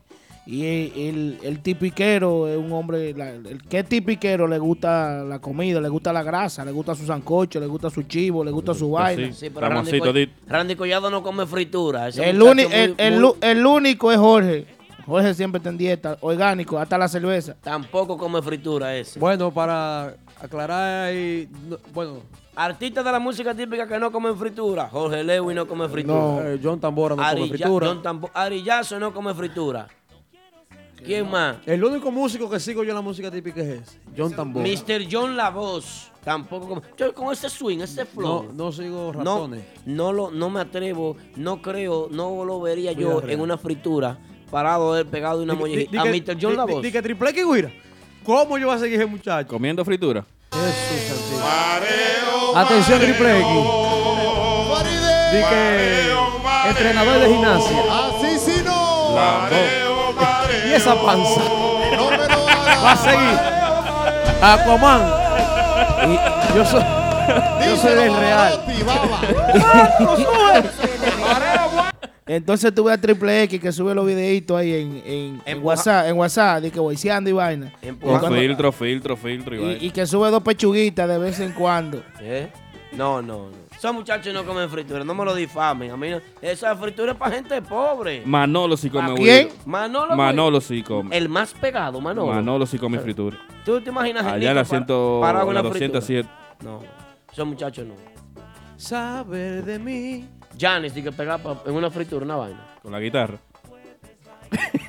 Y el, el tipiquero es un hombre. la- el que es tipiquero le gusta la comida, le gusta la grasa, le gusta su sancocho, le gusta su chivo, le gusta su vaina.
Sí, pero Randy,
Pues Ramoncito,
Coll-
di-
Randy Collado no come fritura. ese
El,
muchacho
uni-
muy-
el, el
muy-
lu- el único es Jorge. Jorge siempre está en dieta, orgánico, hasta la cerveza.
Tampoco come fritura ese.
Bueno, para aclarar y. no, bueno.
Artistas de la música típica que no comen fritura. Jorge Lewis no come fritura.
eh, John Tambora no
Ari
come
Ya-
fritura.
John Tambo- Ari Yasso no come fritura. ¿Quién más?
El único músico que sigo yo en la música típica es ese, John Tambora.
Mr. John La Voz tampoco come. Yo con ese swing, ese
No,
flow.
no sigo
No,
ratones.
No, lo, no me atrevo, no creo, no lo vería
Voy a
yo
reír.
en una fritura parado él pegado de una
Di- di- di
mollejita.
que-
A Mr. John
di-
La
di-
Voz.
di que triple que guira. ¿Cómo yo voy a seguir ese muchacho?
Comiendo fritura.
Atención, triple X. Di que entrenador de gimnasia.
Así si no.
Y esa panza. Va a seguir. Aquaman. Y yo soy. Yo soy del Real. [LAUGHS]
Entonces tuve a Triple X que sube los videitos ahí en, en, en WhatsApp, en WhatsApp, de que boiseando y vaina.
Con
Cuando-
filtro, filtro, filtro. Y,
y, y que sube dos pechuguitas de vez en cuando.
¿Eh? No, no, no. Esos muchachos no comen fritura, no me lo difamen. A mí no- Esa fritura es para gente pobre.
Manolo sí come
¿Quién?
güiro.
Manolo.
Manolo sí come.
El más pegado, Manolo.
Manolo sí come fritura.
¿Tú te imaginas el
Allá la
Nico para-
100,
parado en
la
la fritura?
207.
No, esos muchachos no.
Saber de mí.
Janis, di que pegar pa- en una fritura una vaina.
Con la guitarra.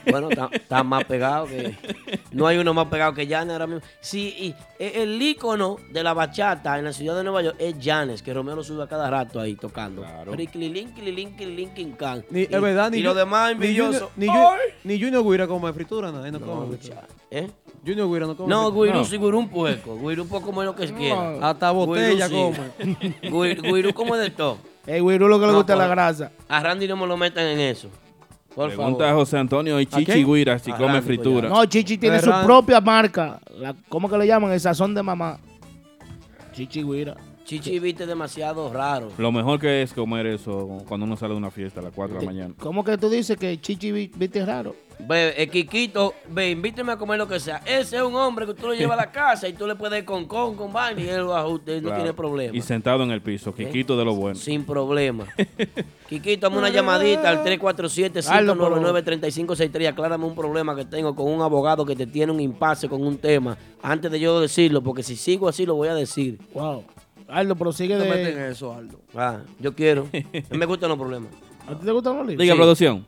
Bueno, está- está más pegado que. No hay uno más pegado que Janes ahora mismo. Sí, y e- el ícono de la bachata en la ciudad de Nueva York es Janes, que Romeo lo sube a cada rato ahí tocando. Claro.
Ni, es verdad, ni
y los
Ju-
demás
ni Junior-
envidiosos.
Ni, Ju- ni Junior Guira come fritura, nada. él No, come fritura.
¿Eh?
Junior Guira no come
No, pues.
fritura.
Guirú sí, Guirú un puerco. Guirú puede comer lo que quiera.
Hasta botella
Guirú sí. [LAUGHS] Guir- Guirú come de todo.
El güiro Eh, lo que le
No,
gusta es la
por-
grasa.
A Randy no me lo metan en eso. Por
Pregunta a
favor.
José Antonio y
¿A
Chichi
quién?
Guira si
A
come
Randy, pues,
fritura.
No, Chichi tiene su
Ferran.
propia marca. La- ¿Cómo que le llaman? El sazón de mamá. Chichi Guira.
Chichi viste demasiado raro.
Lo mejor que es comer eso cuando uno sale de una fiesta a las 4 de la mañana.
¿Cómo que tú dices que Chichi vi- viste raro?
Ve, eh, Kikito, ve, invíteme a comer lo que sea. Ese es un hombre que tú lo llevas a la [LAUGHS] casa y tú le puedes ir con con, con vaina y él lo ajusta, él no
Claro.
tiene problema. ¿Eh?
Y sentado en el piso, Quiquito de lo bueno.
Sin problema. Kikito, dame una llamadita al 347-599-3563 y aclárame un problema que tengo con un abogado que te tiene un impasse con un tema. Antes de yo decirlo, porque si sigo así lo voy a decir.
Wow. Aldo, prosigue
No
de...
te metes en eso, Aldo.
Ah, yo quiero. A mí me gustan los problemas.
¿A ti te gustan los
[LAUGHS]
libros?
Diga,
Sí.
producción.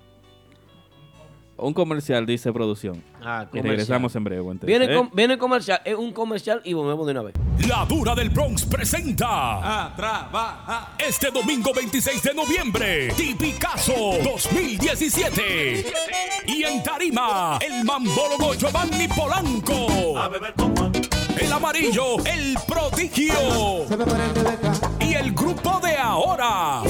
Un comercial dice producción.
Ah,
y
comercial.
regresamos en breve. entonces,
Viene,
¿eh?
com- viene comercial, es un comercial y volvemos de una vez.
La Dura del Bronx presenta este domingo 26 de noviembre, Tipicazo 2017. Y en Tarima, el mambólogo Giovanni Polanco. El amarillo, el prodigio. Y el grupo de ahora.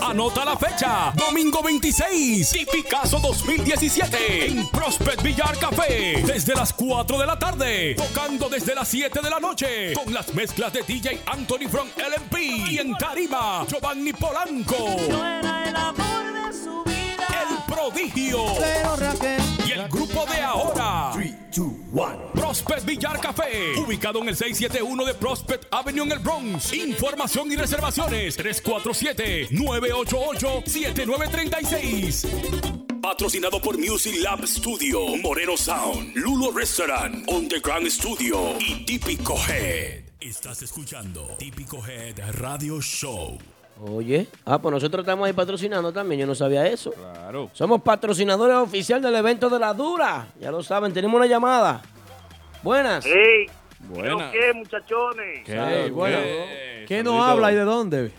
Anota la fecha, domingo 26, Tipicazo 2017, en Prospect Villar Café, desde las 4 de la tarde, tocando desde las 7 de la noche, con las mezclas de DJ Anthony from LMP y en Tarima, Giovanni Polanco. El prodigio. Y el grupo de ahora. Prospect Villar Café, ubicado en el 671 de Prospect Avenue en el Bronx. Información y reservaciones 347-988-7936. Patrocinado por Music Lab Studio, Moreno Sound, Lulo Restaurant, Underground Studio y Típico Head. Estás escuchando Típico Head Radio Show.
Oye, ah, pues nosotros estamos ahí patrocinando también, yo no sabía eso.
Claro.
Somos patrocinadores oficial del evento de la Dura. Ya lo saben, tenemos una llamada. Buenas.
Hey,
Buena.
¿Qué, muchachones?
Ey, bueno. ¿Quién nos
Eh, Saludito.
habla y de dónde?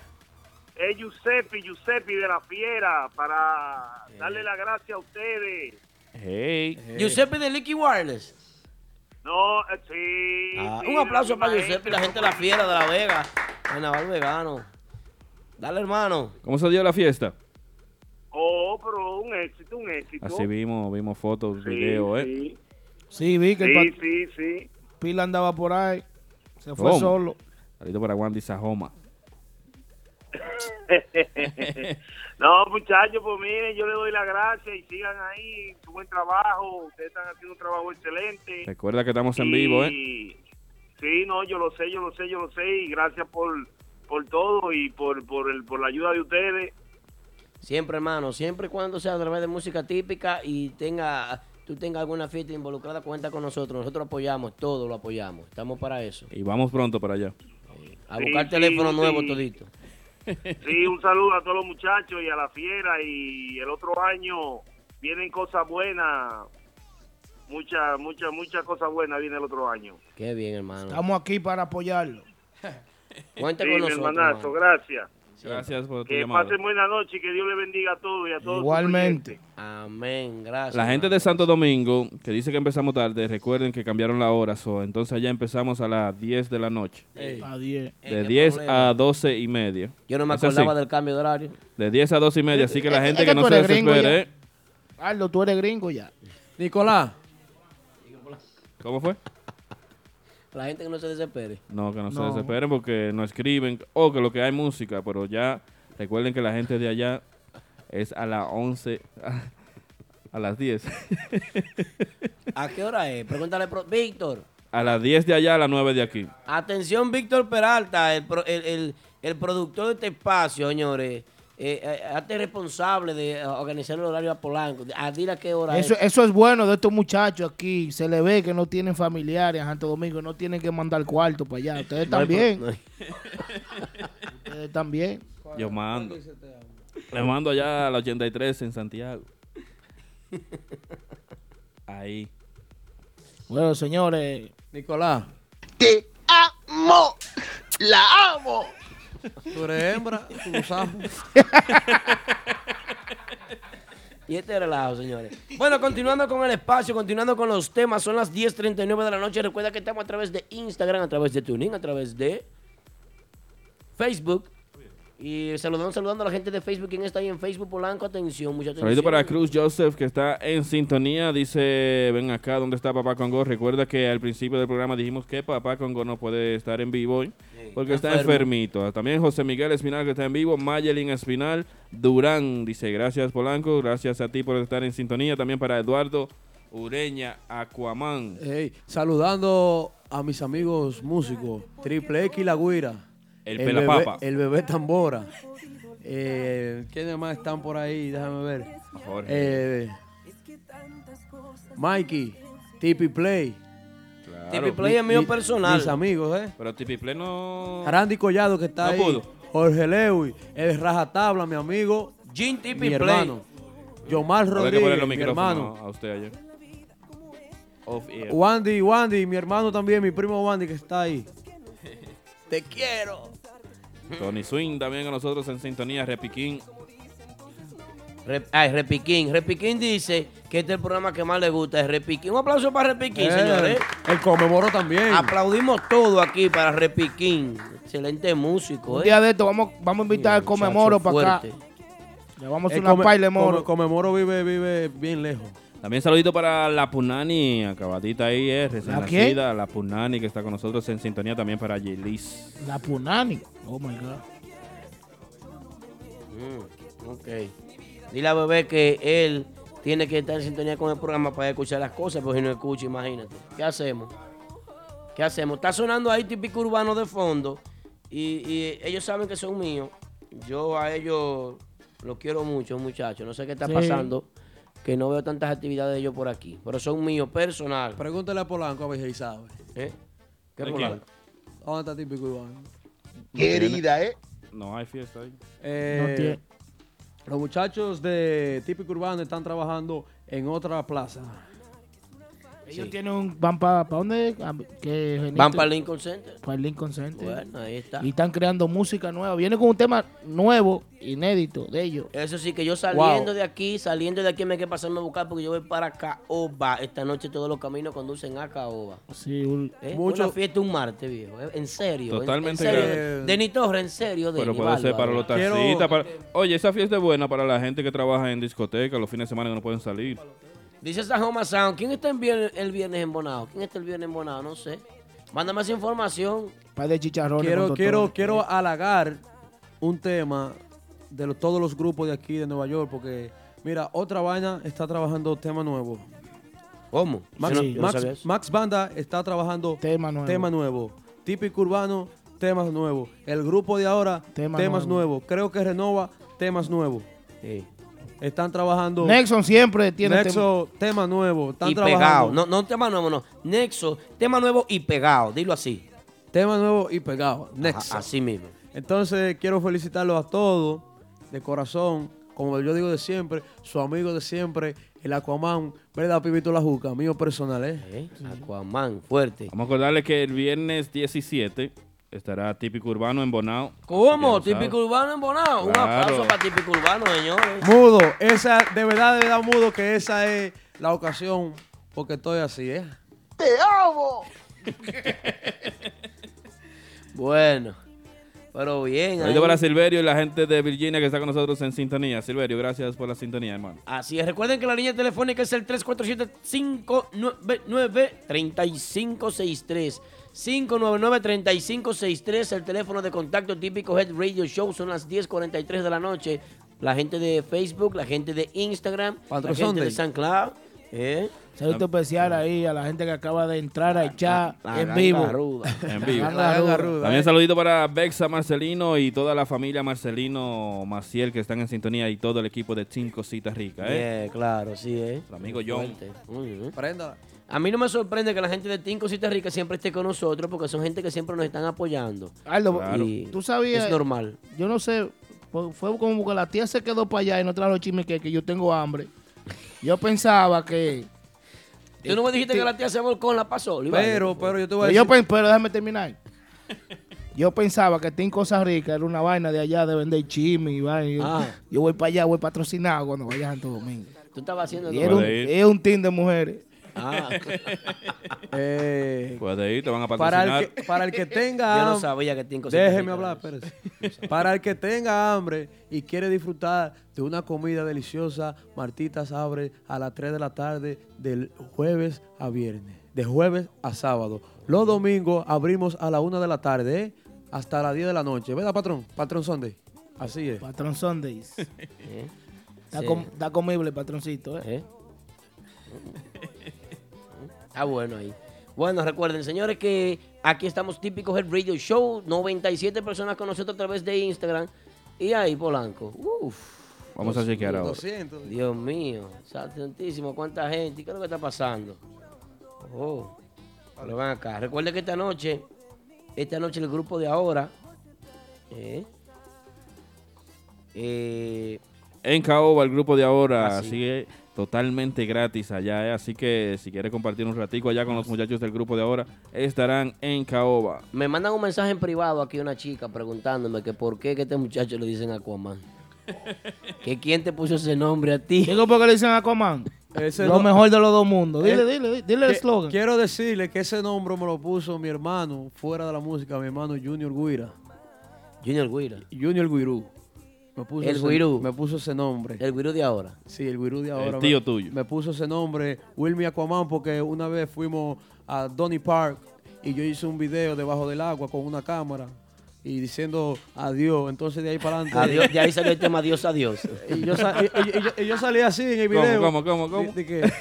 Es Giuseppe, Giuseppe de la Fiera, para darle la gracia a ustedes.
Hey.
Giuseppe de Licky Wireless.
No, eh, sí.
Ah,
sí,
un
la
aplauso
misma
para Giuseppe, la gente de la fiera de La Vega. Carnaval vegano. Dale, hermano.
¿Cómo se dio la fiesta?
Oh, pero un éxito, un éxito.
Así vimos, vimos fotos, videos, ¿eh?
Sí, vi que el
Sí,
pat-
sí, sí.
Pila andaba por ahí. Se fue
¿Cómo?
solo.
Saludito para Wandy Sajoma.
[LAUGHS] no, muchachos, pues miren, yo le doy la gracia y sigan ahí, su buen trabajo. Ustedes están haciendo un trabajo excelente.
Recuerda que estamos en vivo, ¿eh?
Y- Sí, no, yo lo sé, yo lo sé, yo lo sé. Y gracias por, por todo y por, por, el, por la ayuda de
[LAUGHS]
ustedes.
Siempre, hermano, siempre y cuando sea a través de música típica y tenga tú tengas alguna fiesta involucrada, cuenta con nosotros. Nosotros apoyamos, todo lo apoyamos. Estamos para eso.
Y vamos pronto para allá.
A
Sí,
buscar
sí,
teléfono
sí.
nuevo todito.
Sí, un saludo a todos los muchachos y a la fiera. Y el otro año vienen cosas buenas. Muchas, muchas, muchas cosas buenas viene el otro año.
Qué bien, hermano.
Estamos aquí para apoyarlo.
Cuenta
Sí,
con
mi
nosotros.
hermanazo,
hermano.
gracias.
Gracias por tu
Que
llamada.
pasen buena noche y que Dios le bendiga a todos y a todos. sus
Amén, gracias.
La gente de Santo Domingo, que dice que empezamos tarde, recuerden que cambiaron la hora, so, entonces allá empezamos a las 10 de la noche.
A 10.
Eh,
De 10 a 12 y media.
Eh, Yo no me
Es así.
acordaba del cambio de horario.
De 10 a 12 y media, así que la
Este, Es- es
gente
que
que no
Eh, tú
se
eres gringo
desespere.
ya.
¿eh?
Aldo, tú eres gringo ya.
Nicolás.
¿eh? ¿Cómo fue?
La gente que no se desespere.
No, que no, se
No.
desesperen porque no escriben o que lo que hay música, pero ya recuerden que la gente de allá es a las 11, [LAUGHS] a, las 10.
¿A qué hora es? Pregúntale, pro- Víctor.
[LAUGHS] a las 10 de allá, a las 9 de aquí.
Atención, Víctor Peralta, el, pro- el- el- el productor de este espacio, señores. Eh, eh, hazte responsable de eh, organizar el horario a Polanco. A dile a qué hora
Eso,
es.
eso es bueno de estos muchachos aquí. Se le ve que no tienen familiares en Santo Domingo, no tienen que mandar cuarto para allá. Ustedes
No hay pro-
también.
no hay-
Ustedes también.
Yo mando. Le mando allá a la 83 en Santiago. Ahí.
Bueno, señores.
Nicolás.
¿Qué?
¡Amo! ¡La amo!
Tú eres hembra, tú lo sabes.
[LAUGHS] Y este relajo, señores. Bueno, continuando con el espacio, continuando con los temas, son las 10.39 de la noche. Recuerda que estamos a través de Instagram, a través de Tuning, a través de Facebook. Y saludando, saludando a la gente de Facebook. ¿Quién está ahí en Facebook, Polanco? Atención, mucha atención.
Saludito para Cruz Joseph que está en sintonía. Dice, ven acá, ¿dónde está Papá Congo? Recuerda que al principio del programa dijimos que Papá Congo no puede estar en vivo hoy porque
está
está,
enfermo.
enfermito. También José Miguel Espinal que está en vivo. Mayelin Espinal Durán dice, gracias Polanco, gracias a ti por estar en sintonía. También para Eduardo Ureña Aquaman.
Ey, saludando a mis amigos músicos, Triple X La Guira.
El
bebé-
Pelapapa.
El bebé Tambora. Eh, ¿Quiénes más están por ahí? Déjame ver.
Jorge.
Eh, Mikey, Tipi Play.
Claro.
Tipi Play es mío personal.
Mis amigos, ¿eh?
Pero Tipiple no...
Randy Collado que está
No
ahí.
pudo.
Jorge Lewy, el Rajatabla, mi amigo.
Jim Tipi
mi
Play.
hermano. Yomar
Habrá que poner
Rodríguez,
los
mi
micrófonos
hermano.
a usted ayer. Off air.
Wandy, Wandy, mi hermano también, mi primo Wandy que está ahí.
Te quiero.
Tony Swing también con nosotros en sintonía. Repiquín.
Rep- ay, Repiquín. Repiquín dice que este es el programa que más le gusta. Es Repiquín. Un aplauso para Repiquín,
Eh,
señores.
El Comeboro también.
Ah, pues,
Aplaudimos todo aquí para Repiquín. Excelente músico,
Un
¿eh?
día de esto vamos, vamos a invitar al Come Moro para acá. Le vamos a hacer
El
una
Come-
paila de
Come-
moro.
Comemoro vive, vive bien lejos.
También saludito para la Punani, acabadita ahí, eh, recién
¿La quién?
nacida. La Punani que está con nosotros en sintonía también para Yelis.
La Punani. Oh my God.
Mm, ok. Dile a bebé que él tiene que estar en sintonía con el programa para escuchar las cosas, porque si no escucha, imagínate. ¿Qué hacemos? ¿Qué hacemos? Está sonando ahí típico urbano de fondo y, y ellos saben que son míos. Yo a ellos los quiero mucho, muchachos. No sé qué está
Sí.
pasando, que no veo tantas actividades de ellos por aquí, pero son míos personal.
Pregúntale a Polanco a ver si ahí sabe.
¿Eh? ¿Qué
¿De
Polanco?
¿Dónde está típico Iván?
Querida, ¿eh? No hay fiesta ahí.
Eh, Los muchachos de Típico Urbano están trabajando en otra plaza.
Ellos tienen un. Van para. ¿Para dónde? A- que veniste-
Van para el Lincoln Center.
Para el Lincoln Center.
Bueno, ahí está.
Y están creando música nueva. Viene con un tema nuevo, inédito, de ellos.
Eso sí, que yo saliendo de aquí, saliendo de aquí me hay que pasarme a buscar porque yo voy para Caoba. Esta noche todos los caminos conducen a Caoba.
Sí, un-
¿Eh?
mucho-
Una fiesta un martes, viejo. ¿eh? En serio. en-
Totalmente
En,
gratis.
serio. Denis Torres, en serio.
Pero
Denis,
puede ser
bárbaro.
para los taxistas. para- Oye, esa fiesta es buena para la gente que trabaja en discoteca los fines de semana que no pueden salir.
Dice Sajoma Sound. ¿Quién está en vier- el viernes en Bonao? ¿Quién está el viernes en Bonao? No sé. Mándame esa información.
Par de chicharrones.
Quiero,
con
quiero,
totones.
quiero halagar un tema de los- todos los grupos de aquí de Nueva York, porque mira, otra vaina está trabajando tema nuevo.
¿Cómo?
Max,
Yo no- yo no
Max-
sabía eso.
Max Banda está trabajando tema
nuevo.
Típico urbano, temas nuevos. El grupo de ahora,
Tema
temas
nuevo.
nuevos. Creo que renova, temas nuevos. Están trabajando.
Nexon siempre tiene
Nexo, tema nuevo. Están
y pegado.
trabajando.
No, no tema nuevo, no. Nexo, tema nuevo y pegado. Dilo así.
Tema nuevo y pegado. Nexo.
así mismo.
Entonces, quiero felicitarlos a todos de corazón. Como yo digo de siempre, su amigo de siempre, el Aquaman, ¿verdad, Pibito La Juca? Mío personal, ¿eh?
Aquaman, fuerte.
Vamos a acordarles que el viernes 17 estará Típico Urbano en Bonao.
¿Cómo?
Ya lo
Típico Urbano en Bonao. Un
Claro.
aplauso para Típico Urbano, señores.
Mudo, esa, de verdad, de verdad, mudo, que esa es la ocasión porque estoy así, ¿eh?
¡Te amo!
Bueno, pero bien.
Saludos
ahí.
para Silverio y la gente de Virginia que está con nosotros en sintonía. Silverio, gracias por la sintonía, hermano.
Así es, recuerden que la línea telefónica es el 347-599-3563. 599-3563, el teléfono de contacto típico Head Radio Show, son las 10.43 de la noche. La gente de Facebook, la gente de Instagram,
Patro
la gente de
Sunday.
SoundCloud. ¿eh?
Saludo especial ahí a la gente que acaba de entrar a echar
la
en
ganga
vivo.
ruda.
En
La
vivo.
ganga ruda.
eh.
También saludito para Bexa Marcelino y toda la familia Marcelino Maciel que están en sintonía y todo el equipo de Team Cositas Ricas. ¿eh?
Bien, claro, sí, ¿eh?
El amigo John.
Fuerte. ¿Eh? A mí no me sorprende que la gente de Team Cositas Ricas siempre esté con nosotros porque son gente que siempre nos están apoyando.
Aldo,
Y
tú sabías.
Es normal.
Yo no sé, fue- fue como que la tía se quedó para allá y no trajo chisme que, que yo tengo hambre. Yo pensaba que.
Tú no me dijiste que la tía se volcó en la pasó.
Pero,
pero yo te
Yo pen- pero déjame terminar. Yo pensaba que Team Cosas Ricas era una vaina de allá de vender chisme y vaina. Yo-
Ah.
Yo, voy para allá, voy patrocinado cuando vaya a Santo Domingo.
Tú estabas haciendo...
Y era un,
Puede ir.
era un team de mujeres.
Ah.
Pues de ahí te van a
Para
patrocinar.
el, que, para el que tenga
E. Yo no
hambre-
sabía que Team Cositas
Déjeme
Ricas
hablar, espérese. Para el que tenga hambre y quiere disfrutar de una comida deliciosa, Martitas abre a las 3 de la tarde del jueves a viernes. De jueves a sábado. Los domingos abrimos a la 1 de la tarde, ¿eh? Hasta las 10 de la noche. ¿Verdad, patrón? Patrón Sunday. Así es.
[LAUGHS]
Patrón Sundays. Está,
Sí.
com- está comible, patroncito. ¿eh?
Está bueno ahí. Bueno, recuerden, señores, que aquí estamos típicos el Radio Show. 97 personas con nosotros a través de Instagram. Y ahí, Polanco. Uf.
[LAUGHS] Vamos a chequear ahora.
200.
Dios mío, santísimo, cuánta gente. ¿Qué es lo que está pasando? Oh, pero ven acá. Recuerden que esta noche, esta noche el grupo de ahora, ¿eh?
En Caoba, el grupo de ahora
Así.
sigue totalmente gratis allá, ¿eh? así que si quieres compartir un ratico allá con los muchachos del grupo de ahora, estarán en Caoba.
me mandan un mensaje en privado aquí una chica preguntándome que por qué que este muchacho le
[LAUGHS]
dicen Aquaman. que quién te puso ese nombre a ti.
Digo porque le dicen Aquaman.
Ese
Lo
no-
mejor de los dos mundos. Dile,
Eh,
dile, dile, dile el
que-
slogan.
Quiero decirle que ese nombre me lo puso mi hermano fuera de la música, mi hermano Junior Guira.
Junior Guira.
Junior Guirú. Me puso
El
ese-
Guirú.
Me puso ese nombre.
El Guirú de ahora.
Sí, el Guirú de ahora. me-
tío tuyo.
Me puso ese nombre, Wilmy Aquaman, porque una vez fuimos a Donny Park y yo hice un video debajo del agua con una cámara y diciendo adiós. Entonces de ahí para adelante.
Adiós, de ahí salió el tema adiós, adiós.
Y yo, sa- y- y- y yo- y yo salí así en el
¿Cómo,
video.
cómo, cómo, cómo?
De- de que-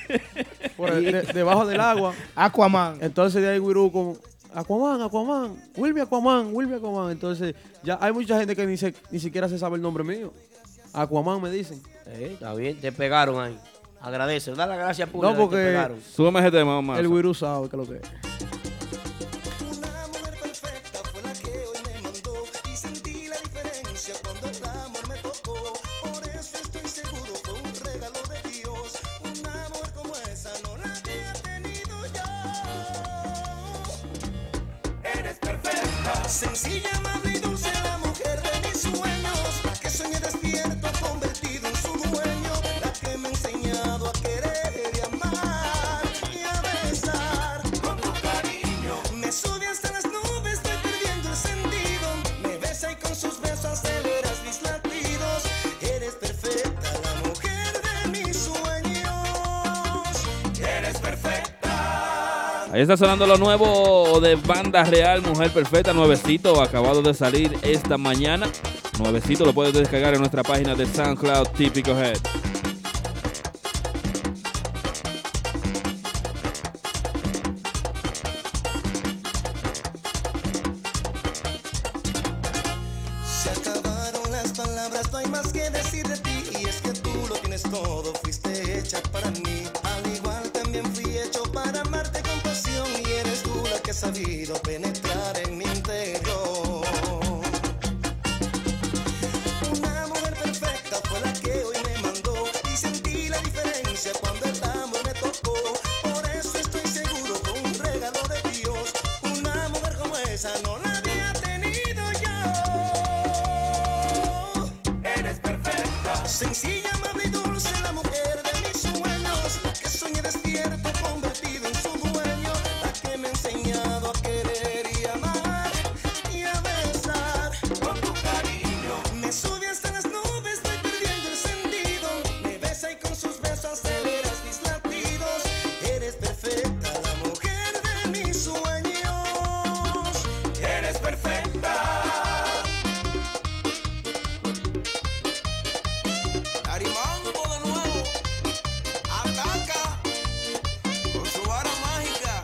[LAUGHS] por el- de- debajo del agua.
Aquaman.
Entonces de ahí Guirú con Aquaman, Aquaman, Wilmy Aquaman, Wilmy Aquaman. Entonces ya hay mucha gente que ni, se- ni siquiera se sabe el nombre mío. Aquaman me dicen.
Eh, está bien, te pegaron ahí. Agradece, da las gracias públicas.
No,
que te
porque
pegaron.
Súbeme ese tema, mamá.
el Guirú sabe que lo que es.
y sentí la diferencia cuando el amor me tocó. Por eso estoy seguro fue un regalo de Dios. Un amor como esa no la había tenido yo. Eres perfecta, sencilla, amable y dulce la mujer de mis sueños. La que soñé despierto convertido en su dueño. La que me ha enseñado a querer y amar y a besar con tu cariño. Me sube hasta las nubes, estoy perdiendo el sentido. Me besa y con sus besos aceleras mis latidos. Eres perfecta, la mujer de mis sueños. Eres perfecta.
Ahí está sonando lo nuevo de Banda Real, Mujer Perfecta, nuevecito, acabado de salir esta mañana. Nuevecito lo puedes descargar en nuestra página de SoundCloud Típico Head.
Se acabaron las palabras, no hay más que decir de ti. Y es que fuiste hecha para mí. Al igual también fui hecho para amarte con pasión y eres tú la que ha sabido penetrar en mi interior. Una mujer perfecta fue la que hoy me mandó y sentí la diferencia cuando el amor me tocó. Por eso estoy seguro que un regalo de Dios, una mujer como esa no la había tenido yo. Eres perfecta, sencilla, amable y dulce la mujer de mis sueños, la que soñé despierto convertido en su dueño, la que me ha enseñado a querer y amar y a besar con tu cariño. Me sube hasta las nubes, estoy perdiendo el sentido. Me besa y con sus besos aceleras mis latidos. Eres perfecta, la mujer de mis sueños. Eres perfecta. Arimango de nuevo. Ataca con su vara mágica.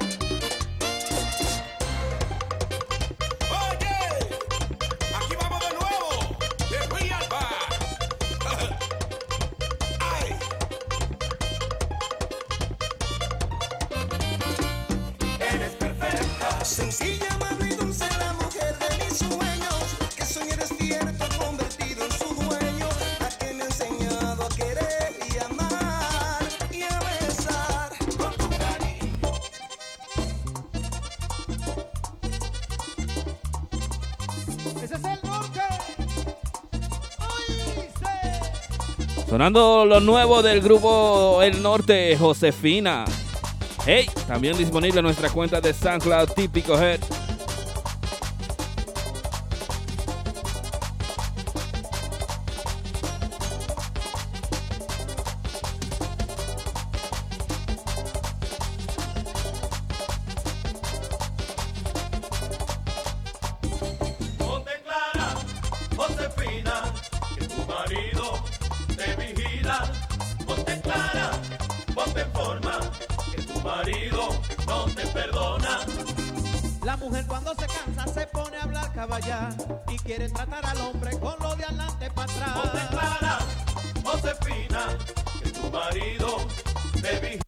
Oye, aquí vamos de nuevo. De Real Bar. Ay. Eres perfecta. Sencilla, amable y dulce la mujer de mis sueños. La que soñé despierto convertido en su dueño. La que me ha enseñado a querer y amar y a besar con tu cariño.
Ese es el norte.
Sonando lo nuevo del grupo El Norte, Josefina. Hey, también disponible en nuestra cuenta de SoundCloud Típico Head.
Ponte clara, Josefina, que tu marido te vigila. Ponte clara, ponte en forma, que tu marido no te perdona.
La mujer cuando se cansa se pone a hablar caballá y quiere tratar al hombre con lo de adelante para atrás.
Ponte clara, Josefina, que tu marido te vigila.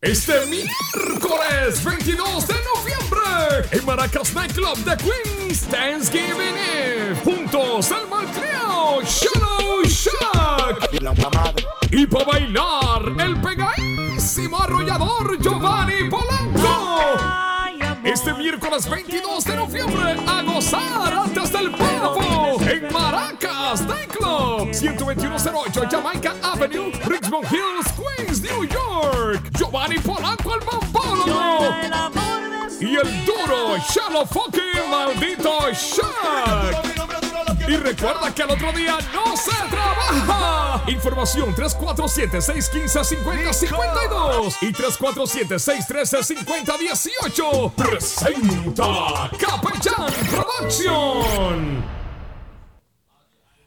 Este miércoles 22 de noviembre en Maracas Nightclub de Queens Thanksgiving Eve. Juntos al malcriado Shallow Shack. Y para bailar, el pegadísimo arrollador Giovanni Polanco. Este miércoles 22 de noviembre a gozar antes del pavo en Maracas Nightclub 12108 Jamaica Avenue, Richmond Hills, Queens, New York. Giovanni Polanco el bambólogo y el duro Shallow Fucking maldito Shark. Y recuerda que al otro día no se trabaja. Información 347-615-5052 y 347-613-5018. Presenta Capellán Production.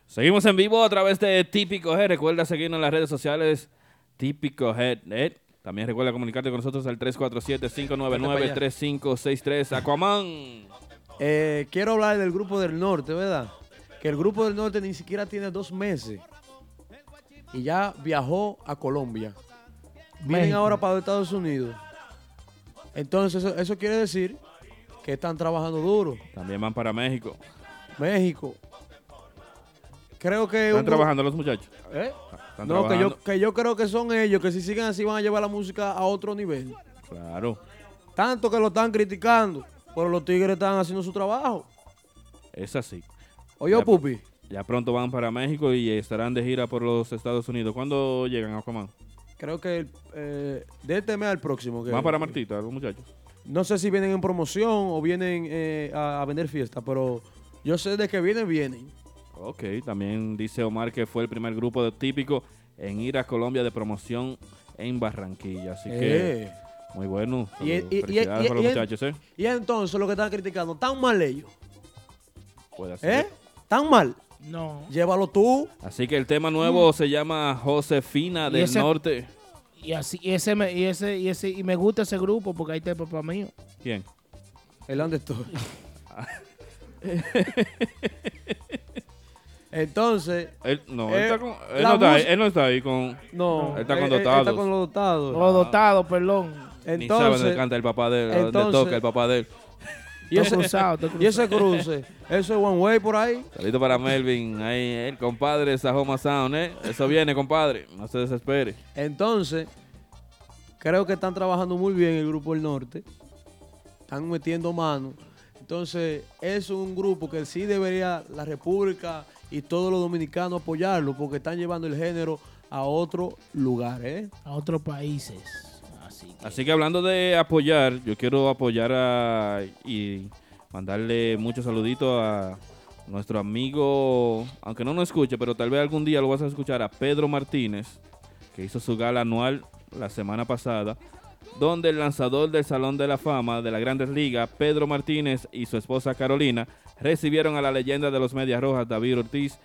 Seguimos en vivo a través de Típico Head. Recuerda seguirnos en las redes sociales Típico Head. eh. También recuerda comunicarte con nosotros al 347-599-3563. Aquaman.
Eh, quiero hablar del grupo del norte, ¿verdad? Que el grupo del norte ni siquiera tiene dos meses y ya viajó a Colombia. Vienen
México.
ahora para los Estados Unidos. Entonces, eso, eso quiere decir que están trabajando duro.
También van para México.
México. Creo que.
Están
un-
trabajando los muchachos.
¿Eh?
Están
No, que yo,
trabajando.
que yo creo que son ellos que si siguen así van a llevar la música a otro nivel.
Claro.
Tanto que lo están criticando, pero los tigres están haciendo su trabajo.
Es así.
Oye, oh,
Ya-
Pupi.
Ya pronto van para México y estarán de gira por los Estados Unidos. ¿Cuándo llegan a Aquaman?
Creo que el, eh, de este mes al próximo. que-
Van para Martita, los muchachos.
No sé si vienen en promoción o vienen eh, a, a vender fiesta, pero yo sé de que vienen, vienen.
Ok, también dice Omar que fue el primer grupo de típico en ir a Colombia de promoción en Barranquilla. Así que
Eh.
muy bueno. Saludos.
Y, y- y-
Felicidades
y-
a los
y-
muchachos, ¿eh?
y entonces lo que están criticando, tan mal ellos,
Puede ser.
¿eh? Tan mal.
No.
Llévalo tú.
Así que el tema
Mm.
nuevo se llama Josefina
Y
del
ese-
Norte.
Y así, y ese, me- y ese, y ese, y me gusta ese grupo porque ahí está el papá mío.
¿Quién? [LAUGHS]
El Andes Torres. Entonces.
Él, no,
eh,
él, está con- él
la
no está ahí,
mus-
él no está ahí con.
No,
él Eh, está
él-
con
él- él
dotados.
está con los dotados.
Los dotados, perdón.
Ni sabe dónde canta el papá de él, a dónde
entonces-
toca el papá de él.
Y ese,
cruzado, está
y ese
cruzado.
cruce, eso es one way por ahí.
Saludito para Melvin, ahí, el compadre Sahoma Sound, ¿eh? Eso viene, compadre, no se desespere.
Entonces, creo que están trabajando muy bien el Grupo del Norte. Están metiendo mano. Entonces, es un grupo que sí debería la República y todos los dominicanos apoyarlo porque están llevando el género a otro lugar, ¿eh?
A otros países.
Así que hablando de apoyar, yo quiero apoyar a, y mandarle muchos saluditos a nuestro amigo, aunque no nos escuche, pero tal vez algún día lo vas a escuchar, a Pedro Martínez, que hizo su gala anual la semana pasada, donde el lanzador del Salón de la Fama de las Grandes Ligas, Pedro Martínez, y su esposa Carolina, recibieron a la leyenda de los Medias Rojas, David Ortiz,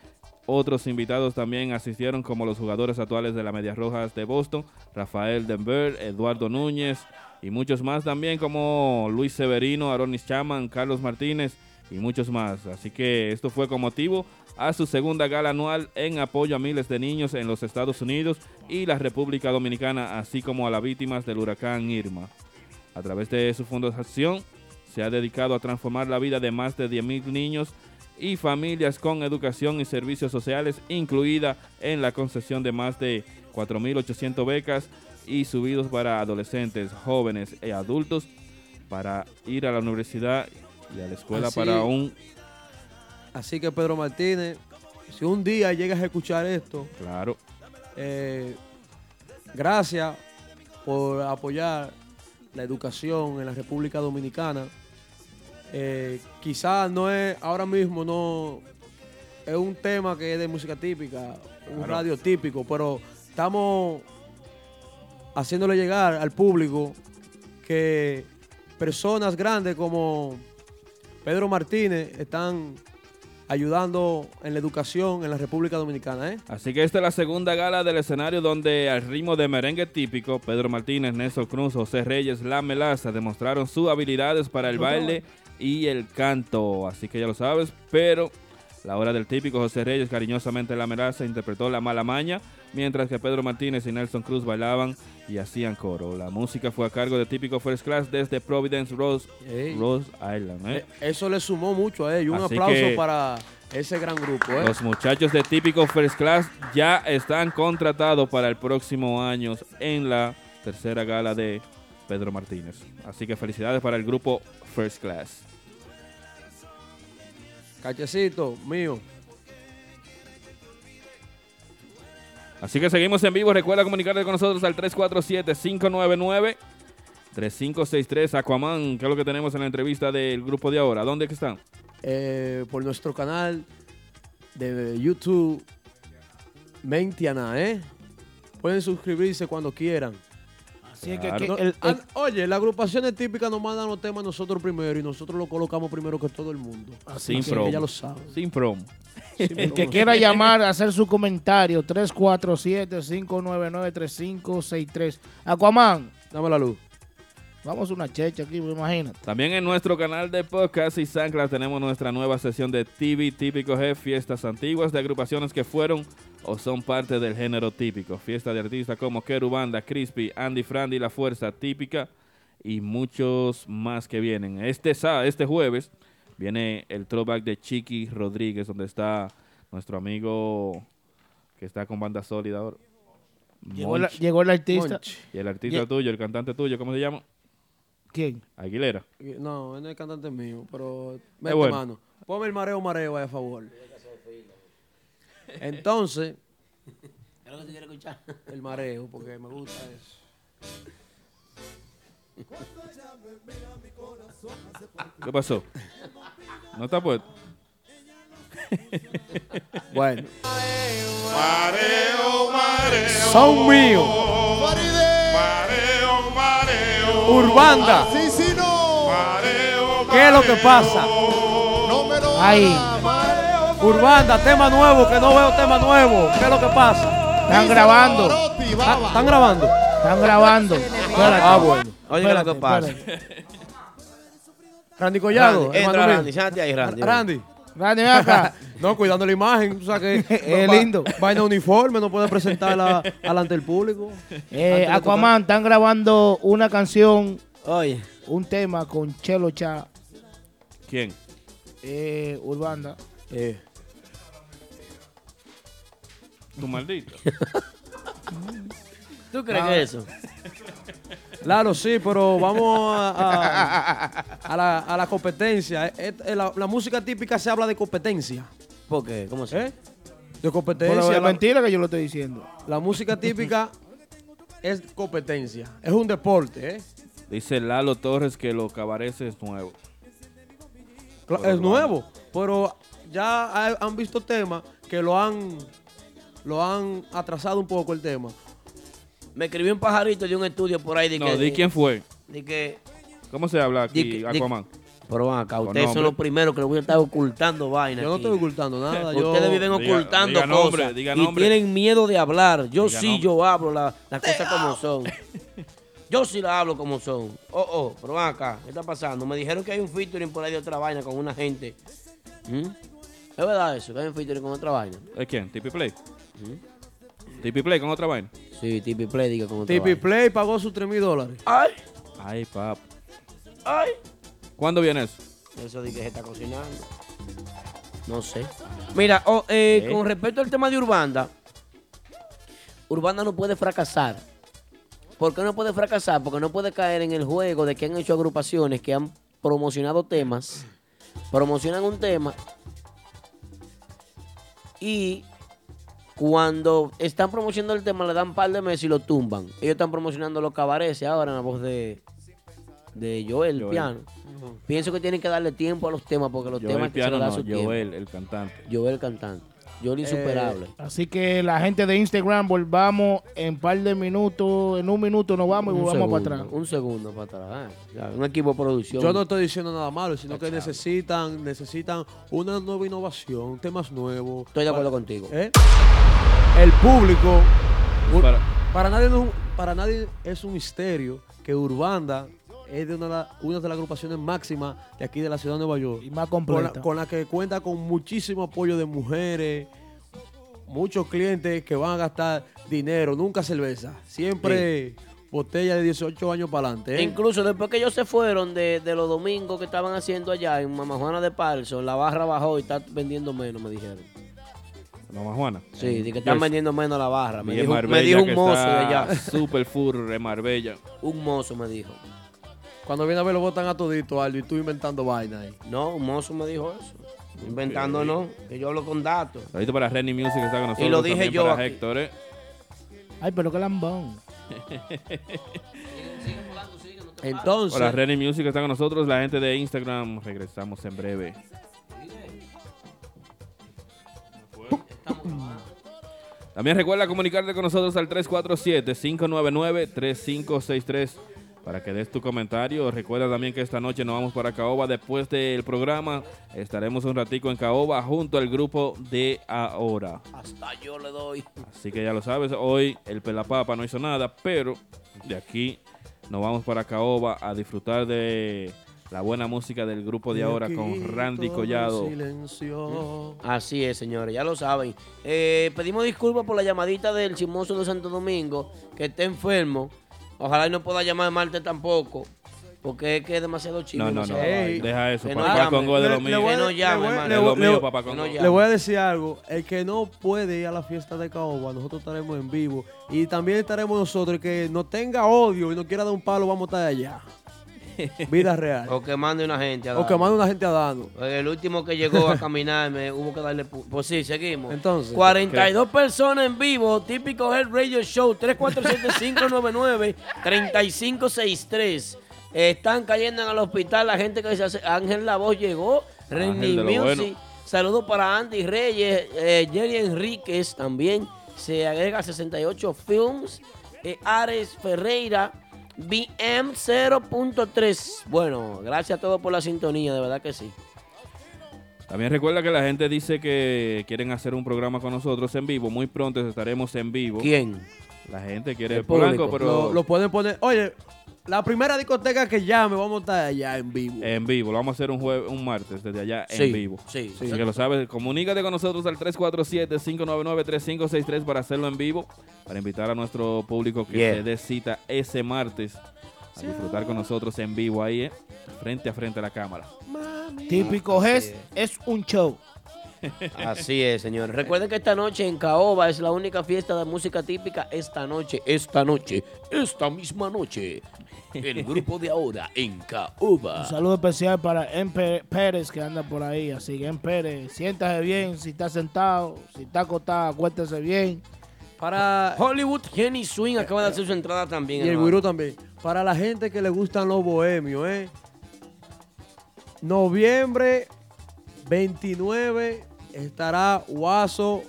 otros invitados también asistieron, como los jugadores actuales de las Medias Rojas de Boston, Rafael Denver, Eduardo Núñez y muchos más también, como Luis Severino, Aronis Chaman, Carlos Martínez y muchos más. Así que esto fue con motivo a su segunda gala anual en apoyo a miles de niños en los Estados Unidos y la República Dominicana, así como a las víctimas del huracán Irma. A través de su fundación se ha dedicado a transformar la vida de más de 10.000 niños y familias con educación y servicios sociales, incluida en la concesión de más de 4.800 becas y subidos para adolescentes, jóvenes y adultos para ir a la universidad y a la escuela
Así-
para un...
Así que Pedro Martínez, si un día llegas a escuchar esto,
Claro.
eh, gracias por apoyar la educación en la República Dominicana. quizás no es, ahora mismo no, es un tema que es de música típica, un
Claro.
radio típico, pero estamos haciéndole llegar al público que personas grandes como Pedro Martínez están ayudando en la educación en la República Dominicana, ¿eh?
Así que esta es la segunda gala del escenario donde al ritmo de merengue típico, Pedro Martínez, Nelson Cruz, José Reyes, La Melaza demostraron sus habilidades para el baile y el canto. Así que ya lo sabes, pero la hora del típico José Reyes cariñosamente La Melaza interpretó La Mala Maña, mientras que Pedro Martínez y Nelson Cruz bailaban y hacían coro. La música fue a cargo de típico First Class desde Providence, Rose,
Ey.
Rose Island. ¿eh?
Eh, Eso le sumó mucho a ellos. Un
Así
aplauso
que-
para ese gran grupo. ¿eh?
Los muchachos de Típico First Class ya están contratados para el próximo año en la tercera gala de Pedro Martínez. Así que felicidades para el grupo First Class.
Cachecito, mío.
Así que seguimos en vivo. Recuerda comunicarte con nosotros al 347-599-3563. Aquaman, que es lo que tenemos en la entrevista del grupo de ahora. ¿Dónde que están?
eh, por nuestro canal de YouTube Mentiana, ¿eh? Pueden suscribirse cuando quieran.
Así es que Claro. aquí el-
Ah, oye, las agrupaciones típicas nos mandan los temas nosotros primero y nosotros los colocamos primero que todo el mundo. Así
Sin
que
promo.
ya Assim, lo saben.
Sin promo.
El que quiera llamar, hacer su comentario, 347-599-3563. Aquaman.
Dame la luz.
Vamos a una checha aquí, pues, imagínate.
También en nuestro canal de podcast y Sanclas tenemos nuestra nueva sesión de TV Típico G, fiestas antiguas de agrupaciones que fueron o son parte del género típico. Fiestas de artistas como Kerubanda, Crispy, Andy Frandy, La Fuerza Típica y muchos más que vienen. Este, sá- este jueves viene el throwback de Chiqui Rodríguez, donde está nuestro amigo que está con banda sólida ahora.
Llegó el-
Monch.
llegó el artista. Monch.
Y el artista
Lle-
tuyo, el cantante tuyo, ¿cómo se llama?
¿Quién?
Aguilera.
No, él no es cantante mío, pero mete
bueno.
mano. Ponme el mareo, mareo, ahí,
[LAUGHS]
a favor. Entonces,
Es lo que tú quieres escuchar.
el mareo, porque me gusta eso.
¿Qué pasó? ¿No está puesto?
[LAUGHS] bueno.
Mareo, mareo.
Son míos.
Mareo, mareo.
Urbanda.
Sí, sí, no. Mareo,
¿Qué es lo que pasa?
Ahí.
Urbanda, tema nuevo, que no veo tema nuevo. ¿Qué es lo que pasa?
Están grabando.
Ah, ¿Están grabando?
Están grabando.
Ah, bueno.
Oye, ¿qué es lo que pasa?
Randy Collado.
Randy,
hermano
entra
mío.
Randy, siéntate ahí, Randy.
Randy,
Randy, ven acá.
[LAUGHS] no, cuidando la imagen. O sea que
[LAUGHS] Es
va-
lindo.
Vaina uniforme, no puede [LAUGHS] presentarla alante del público.
Eh,
Antes de
Aquaman, están grabando una canción,
Oye.
un tema con Chelo Cha,
¿Quién?
eh, Urbanda.
Eh.
Tu maldito.
¿Tú
crees que eso? Claro, sí, pero vamos a,
[LAUGHS]
a- a la, a la competencia. Eh, eh, La, la música típica se habla de competencia. Eh,
¿Por qué? ¿Cómo se?
De competencia.
Pero es
la-
mentira que yo lo estoy diciendo.
La música típica es competencia. Es un deporte, ¿eh?
Dice Lalo Torres que lo cabarece es nuevo.
Cla-
Pero
es
lo
nuevo, pero ya ha- han visto temas que lo han lo han atrasado un poco el tema.
[LAUGHS] Me escribió un pajarito de un estudio por ahí. De
No,
que,
¿de quién fue?
De que
¿Cómo se habla aquí,
Di- di-
Aquaman?
Pero van acá,
Con
ustedes son
nombre.
los primeros que les voy a estar ocultando vainas.
Yo no estoy ocultando
[LAUGHS]
nada, yo-
Ustedes viven
Diga-
ocultando
diga nombre,
cosas.
diga
y
nombre.
tienen miedo de hablar. Yo
Diga
sí,
nombre.
yo hablo la- las cosas como son. Yo sí las hablo como son. Oh, oh, pero van acá. ¿Qué está pasando? Me dijeron que hay un featuring por ahí de otra vaina con una gente. ¿Mm? ¿Es verdad eso? Que hay un featuring con otra vaina.
¿Es quién? ¿Tipi Play? ¿Tipi Play con otra vaina?
¿Mm? Sí, Tipi Play, diga con
Tipi Play pagó sus 3 mil dólares.
Ah,
¡Ay!
Ay, pap.
¡Ay!
¿Cuándo viene eso?
Eso de que se está cocinando. No sé. Mira, oh, eh,
¿Eh?
con respecto al tema de Urbanda, Urbanda no puede fracasar. ¿Por qué no puede fracasar? Porque no puede caer en el juego de que han hecho agrupaciones que han promocionado temas, promocionan un tema y cuando están promocionando el tema le dan un par de meses y lo tumban. Ellos están promocionando los cabarets ahora en la voz de, de Joel,
Joel.
Piano. Pienso que tienen que darle tiempo a los temas porque los
Joel
temas que se
Piano
le da
no,
su tiempo.
Joel, el cantante.
Joel cantante. Joel insuperable.
Eh, Así que la gente de Instagram, volvamos en par de minutos, en un minuto nos vamos y
Un
volvamos
segundo,
para atrás.
Un segundo para atrás. ah, ya, un equipo de producción.
Yo no estoy diciendo nada malo, sino que necesitan necesitan una nueva innovación, temas nuevos.
Estoy de acuerdo
Para-
contigo.
¿Eh? El público u-
para,
nadie es un- para nadie es un misterio que Urbanda es de una, de la- una de las agrupaciones máximas de aquí de la ciudad de Nueva York.
Y más
con la,
completa.
con la que cuenta con muchísimo apoyo de mujeres, muchos clientes que van a gastar dinero, nunca cerveza, siempre botella de 18 años para adelante. ¿eh?
Incluso después que ellos se fueron de, de los domingos que estaban haciendo allá en Mama Juana de Palso, la barra bajó y está vendiendo menos, me dijeron.
Mamá Juana. Eh,
Sí, de que están vendiendo menos la barra. Me
Miguel
dijo, me
Marbella,
dijo un
que
mozo de
está
allá. [LAUGHS]
Super fur en Marbella.
Un mozo me dijo.
Cuando viene a ver lo botan a todito, Aldo, y tú inventando vaina ahí.
No, un mozo me dijo eso. Inventando no, que yo hablo con datos.
Saludito para Renny Music que está con nosotros.
Y lo dije
también
yo
para
aquí.
Héctor, ¿eh?
Ay, pero qué lambón.
Entonces.
Hola, Renny Music que está con nosotros. La gente de Instagram. Regresamos en breve. También recuerda comunicarte con nosotros al 347-599-3563 para que des tu comentario. Recuerda también que esta noche nos vamos para Caoba. Después del programa estaremos un ratico en Caoba junto al grupo de ahora.
Hasta yo le doy.
Así que ya lo sabes, hoy el Pelapapa no hizo nada, pero de aquí nos vamos para Caoba a disfrutar de la buena música del grupo de ahora con Randy Collado.
Silencio.
Así es, señores, ya lo saben. Eh, pedimos disculpas por la llamadita del chismoso de Santo Domingo, que está enfermo. Ojalá y no pueda llamar el martes tampoco, porque es que es demasiado chisme.
No, no, no,
demasiado vaina.
deja eso.
Que no
Papá
llame.
Congo es de lo
Le- le
mío.
voy a- Que no llame,
le voy-
hermano.
le
Es lo
voy-
mío,
le-
papá
Que Mm. no
Congo.
llame.
Le voy a decir algo. El que no puede ir a la fiesta de Caoba, nosotros estaremos en vivo. Y también estaremos nosotros. El que no tenga odio y no quiera dar un palo, vamos a estar
[LAUGHS]
allá. Vida real.
O que mande una gente. a
O que
darle.
mande una gente a darnos.
Pues El último que llegó a caminar me hubo que darle. pu- Pues sí, seguimos.
Entonces.
42 personas en vivo, típico Head Radio Show, 347-599-3563. Están cayendo en el hospital la gente que se hace. Ángel La Voz llegó, Randy
Ángel de lo
Music.
bueno.
Saludos para Andy Reyes, eh, Jerry Enríquez también. Se agrega 68 Films, eh, Ares Ferreira, BM 0.3. Bueno, gracias a todos por la sintonía, de verdad que
[LAUGHS]
sí.
También recuerda que la gente dice que quieren hacer un programa con nosotros en vivo. Muy pronto estaremos en vivo.
¿Quién?
La gente quiere
El
Polanco,
público.
pero
Lo, lo pueden poner. Oye, La primera discoteca que llame, vamos a estar allá en vivo.
En vivo, lo vamos a hacer un jueves, un martes desde allá
Sí,
en vivo.
Sí,
Así que lo sabes, comunícate con nosotros al 347-599-3563 para hacerlo en vivo, para invitar a nuestro público que
Yeah.
se dé cita ese martes a disfrutar con nosotros en vivo ahí, eh, frente a frente a la cámara. Ah,
Típico es, es un show.
Así es, señor. Recuerden que esta noche en Caoba es la única fiesta de música típica. Esta noche, esta noche, esta misma noche.
[LAUGHS]
El grupo de ahora en Caoba.
Un saludo especial para M. Pé- Pérez que anda por ahí. Así que M. Pérez, siéntase bien si está sentado, si está acostado, acuéstese bien.
Para
Hollywood Jenny Swing acaba de hacer su entrada también.
Y el
hermano.
gurú también. Para la gente que le gustan los bohemios, ¿eh? Noviembre 29 estará Guaso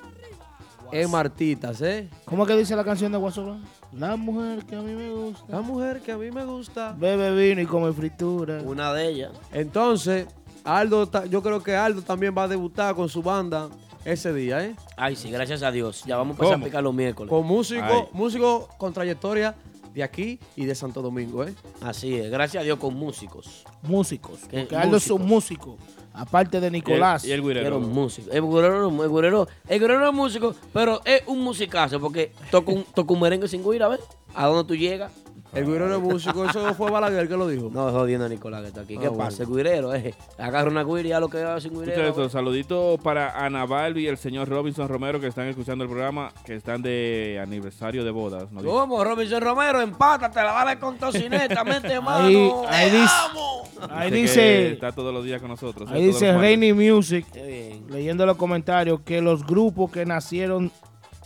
en Martitas, ¿eh?
¿Cómo que dice la canción de Guasobán? La mujer que a mí me gusta.
La mujer que a mí me gusta.
Bebe vino y come fritura.
Una de ellas.
Entonces, Aldo, ta- yo creo que Aldo también va a debutar con su banda ese día, ¿eh?
Ay, sí, gracias a Dios. Ya vamos a pasar a
¿Cómo?
picar los miércoles.
Con músicos músico con trayectoria de aquí y de Santo Domingo, ¿eh?
Así es, gracias a Dios con músicos.
Músicos.
Eh,
Que-
Porque Aldo es un músico. Aparte de Nicolás.
Era un músico. El guerrero, el guirero- el guirero es músico, pero es un musicazo porque toca un, toca un merengue sin guira, ¿ves? ¿A dónde tú llegas?
El guirero es músico, eso fue Balaguer que lo dijo.
No, es jodiendo a Nicolás que está aquí.
Ah,
¿Qué
bueno.
pasa? El guirero, eh. Agarra una guira y a lo que va sin guirero.
Escucha esto, saludito para Ana Balbi y el señor Robinson Romero que están escuchando el programa, que están de aniversario de bodas. ¿no?
¿Cómo? Robinson Romero, empata, te la vale con tocineta, mete mano.
Ahí, ahí
¡Te
dice-
amo!
ahí
que
dice-
Está todos los días con nosotros.
Ahí
eh, todos
dice
los
Rainy Music,
bien.
leyendo los comentarios, que los grupos que nacieron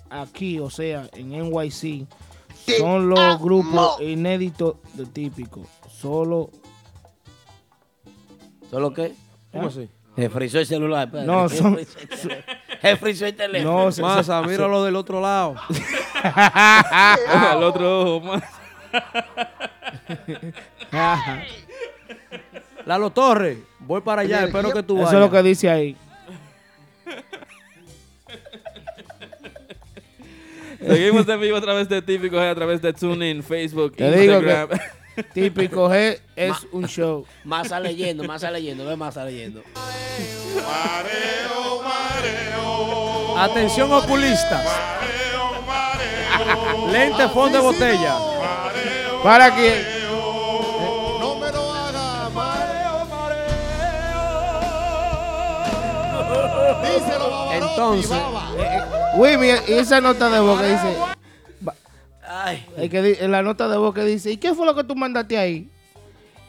aquí, o sea, en NYC, son los grupos inéditos de típico. Solo.
¿Solo qué?
¿Cómo
así? Se frizó el celular. espérate.
No,
Se
son-
frizó el celular. Se frizó el teléfono.
No, se-
Masa,
se-
míralo del otro [LAUGHS] lado.
Al otro ojo,
[LAUGHS]
Masa.
Lalo Torres, voy para allá, espero que tú
Eso
vayas.
es lo que
[LAUGHS]
dice ahí.
Seguimos en vivo a través de Típico G, a través de TuneIn, Facebook,
Te digo
Instagram. [LAUGHS]
que [LAUGHS] típico G es un show.
Masa leyendo, masa leyendo, ve masa leyendo.
Atención oculistas. Lente fondo de botella.
Para que
Entonces,
Eh,
Wilmy, y esa nota de voz que dice. va-
Ay.
el que di- la nota de voz que dice, ¿y qué fue lo que tú mandaste ahí?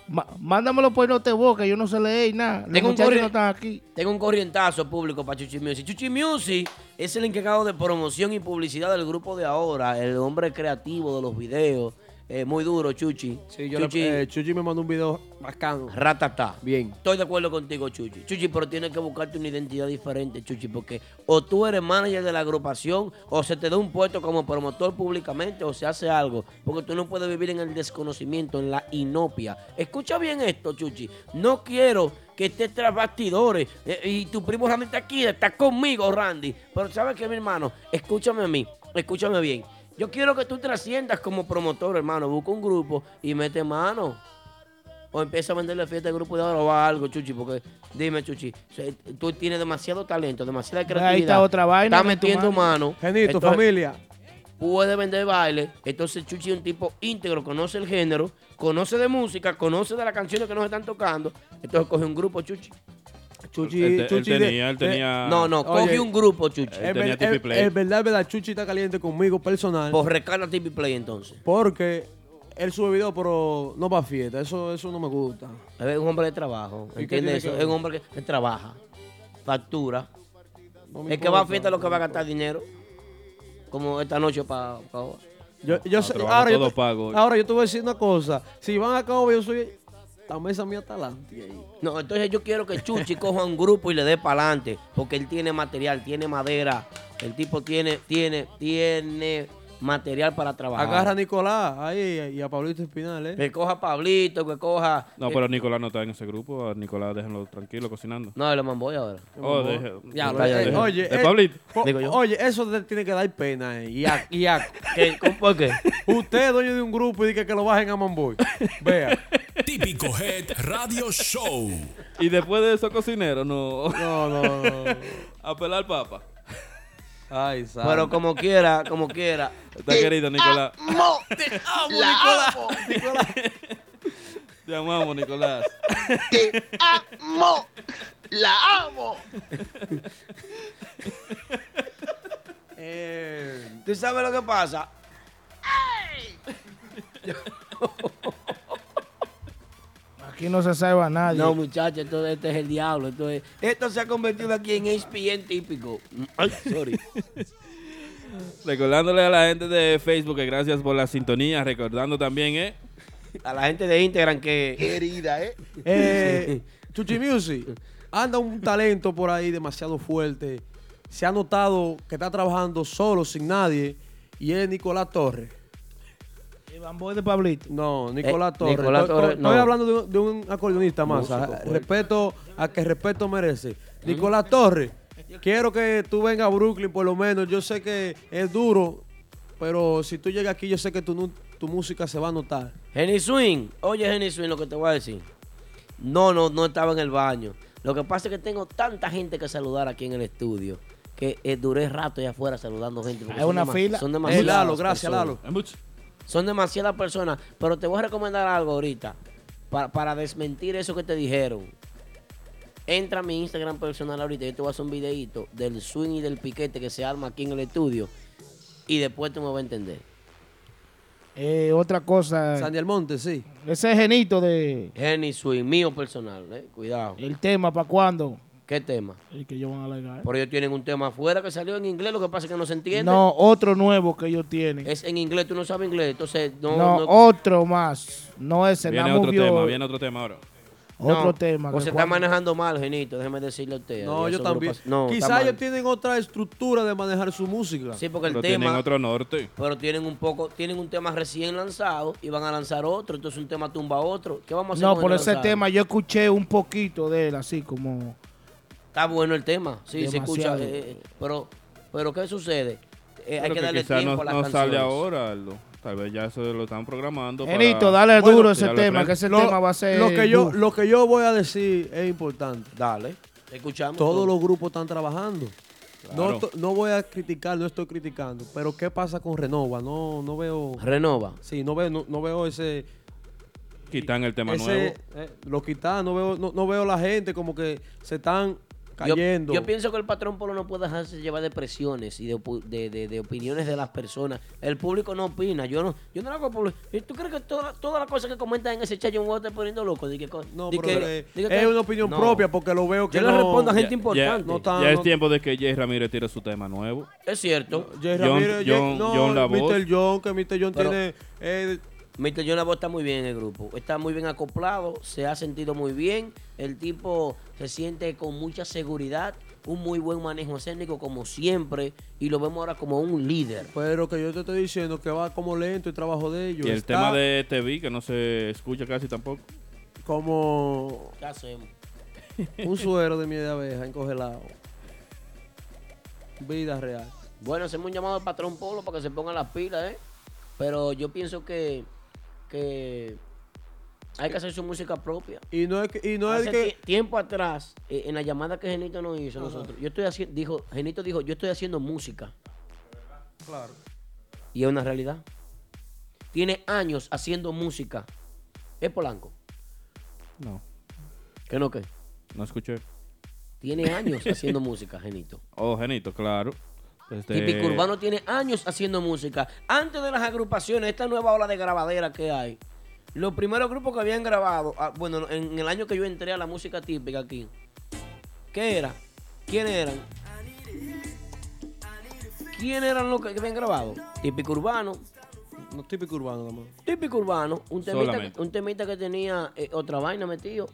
Ma- mándamelo por nota de voz, que yo no sé leer y nada. Los
Tengo un,
muchachos
corri-
no están aquí.
tengo un corrientazo público para Chuchi Music. Chuchi Music es el encargado de promoción y publicidad del grupo de ahora, el hombre creativo de los videos. Eh, muy duro, Chuchi.
Sí, yo le- eh, Chuchi me mandó un video bacano.
Ratatá.
Bien.
Estoy de acuerdo contigo, Chuchi. Chuchi, pero tienes que buscarte una identidad diferente, Chuchi, porque o tú eres manager de la agrupación, o se te da un puesto como promotor públicamente, o se hace algo, porque tú no puedes vivir en el desconocimiento, en la inopia. Escucha bien esto, Chuchi. No quiero que estés tras bastidores eh, y tu primo Randy está aquí, está conmigo, Randy. Pero sabes qué, mi hermano, escúchame a mí, escúchame bien. Yo quiero que tú trasciendas como promotor, hermano. Busca un grupo y mete mano. O empieza a venderle fiesta al grupo de ahora o a algo, Chuchi, porque dime, Chuchi, se- tú tienes demasiado talento, demasiada creatividad.
Ahí está otra vaina.
Está
que tú
metiendo
mandas.
mano.
Genito,
Entonces,
familia.
Puede vender baile. Entonces, Chuchi es un tipo íntegro, conoce el género, conoce de música, conoce de las canciones que nos están tocando. Entonces, coge un grupo, Chuchi.
Chuchi,
Él te- él
Chuchi
tenía- él tenía-
No, no, coge
Oye,
un grupo, Chuchi.
Es, ver- es- es verdad, es verdad, Chuchi está caliente conmigo personal.
Pues rescata Tipi Play entonces.
Porque él sube video, pero no va a fiesta. Eso, eso no me gusta.
Es un hombre de trabajo,
¿Y qué tiene
¿entiendes
que
eso?
ver?
Es un hombre que, que trabaja, factura.
No me
el que va a
importa,
fiesta es lo que va a gastar dinero, como esta noche para ahora.
Yo, yo sé-
trabajo
ahora, yo
todo
te,
pago.
ahora yo te voy a decir una cosa. Si van a cabo, yo soy. La mesa mía está adelante ahí.
No, entonces yo quiero que Chuchi coja un grupo y le dé para adelante, porque él tiene material, tiene madera, el tipo tiene, tiene, tiene material para trabajar.
Agarra a Nicolás ahí y a Pablito Espinal, ¿eh?
Que coja Pablito, que coja.
No, pero Nicolás no está en ese grupo. A Nicolás déjenlo tranquilo cocinando.
No, el Mamboy ahora.
Oh, deje-
Ya,
está ya,
eh,
deje-
oye,
de
eh,
Pablito.
po-
oh,
oye, eso te tiene que dar pena. eh, Y a, y a- ¿Por [LAUGHS] qué? [LAUGHS] Usted es dueño de un grupo y dice que lo bajen a Mamboy. Vea.
[LAUGHS] Típico Head Radio Show.
Y después de eso, cocinero, no. [LAUGHS]
No, no, no.
Apelar papa.
Ay,
Pero como quiera, como quiera.
Está querido, Nicolás.
¡Mo!
¡Te amo,
La
Nicolás!
amo.
Nicolás.
[LAUGHS] Te amamos, Nicolás.
¡Amo! ¡La amo!
¿Tú sabes lo que pasa?
Aquí no se salva nadie.
No, muchachos, esto, este es el diablo. Esto, es- esto se ha convertido aquí en E ESPN típico. Ay, [LAUGHS] sorry.
Recordándole a la gente de Facebook que gracias por la sintonía. Recordando también, ¿eh?
A la gente de Instagram que.
Querida, ¿eh? Chuchi Music, anda un talento por ahí demasiado fuerte. Se ha notado que está trabajando solo, sin nadie. Y es Nicolás Torres.
El Bamboy de Pablito.
No, Nicolás
Eh,
Torres.
Nicolás
Estoy-
Torres,
estoy
no.
hablando de un, de un acordeonista más.
Músico pues.
a-
fuerte.
respeto a que respeto merece. Nicolás Torres, quiero que tú vengas a Brooklyn por lo menos. Yo sé que es duro, pero si tú llegas aquí, yo sé que tu, nu- tu música se va a notar.
Henny Swing, oye Henny Swing, lo que te voy a decir. No, no, no estaba en el baño. Lo que pasa es que tengo tanta gente que saludar aquí en el estudio que eh, duré rato allá afuera saludando gente. porque
Hay
son
una
dema-
fila.
Son
Eh,
demasiadas
Lalo, gracias,
personas.
Lalo.
Son demasiadas personas, pero te voy a recomendar algo ahorita para, para desmentir eso que te dijeron. Entra a mi Instagram personal ahorita, yo te voy a hacer un videito del swing y del piquete que se arma aquí en el estudio y después tú me vas a entender.
Eh, otra cosa.
Sandy
Almonte, sí.
Ese genito de
Henny Swing, mío personal, eh, cuidado.
el tema, ¿para cuándo?
¿Qué tema?
El que ellos van a ¿eh? alargar.
Por ellos tienen un tema afuera que salió en inglés, lo que pasa es que no se entiende.
No, otro nuevo que ellos tienen.
Es en inglés, tú no sabes inglés, entonces no.
No,
no-
otro más. No ese.
Viene
nada
otro
movió-
tema, viene otro tema ahora.
otro
no.
tema,
O
que
se está
cuando-
manejando mal, Genito, déjeme decirle a usted.
No,
Y
yo
eso
también.
grupo- Pues, No, está
Quizás
mal.
ellos tienen otra estructura de manejar su música.
Sí, porque el Pero tienen tema-
otro norte.
Pero tienen un poco, tienen un tema recién lanzado y van a lanzar otro, entonces un tema tumba otro. ¿Qué vamos a hacer?
No,
con
por
el
ese
lanzado?
tema yo escuché un poquito de él, así como.
Está bueno el tema, sí, se escucha.
Demasiado.
eh, eh, pero, pero, ¿qué sucede? Eh, hay
Pero
que darle
quizá
tiempo
no,
a las
no sale
canciones.
ahora, Aldo. Tal vez ya eso lo están programando. para-
Genito, dale
Bueno,
duro ese
ya lo
tema,
aprende.
que ese
Lo-
tema va a ser.
Lo que, yo,
buf.
lo que yo voy a decir es importante.
Dale. Escuchamos.
Todos
todo.
los grupos están trabajando.
Claro.
No, to- no voy a criticar, no estoy criticando. Pero ¿qué pasa con Renova? No, no veo.
Renova.
Sí, no veo, no, no veo ese.
Quitan el tema
ese-
nuevo.
eh, lo quitan, no veo, no, no veo la gente como que se están
Yo-
cayendo.
Yo, pienso que el patrón Polo no puede dejarse llevar de presiones y de, opu- de- de- de opiniones de las personas. El público no opina. Yo no, yo no lo hago público. ¿Tú crees que toda- todas las cosas que comentan en ese chat yo me voy a estar poniendo loco? Di que co-
No,
di
pero
que-
que-
di que-
es una opinión
No.
propia porque lo veo que
Yo le
no-
respondo a gente
Ya-
importante.
Ya,
No está-
ya es
no-
tiempo de que Jay Ramírez tire su tema nuevo.
Es cierto.
Jay
John-
Ramírez, Jay-
John-
no,
John La Voz.
Mr. John, que Mr. John
Pero-
tiene. eh,
Mr. John Labo está muy bien en el grupo. Está muy bien acoplado, se ha sentido muy bien. El tipo se siente con mucha seguridad, un muy buen manejo escénico como siempre. Y lo vemos ahora como un líder.
pero que yo te estoy diciendo que va como lento el trabajo de ellos.
Y el
Está
tema de TV, que no se escucha casi tampoco.
Como
¿Qué hacemos?
un suero de miel de abeja encogelado. Vida real.
Bueno, hacemos un llamado al patrón Polo para que se ponga las pilas, ¿eh? Pero yo pienso que, que hay que hacer su música propia.
Y no es que. Y no es
Hace
que
tie- tiempo atrás, eh, en la llamada que Genito nos hizo nosotros, yo estoy haciendo, dijo, Genito dijo, yo estoy haciendo música.
Claro.
Y es una realidad. Tiene años haciendo música. Es Polanco.
No.
¿Qué no qué?
No escuché.
Tiene años
[LAUGHS]
haciendo música, Genito.
Oh, Genito, claro. Este,
Típico Urbano tiene años haciendo música. Antes de las agrupaciones, esta nueva ola de grabadera que hay, los primeros grupos que habían grabado, ah, bueno, en el año que yo entré a la música típica aquí, ¿qué era? ¿Quién eran? ¿Quién eran los que habían grabado? Típico Urbano.
No típico urbano, nada más.
Típico Urbano, un temita, que,
Solamente.
un temita que tenía eh, otra vaina metido.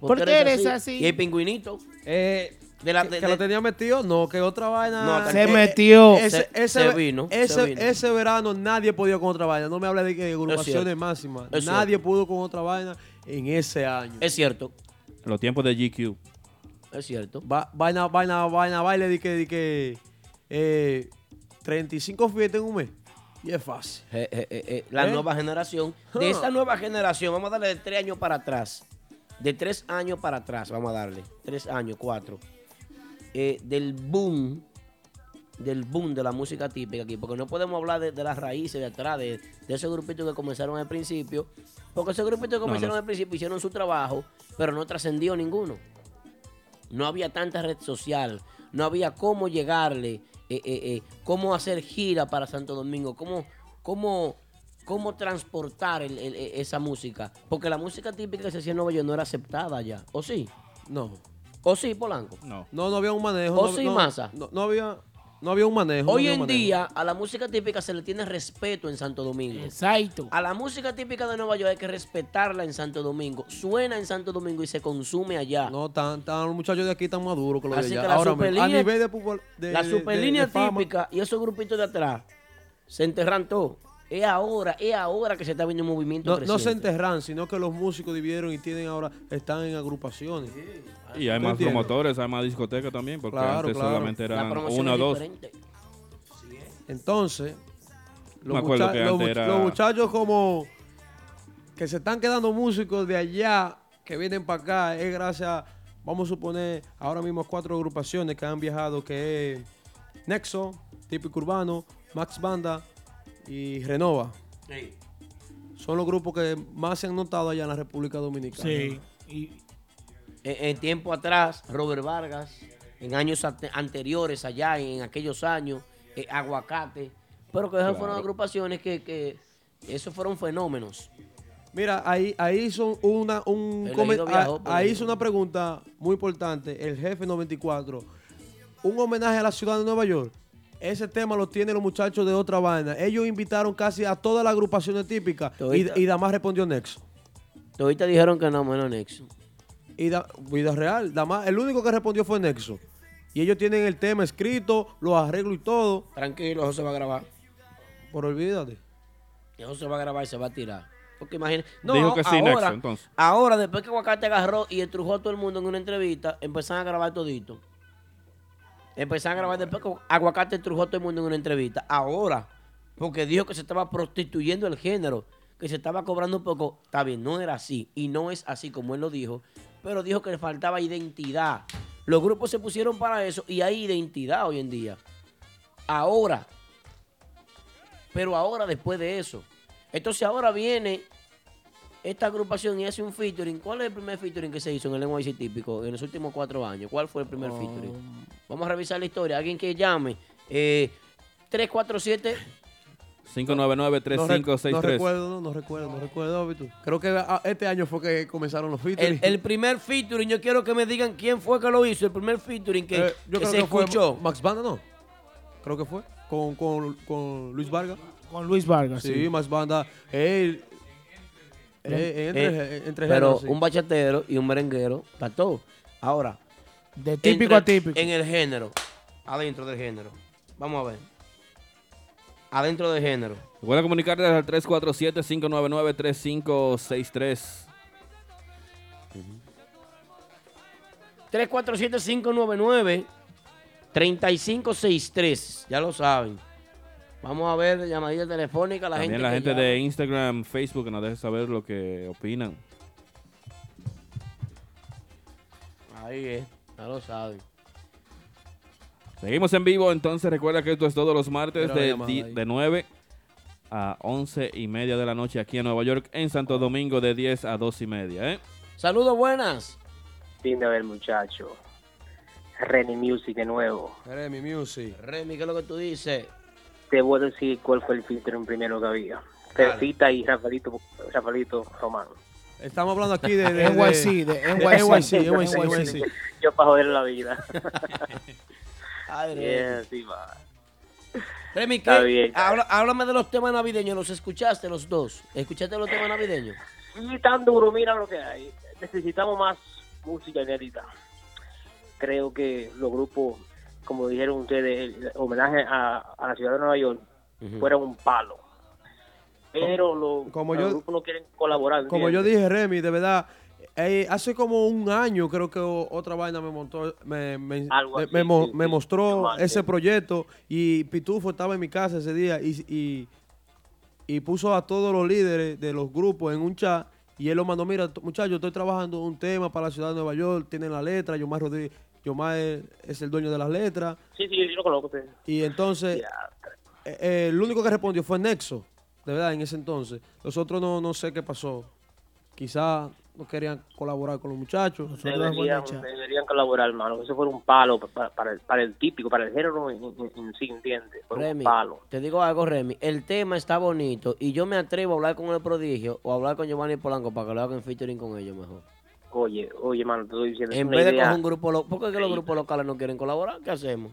¿Por qué eres así?
Y el pingüinito.
Eh,
De la-
que,
de-
que lo tenía metido, no, que otra vaina.
No,
Se metió.
Ese,
Se-
ese
se
ve-
vino, se
Ese,
vino.
ese verano nadie podía con otra vaina. No me hables de que agrupaciones
cierto,
máximas.
es
Nadie pudo con otra vaina en ese año.
Es cierto.
Los tiempos de GQ.
Es cierto.
Va- vaina, vaina, vaina, baile de que, de que eh, 35 fiestas en un mes. Y es fácil.
Eh, eh, eh, eh, la
¿Eh?
nueva generación.
Huh.
De esa nueva generación, vamos a darle de tres años para atrás. De tres años para atrás, vamos a darle. Tres años, cuatro. Eh, del boom, del boom de la música típica aquí, porque no podemos hablar de, de las raíces de atrás, de, de esos grupitos que comenzaron al principio, porque esos grupitos que
No,
comenzaron
no.
al principio hicieron su trabajo, pero no trascendió ninguno. No había tanta red social, no había cómo llegarle, eh, eh, eh, cómo hacer gira para Santo Domingo, cómo, cómo, cómo transportar el- el- e- esa música. Porque la música típica que se hacía en Nueva York no era aceptada ya. ¿O sí?
No.
¿O sí, Polanco?
No.
No, no había un manejo.
¿O
no,
sí,
no-
Masa?
No, no había, no había un manejo. no
Hoy
había
en
un manejo.
día a la música típica se le tiene respeto en Santo Domingo.
Exacto.
A la música típica de Nueva York hay que respetarla en Santo Domingo. Suena en Santo Domingo y se consume allá.
No, tan, tan, los muchachos de aquí tan maduros que lo
Así
de allá.
que la
Ahora mismo, a
superlínea-
nivel de fútbol. de-
la
de- de-
superlínea
de fama,
típica y esos grupitos de atrás se enterran todo. Es ahora, es ahora que se está viendo un movimiento
No, no se
creciente.
enterran, sino que los músicos dividieron y tienen ahora, están en agrupaciones.
Y hay
¿Tú
más
entiendes?
promotores, hay más discotecas también, porque
Ah, Claro,
antes
claro.
solamente
La
eran
promoción
una o
es
dos.
diferente. Entonces, los,
Me acuerdo
mucha-
que
los
antes
much-
era-
los muchachos como que se están quedando músicos de allá que vienen para acá es gracias, vamos a suponer, ahora mismo a cuatro agrupaciones que han viajado, que es Nexo, Típico Urbano, Max Banda y Renova. Son los grupos que más se han notado allá en la República Dominicana.
Sí. En, en tiempo atrás, Robert Vargas, en años ante- anteriores allá, en aquellos años, eh, Aguacate. Pero que esas
Claro.
fueron agrupaciones que, que esos fueron fenómenos.
Mira, ahí, ahí hizo una, un
El
come-
leído viajó,
ah,
pero-
ahí hizo una pregunta muy importante, el jefe 94. Un homenaje a la ciudad de Nueva York. Ese tema lo tienen los muchachos de otra vaina. Ellos invitaron casi a todas las agrupaciones típicas. Y,
Todita.
y Damás respondió Nexo.
Todita dijeron que no, menos Nexo.
Y Da- Vida Real, Damás, el único que respondió fue Nexo. Y ellos tienen el tema escrito, los arreglos y todo.
Tranquilo, eso se va a grabar.
Por olvídate.
Eso se va a grabar y se va a tirar. Porque imagina.
Dijo que sí,
ahora,
Nexo, entonces.
Ahora, después que Aguacate agarró y estrujó a todo el mundo en una entrevista, empezaron a grabar todito. Empezaron a grabar después que Aguacate estrujó a todo el mundo en una entrevista. Ahora, porque dijo que se estaba prostituyendo el género, que se estaba cobrando un poco. Está bien, no era así. Y no es así como él lo dijo. Pero dijo que le faltaba identidad. Los grupos se pusieron para eso y hay identidad hoy en día. Ahora. Pero ahora, después de eso. Entonces ahora viene esta agrupación y hace un featuring. ¿Cuál es el primer featuring que se hizo en el NYC típico en los últimos cuatro años? ¿Cuál fue el primer
Um,
featuring? Vamos a revisar la historia. Alguien que llame. Eh,
[LAUGHS]
347.
599-3563.
No recuerdo, no, no recuerdo, no recuerdo. Vitu. Creo que ah, este año fue que comenzaron los featuring.
El, el primer featuring, yo quiero que me digan quién fue que lo hizo. El primer featuring que,
Eh, yo
que
creo
se
que fue
escuchó.
Max Banda, ¿no? Creo que fue. Con, con, con Luis Vargas.
Con Luis Vargas,
Sí,
sí.
Max Banda. Él. eh, entre,
Eh,
entre
pero
géneros, sí.
un bachatero y un merenguero para todo. Ahora.
De
típico a típico. En el género. Adentro del género. Vamos a ver. Adentro del género.
Recuerda comunicarte al 347-599-3563.
347-599-3563. Ya lo saben. Vamos a ver llamadilla telefónica. La
También
gente
la
que
gente
llama.
de Instagram, Facebook, que nos deje saber lo que opinan.
Ahí es. Ya lo saben.
Seguimos en vivo, entonces recuerda que esto es todos los martes
Mira la
de,
llamada
di-
ahí.
de 9 a 11 y media de la noche aquí en Nueva York, en Santo Domingo de 10 a 2 y media. ¿eh?
Saludos, buenas.
Dime a ver, muchacho. Remy Music de nuevo.
Remy Music.
Remy, ¿qué es lo que tú dices?
Te voy a decir cuál fue el filtro en primero que había. Perfita y Rafaelito, Rafaelito Román.
Estamos hablando aquí de. de,
[LAUGHS]
[LAUGHS] de-
NYC, de NYC,
NYC, NYC.
Yo para joder la [LAUGHS] vida.
[LAUGHS] Ay,
Yeah,
Remy.
sí, va.
Remy, ¿qué?
Está bien, está
Habla- háblame de los temas navideños. ¿Los escuchaste los dos? ¿Escuchaste los temas navideños?
Y tan duro, mira lo que hay. Necesitamos más música inédita. creo que los grupos, como dijeron ustedes, el homenaje a, a la ciudad de Nueva York, fueron un palo. Pero los,
como
los
yo-
grupos no quieren colaborar.
Como
¿entiendes?
yo dije, Remy, de verdad, eh, hace como un año creo que o- otra vaina me montó, me, me-
Algo
me-
así,
me mo-
sí,
me
sí,
mostró
normal,
ese
sí.
proyecto y Pitufo estaba en mi casa ese día y, y, y puso a todos los líderes de los grupos en un chat y él lo mandó, mira, t- muchachos, estoy trabajando un tema para la ciudad de Nueva York, tienen la letra, Yomar Rodríguez, Yomar es- es el dueño de las letras.
Sí, sí, yo lo conozco. sí.
Y entonces, eh, eh, el único que respondió fue Nexo, de verdad, en ese entonces. Los otros no, no sé qué pasó. Quizás no querían colaborar con los muchachos.
Deberían, deberían colaborar, hermano. Eso fue un palo pa- pa- para, el, para el típico, para el género en, en- en sí, ¿entiendes? Fue
Remy,
un palo.
te digo algo, Remy. El tema está bonito y yo me atrevo a hablar con el prodigio o a hablar con Giovanni Polanco para que lo hagan featuring con ellos mejor.
Oye, oye, hermano, te estoy diciendo. es
En
una
vez de
idea.
coger un grupo local, ¿por qué que los grupos locales no quieren colaborar? ¿Qué hacemos?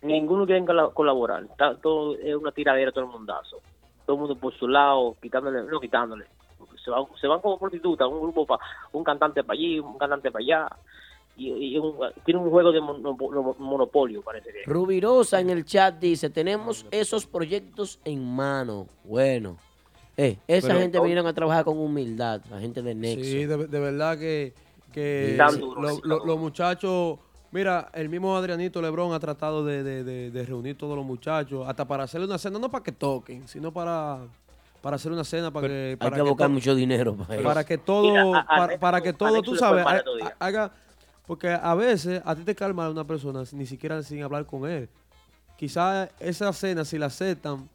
Ninguno quiere col- colaborar. Está- todo es una tiradera, todo el mundazo. Todo el mundo por su lado, quitándole, no quitándole. Se van, se van como prostitutas, un grupo para un cantante para allí, un cantante para allá. Y, y un- tiene un juego de mono- mono- monopolio, parece que.
Rubirosa en el chat dice, tenemos esos proyectos en mano. Bueno. Eh, esa
Pero-
gente vinieron a trabajar con humildad, la gente de Nexo.
Sí, de, de verdad que, que
Tan
sí,
duro,
lo-
sí,
lo- los muchachos, mira, el mismo Adrianito Lebrón ha tratado de, de- de- de reunir todos los muchachos, hasta para hacerle una cena, no para que toquen, sino para, para hacer una cena, para que...
Hay
para
que buscar
to-
mucho dinero para eso.
Para que todo,
Mira, a- a
para,
Nexo-
para que
a
todo,
Nexo
tú
le
sabes,
prepara
ha-
todo día.
ha- haga, porque a veces a ti te calma una persona ni siquiera sin hablar con él. Quizás esa cena, si la aceptan,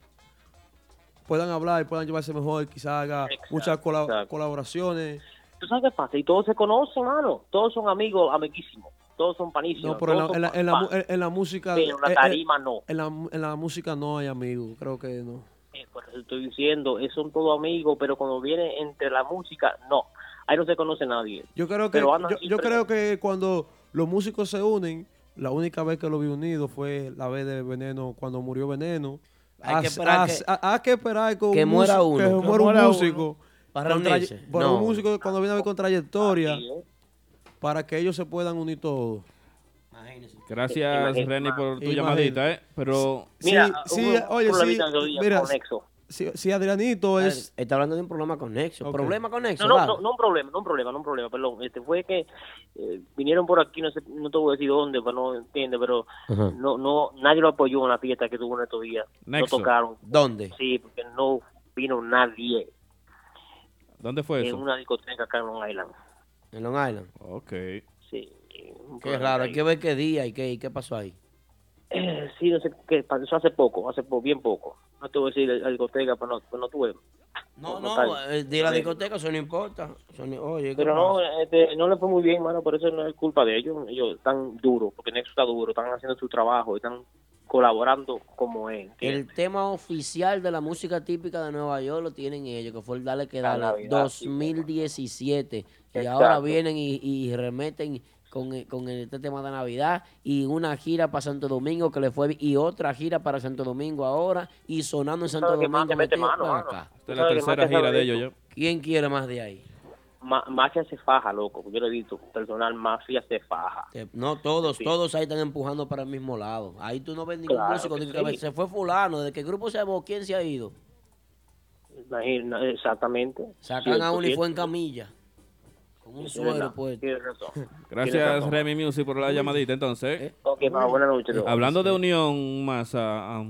puedan hablar y puedan llevarse mejor, quizás haga muchas cola- colaboraciones.
¿Tú sabes qué pasa? Y todos se conocen, mano. Todos son amigos, amiguísimos. Todos son panísimos.
No, pero en la,
todos
en la-
son
en la
pa-
mu- en- en la música.
Sí, en una
eh, eh,
tarima no.
En la, en la música no hay amigos, creo que no.
Eh, por eso estoy diciendo, eh, son todos amigos, pero cuando viene entre la música, no. Ahí no se conoce nadie.
Yo creo que,
Pero andan
yo, yo
siempre-
creo que cuando los músicos se unen, la única vez que lo vi unido fue la vez de Veneno, cuando murió Veneno.
Hay
Ha-
que esperar
ha-
que-
ha- hay que esperar que un
que muera
músico-
uno.
que
Que
muera
muera
un
uno
músico.
para
con tra-
unirse.
para
No.
un músico que cuando viene a ver con trayectoria, para que ellos se puedan unir todos.
Gracias,
Imagínate.
Reni, por tu
Imagínate.
llamadita, ¿eh? Pero...
Sí, sí, oye, sí, mira, si, si Adrianito es...
Ah, Está hablando de un problema con Nexo.
Ok.
Pues Problema con Nexo,
No, no,
claro.
no, no un problema, no un problema, no un problema, perdón. Este fue que eh, vinieron por aquí, no sé, no te voy a decir dónde, pero no entiende, pero
Oh. Ajá.
no, no, nadie lo apoyó en la fiesta que tuvo en estos días.
Nexo.
No tocaron.
¿Dónde?
Sí, porque no vino nadie
¿Dónde fue
en
eso?
una discoteca acá en Long Island.
En Long Island.
Ok.
Sí. un
Qué
problema
raro, hay
ahí.
que ver qué día y qué, y qué pasó ahí.
Eh, sí, no sé qué pasó eso hace poco, hace po- bien poco. No te voy a decir la discoteca, pero no, pero no tuve.
No,
no,
No, eh, de la discoteca eso no importa. Eso ni- oye, ¿qué
Pero no,
pasa?
este, no le fue muy bien, mano, por eso no es culpa de ellos. Ellos están duros, porque Nexo está duro, están haciendo su trabajo, están colaborando como es. ¿entiendes?
El tema oficial de la música típica de Nueva York lo tienen ellos, que fue el Dale que
La
Dale
Navidad,
2017. Y
Exacto.
ahora vienen y, y remeten con, e- con este tema de Navidad y una gira para Santo Domingo que le fue bien, y otra gira para Santo Domingo ahora y sonando en Santo
sabes que más
Domingo.
te mete
metido.
mano,
Ven
mano.
acá.
Tú Esta es la sabes que tercera más te gira sabe de de ellos eso.
¿Quién quiere más de ahí?
Ma- Mafia se faja, loco. Yo lo he visto, personal, Mafia se faja.
Eh, No, todos,
Sí.
todos ahí están empujando para el mismo lado. Ahí tú no ves ningún
Claro
músico.
que
dice que
sí.
se fue fulano, ¿de qué grupo se va? ¿Quién se ha ido?
Imagina- Exactamente.
Sacan a uno y fue en
100%.
camilla. Con un pues.
Tienes
suero
razón,
puesto.
tienes razón. Tienes
Gracias,
razón.
Remy Music, por la llamadita, entonces.
Eh.
Ok, ma, buenas noches. loco.
Eh, Hablando de unión más a, a-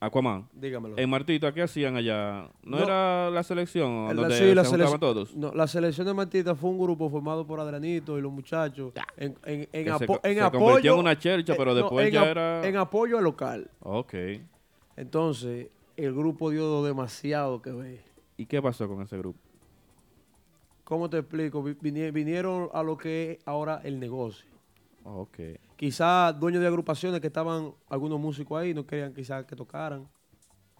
Aquaman.
Dígamelo.
En Martita, ¿qué hacían allá? ¿No,
No.
era la selección
La-
donde
sí, la
se
selec-
juntaban todos?
no, la selección de Martita fue un grupo formado por Adranito y los muchachos en, en, en
Que se co-
apo- en
se
apoyo. eh,
convirtió en una chercha, pero después
en
ya
ap-
era-
En apoyo al local.
Ok.
Entonces, el grupo dio demasiado que ver.
¿Y qué pasó con ese grupo?
¿Cómo te explico? Vi- vinie- Vinieron a lo que es ahora el negocio.
Ok.
Quizás dueños de agrupaciones que estaban algunos músicos ahí no querían quizás que tocaran.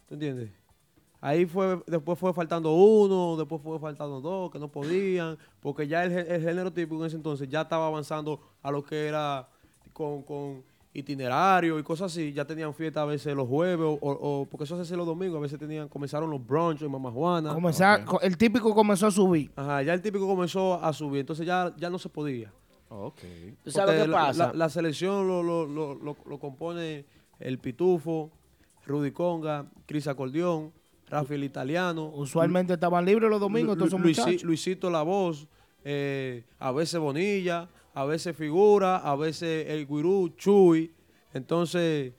¿Tú entiendes? Ahí fue, después fue faltando uno, después fue faltando dos que no podían, porque ya el, gé- el género típico en ese entonces ya estaba avanzando a lo que era con, con itinerario y cosas así. Ya tenían fiesta a veces los jueves, o, o- o- porque eso se hacía los domingos, a veces tenían, comenzaron los brunch en Mamá Juana.
Ah, Comenzar- co- El típico comenzó a subir.
Ajá, ya el típico comenzó a subir, entonces ya, ya no se podía.
Oh.
Ok.
¿Tú sabes
Porque
qué
la-
pasa?
La, la selección lo, lo- lo- lo- lo compone el Pitufo, Rudy Conga, Cris Acordeón, Rafael Italiano.
Usualmente estaban libres los domingos,
Lu-
todos esos
Lu- Luisi-
muchachos.
Luisito La Voz, eh, a veces Bonilla, a veces Figura, a veces El Guirú, Chuy. Entonces,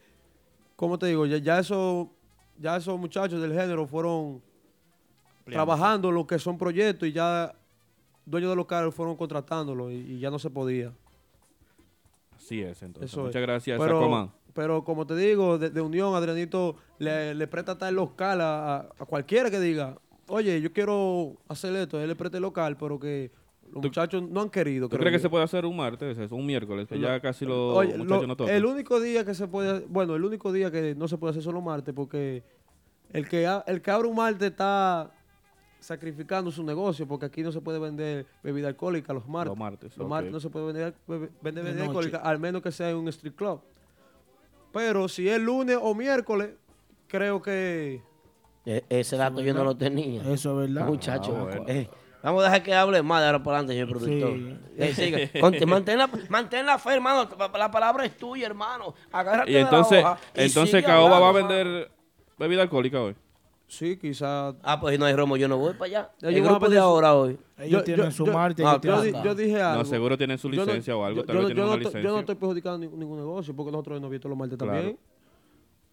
¿cómo te digo? Ya, ya eso- ya esos muchachos del género fueron trabajando lo que son proyectos y ya dueños de los carros fueron contratándolos y, y ya no se podía.
Así es, entonces.
Eso es.
Muchas gracias,
pero,
Aquaman.
Pero como te digo, de, de Unión, Adrianito le, le presta hasta el local a, a- a cualquiera que diga, oye, yo quiero hacer esto, él le presta el local, pero que los muchachos no han querido.
¿Tú crees que se puede hacer un martes, es un miércoles? Que ya casi los
Oye,
muchachos
lo-
no tocan.
el único día que se puede, bueno, el único día que no se puede hacer solo martes, porque el que, a- el que abre un martes está sacrificando su negocio, porque aquí no se puede vender bebida alcohólica los martes.
Los martes, ok.
no se puede vender, bebe- vender
De
bebida
noche.
alcohólica, al menos que sea en un street club. Pero si es lunes o miércoles, creo que...
E- ese dato yo no lo tenía.
Eso es verdad.
Muchacho.
Ah, bueno.
eh, vamos a dejar que hable más de ahora para adelante, señor productor.
Sí. [LAUGHS]
Eh, siga. Conte- mantén, la, mantén la fe, hermano. La- La palabra es tuya, hermano. Agárrate
y entonces,
de la hoja y
entonces
sigue
Caoba va a
hablando,
vender bebida alcohólica hoy.
Sí, quizás.
Ah, pues si no hay romo, yo no voy para allá.
Yo
el
voy a
grupo de
pedir-
ahora hoy.
Ellos Yo- tienen yo- su yo- martes, ellos
Ah,
tienen
claro.
su- yo dije algo.
No, seguro tienen su
Yo no-
licencia o algo.
yo-
tal
yo
vez
no-
tienen
yo
una
no estoy-
licencia.
Yo no estoy perjudicando ni- ningún negocio, porque nosotros hemos visto los martes
Claro.
también.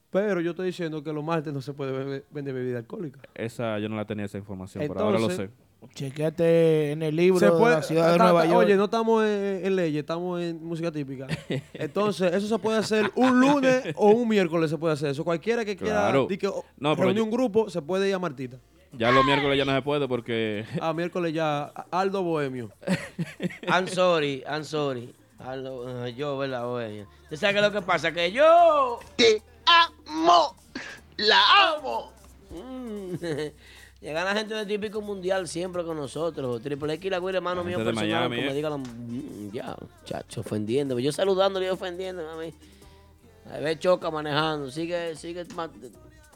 Pero yo estoy diciendo que los martes no se puede bebe- vender bebida alcohólica.
Esa yo no la tenía esa información, pero ahora lo sé.
Entonces,
Chequete en el libro
Se puede-
de la ciudad de
ta- ta-
Nueva York.
Oye, no estamos en, en leyes, estamos en música
[LAUGHS]
típica. Entonces, eso se puede hacer un lunes o un miércoles, se puede hacer eso. Cualquiera que quiera
Claro.
di que, oh,
No, pero
reunir
yo-
un grupo, se puede ir a Martita.
Ya los miércoles ya no se puede porque
A miércoles ya, ah, a- Aldo Bohemio.
[LAUGHS] I'm sorry, I'm sorry. Aldo, eh, yo, ¿verdad? Oye, ¿Tú sabes qué es lo que pasa? Que yo te
Ah.
amo. La amo. [LAUGHS] Llega Mm. la gente de típico mundial siempre con nosotros. Triple X, la güera, hermano
La
mío
gente de
personal.
Miami,
que
eh.
me diga la... Mm, Ya, chacho, ofendiéndome. Yo saludándole y ofendiéndome a mí. Ahí ve Choca manejando. Sigue, sigue ma-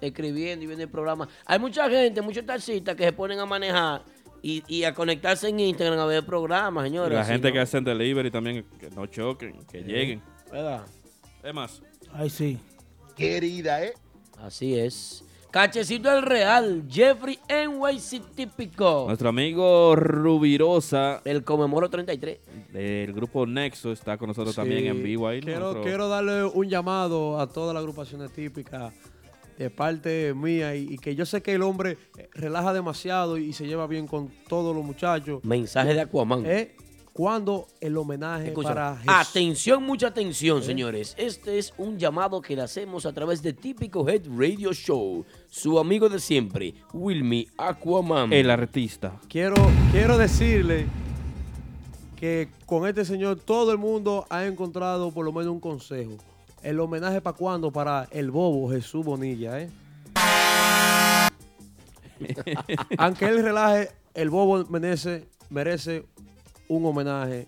escribiendo y viendo el programa. Hay mucha gente, muchos taxistas que se ponen a manejar y, y a conectarse en Instagram a ver el programa,
y
señores.
la
Si
gente
no-
que hacen delivery también que no choquen,
Eh,
que lleguen.
¿Verdad?
Es más.
Ay, sí.
Querida, ¿eh? Así es. Cachecito el Real, Jeffrey NYC típico.
Nuestro amigo Rubirosa.
El Comemoro 33.
Del grupo Nexo está con nosotros también
Sí.
en vivo ahí.
Quiero,
nuestro-
quiero darle un llamado a todas las agrupaciones típicas de parte mía y, y que yo sé que el hombre eh, relaja demasiado y se lleva bien con todos los muchachos.
Mensaje de Aquaman.
Eh, ¿Cuándo el homenaje
Escucha,
Eh,
Ah.
para Eh. Jesús?
atención, mucha atención, señores. Este es un llamado que le hacemos a través de Típico Head Radio Show. Su amigo de siempre, Wilmy Aquaman.
El artista.
Quiero, quiero decirle que con este señor todo el mundo ha encontrado por lo menos un consejo. El homenaje para cuándo? Para el bobo Jesús Bonilla, ¿eh? Aunque él relaje, el bobo merece, merece un homenaje.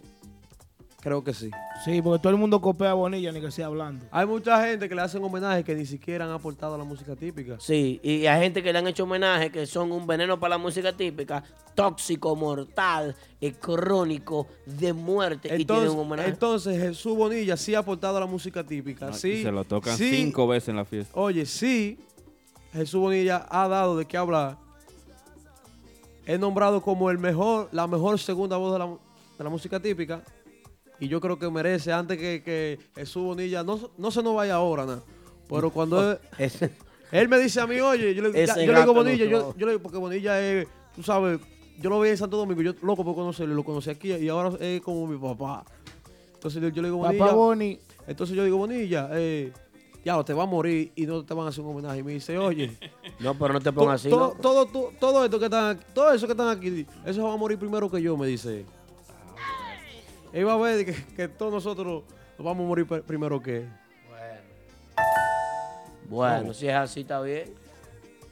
Creo que sí.
Sí, porque todo el mundo copia a Bonilla, ni que sea hablando.
Hay mucha gente que le hacen homenaje que ni siquiera han aportado a la música típica.
Sí, y hay gente que le han hecho homenaje que son un veneno para la música típica, tóxico, mortal, eh, crónico, de muerte. y tienen
Entonces, eh,
un homenaje.
entonces Jesús Bonilla sí ha aportado a la música típica.
No, Ah, y
sí,
se lo tocan
sí,
cinco veces en la fiesta.
Oye, sí, Jesús Bonilla ha dado de qué hablar. Es nombrado como el mejor, la mejor segunda voz de la, de la música típica. Y yo creo que merece, antes que, que Jesús Bonilla, no, no se nos vaya ahora, nada. Pero
[LAUGHS]
cuando él, él me dice a mí, oye, yo le,
Ese
ya- yo le digo
gato
Bonilla, yo,
nuestro.
yo le digo, porque Bonilla es, tú sabes, yo lo veía en Santo Domingo, yo loco por conocerlo, lo conocí aquí y ahora es como mi papá. Entonces yo, yo le digo,
Papá
Bonilla.
Boni.
Entonces yo digo, Bonilla, eh, ya te va a morir y no te van a hacer un homenaje. Y me dice, oye,
No, [LAUGHS] pero no te
to-
pongas así.
todo,
loco.
todo, tú- todo esto que están aquí, todo eso que están aquí, eso va a morir primero que yo, me dice. él.
Ah.
Él va a ver que, que todos nosotros nos vamos a morir pr- primero que él.
Bueno, si es así, está bien.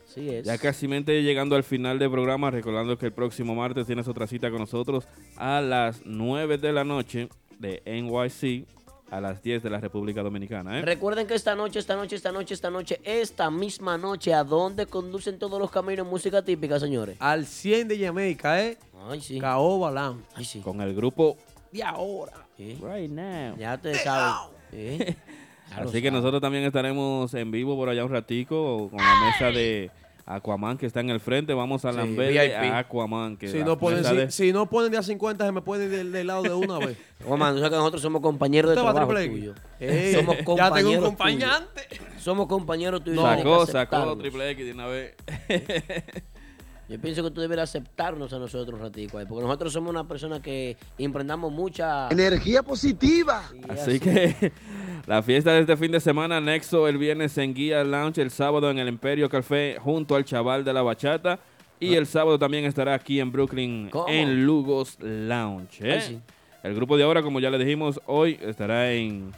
Sí es.
Ya casi mente llegando al final del programa, recordando que el próximo martes tienes otra cita con nosotros a las 9 de la noche de NYC a las 10 de la República Dominicana. ¿eh?
Recuerden que esta noche, esta noche, esta noche, esta noche, esta misma noche, ¿a dónde conducen todos los caminos música típica, señores?
Al 100 de Jamaica, ¿eh?
Ay, sí.
Caoba Lam.
Ay, sí.
Con el grupo
de ahora.
Right now. Ya te
Now.
sabes.
[LAUGHS]
¿eh? Ya lo
Así que
sabes.
nosotros también estaremos en vivo por allá un ratico con la mesa de Aquaman que está en el frente. Vamos a
Sí,
lamberle
VIP.
a Aquaman. Que
Si
la
no, ponen,
mesa de-
si, si no ponen de a 50, se me pueden del, del lado de una
[LAUGHS]
vez.
Guamán, tú sabes que nosotros somos compañeros de
¿Usted va a
trabajo
Triple
tuyo.
X? Ey,
[LAUGHS] somos
ya tengo un
compañeros
compañante.
tuyos. Somos compañeros tuyos. tienes que
sacó, sacó
aceptarnos.
Triple X de una vez.
Yo pienso que tú deberías aceptarnos a nosotros un ratico ahí, porque nosotros somos una persona que emprendamos mucha...
Energía positiva.
Así que [LAUGHS] la fiesta de este fin de semana, Nexo el viernes en Guía Lounge, el sábado en el Imperio Café junto al Chaval de la Bachata
Ah.
y el sábado también estará aquí en Brooklyn en Lugos Lounge. ¿eh?
Ay, sí.
El grupo de ahora, como ya le dijimos, hoy estará en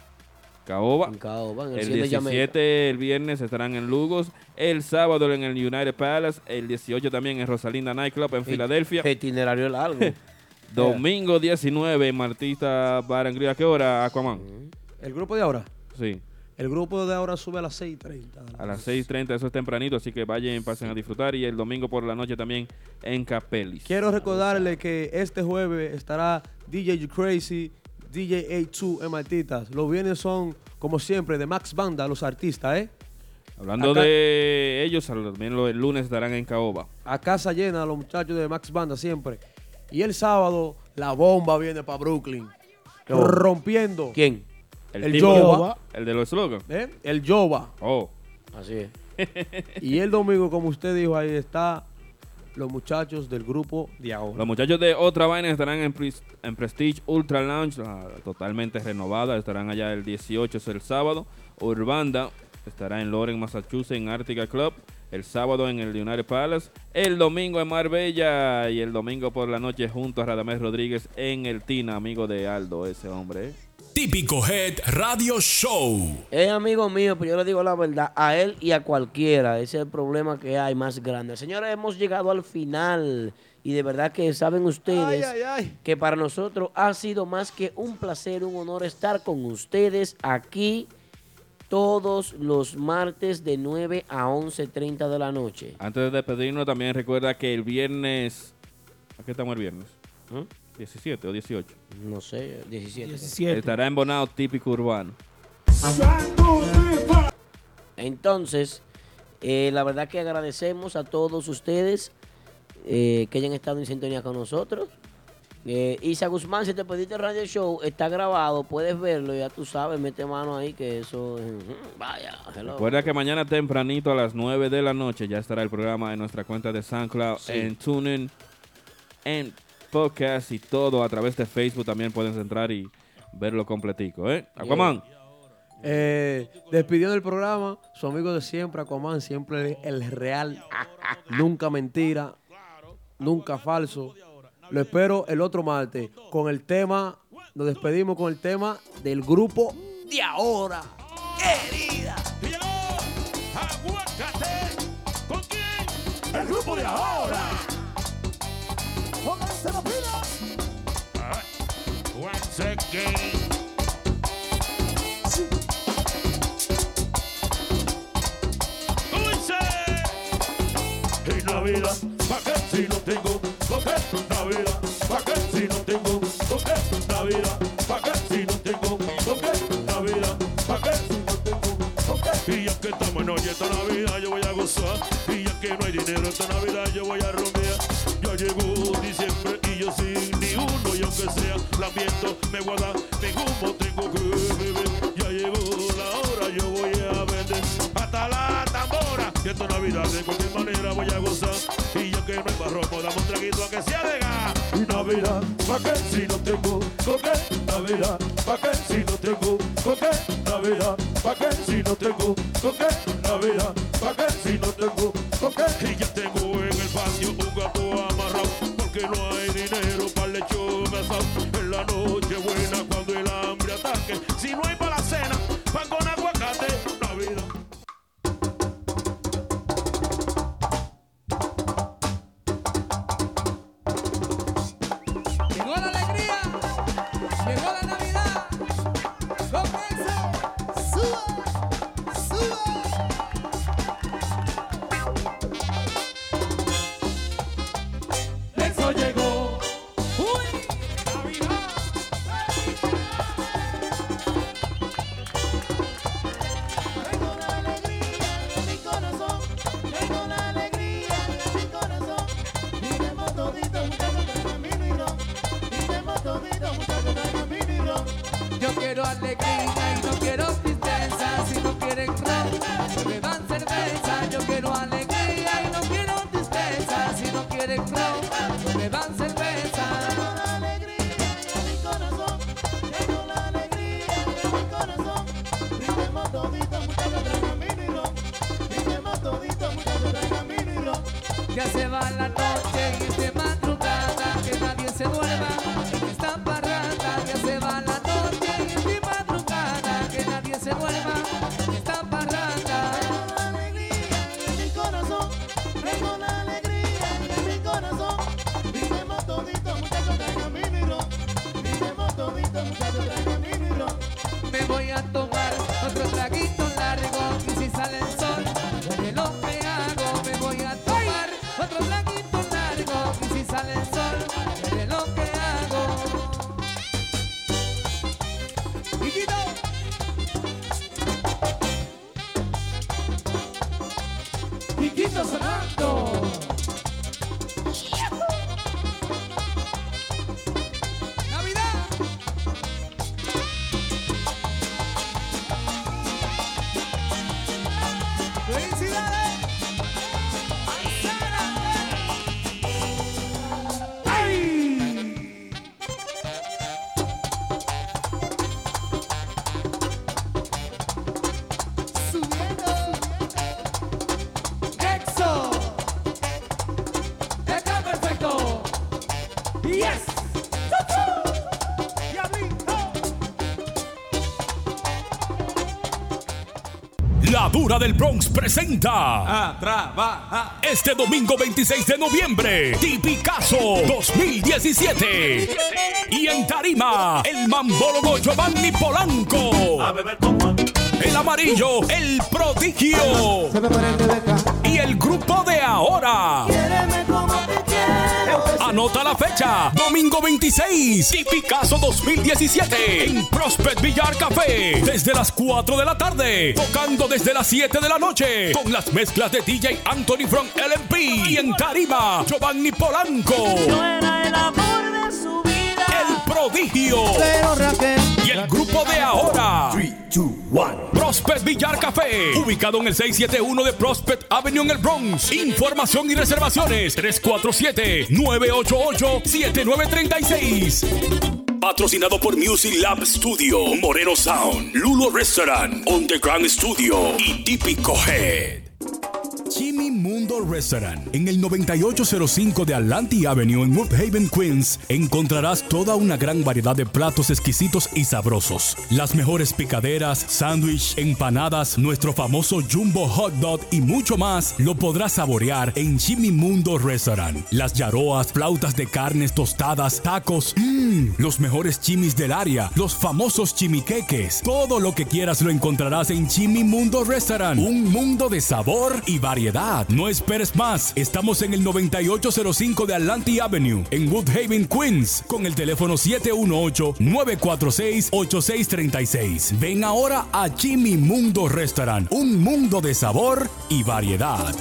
Caoba.
Caoba, en el
el
100 de Jamaica.
17 Este el viernes estarán en Lugos, el sábado en el United Palace, el 18 también en Rosalinda Nightclub en Filadelfia.
Itinerario largo.
[LAUGHS] Domingo 19 en Martita Bar and Grill. ¿A qué hora, Aquaman?
¿El grupo de ahora?
Sí.
El grupo de ahora sube a las 6.30.
A las 6.30, eso es tempranito, así que vayan, pasen a disfrutar. Y el domingo por la noche también en Capelis.
Quiero recordarle que este jueves estará DJ You Crazy, DJ A2 en Martitas. Los bienes son, como siempre, de Max Banda, los artistas, ¿eh?
Hablando
Acá-
de ellos, también lo- el lunes estarán en Caoba.
A casa llena, los muchachos de Max Banda siempre. Y el sábado, la bomba viene para Brooklyn.
bomba?
Rompiendo.
¿Quién?
El,
tipo-
Jova.
El de los slogans.
¿eh? El Jova.
Oh.
Así es.
Y el domingo, como usted dijo, ahí está los muchachos del grupo de ahora.
Los muchachos de Otra Vaina estarán en, Pres- en Prestige Ultra Lounge, la- totalmente renovada. Estarán allá el 18, es el sábado. Urbanda estará en Loren, Massachusetts, en Artica Club. El sábado en el United Palace. El domingo en Marbella. Y el domingo por la noche junto a Radamés Rodríguez en el Tina, amigo de Aldo, ese hombre. ¿eh?
Típico Head Radio Show.
Es amigo mío, pero yo le digo la verdad, a él y a cualquiera. Ese es el problema que hay más grande. Señores, hemos llegado al final. Y de verdad que saben ustedes
Ay, ay, ay.
que para nosotros ha sido más que un placer, un honor estar con ustedes aquí todos los martes de 9 a 11.30 de la noche.
Antes de despedirnos, también recuerda que el viernes. ¿A qué estamos el viernes? ¿17 o 18?
¿Mm? No sé, 17.
17. Estará en Bonao Típico Urbano.
Entonces, eh, la verdad que agradecemos a todos ustedes eh, que hayan estado en sintonía con nosotros. Eh, Isa Guzmán, si te pediste el radio show, está grabado, puedes verlo, ya tú sabes, mete mano ahí que eso es- mm, Vaya, hello.
Recuerda que mañana tempranito a las 9 de la noche ya estará el programa en nuestra cuenta de SoundCloud,
Sí.
en TuneIn, en podcast y todo a través de Facebook. También puedes entrar y verlo completico, ¿eh? Aquaman.
Eh, despidiendo el programa, su amigo de siempre, Aquaman, siempre el real, nunca mentira, nunca falso. Lo espero el otro martes con el tema, nos despedimos con el tema del grupo
De ahora, herida. aguacate. ¿Con quién? El grupo de ahora. Pónganse las pilas. Once again. En Navidad, ¿pa' qué si no tengo? ¿Por qué en Navidad? ¿Pa' qué si no tengo? ¿Por qué en Navidad? ¿Pa' qué si no tengo? ¿Por qué en Navidad? ¿Pa' qué si no tengo? ¿Por qué? Y ya que estamos en hoy esta Navidad yo voy a gozar Y ya que no hay dinero esta Navidad yo voy a romper Ya llegó diciembre y yo sin ni uno Y aunque sea lambiento me guarda mi humo tengo que beber Ya llegó la hora yo voy a vender Hasta la tambora Y esta Navidad de cualquier manera voy a gozar Y ya que no hay barroco dame un traguito a que se adega Navidad, ¿pa' qué si no tengo? ¿Con qué? Navidad, ¿pa' qué si no tengo? ¿Con qué? Navidad, ¿pa' qué si no tengo? ¿Con qué? Navidad, ¿pa' qué si no tengo? ¿Con qué? Y ya tengo en el patio un gato amarrado Porque no hay dinero para el lechón asado En la noche buena cuando el hambre ataque Si no hay para la cena, pan con aguacate Navidad Llegó la alegría, llegó la Navidad. Con eso, suba, suba. Nexo llegó, alegría y no quiero tristeza si no quieren ron. Que beban cerveza, yo quiero alegría y no quiero tristeza si no quieren ron. Que beban cerveza. Ya se va la noche y es de madrugada, que nadie se duerma en esta parranda. Ya se va la noche y es de madrugada, que nadie se duerma en esta parranda. mi corazón, traigo la alegría en mi corazón. Brindemos todito, muchachos, traigan mi ron. Brindemos todito, muchachos, traigan mi ron. Me voy a tomar otro traguito largo y si sale el sol, de lo que hago me voy a tomar otro traguito largo y si sale el sol, de lo que hago. Higuito. Higuito sonando. Navidad. ¡Felicidades! ¡Nexo! ¡Está perfecto! ¡Yes!
La Dura del Bronx presenta este domingo 26 de noviembre, Tipicazo 2017. Y en Tarima, el mambólogo Giovanni Polanco. El amarillo, el prodigio. Y el grupo de ahora. Anota la fecha, domingo 26, Tipicazo 2017, en Prospect Villar Café, desde las 4 de la tarde, tocando desde las 7 de la noche, con las mezclas de DJ Anthony from LMP y en Tarima, Giovanni Polanco,
el amor de su vida.
Oh. el prodigio y el grupo de ahora. 1. Prospect Villar Café, ubicado en el 671 de Prospect Avenue en el Bronx. Información y reservaciones 347-988-7936. Patrocinado por Music Lab Studio, Moreno Sound, Lulo Restaurant, Underground Studio y Típico Head. Jimmy Mundo Restaurant. En el 9805 de Atlantic Avenue en Woodhaven, Queens, encontrarás toda una gran variedad de platos exquisitos y sabrosos. Las mejores picaderas, sándwich, empanadas, nuestro famoso Jumbo Hot Dog y mucho más lo podrás saborear en Jimmy Mundo Restaurant. Las yaroas, flautas de carnes tostadas, tacos, mmm, los mejores chimis del área, los famosos chimiqueques. Todo lo que quieras lo encontrarás en Jimmy Mundo Restaurant. Un mundo de sabor y variedad. No esperes más. Estamos en el 9805 de Atlantic Avenue, en Woodhaven, Queens, con el teléfono 718-946-8636. Ven ahora a Jimmy Mundo Restaurant. Un mundo de sabor y variedad.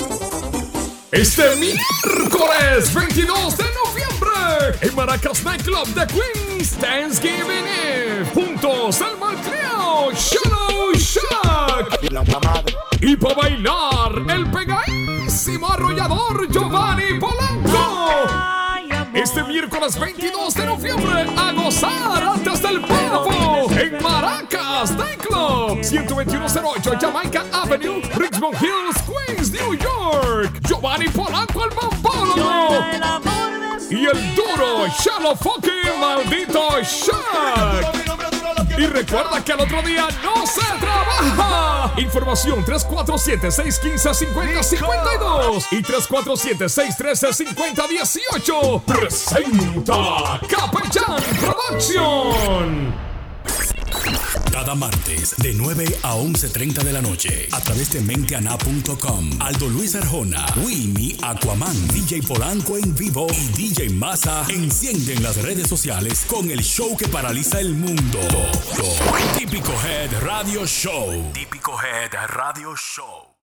Este miércoles 22 de noviembre en Maracas Nightclub de Queens Thanksgiving Eve. Juntos al mal trío Shallow Shack. Y para bailar el pegadísimo arrollador Giovanni Polanco. Este miércoles 22 de noviembre a gozar antes del pavo en Maracas Nightclub 12108 Jamaica Avenue, Richmond Hills, Queens, New York. Giovanni Polanco el bambólogo y el duro Shallow Fucking maldito Shark. Y recuerda que al otro día no se trabaja. Información 347-615-5052 y 347-613-5018. Presenta Capellán Production.
Cada martes de 9 a 11.30 de la noche a través de menteana.com. Aldo Luis Arjona, Winnie, Aquaman, DJ Polanco en vivo y DJ Massa encienden las redes sociales con el show que paraliza el mundo. Típico Head Radio Show. Típico Head Radio Show.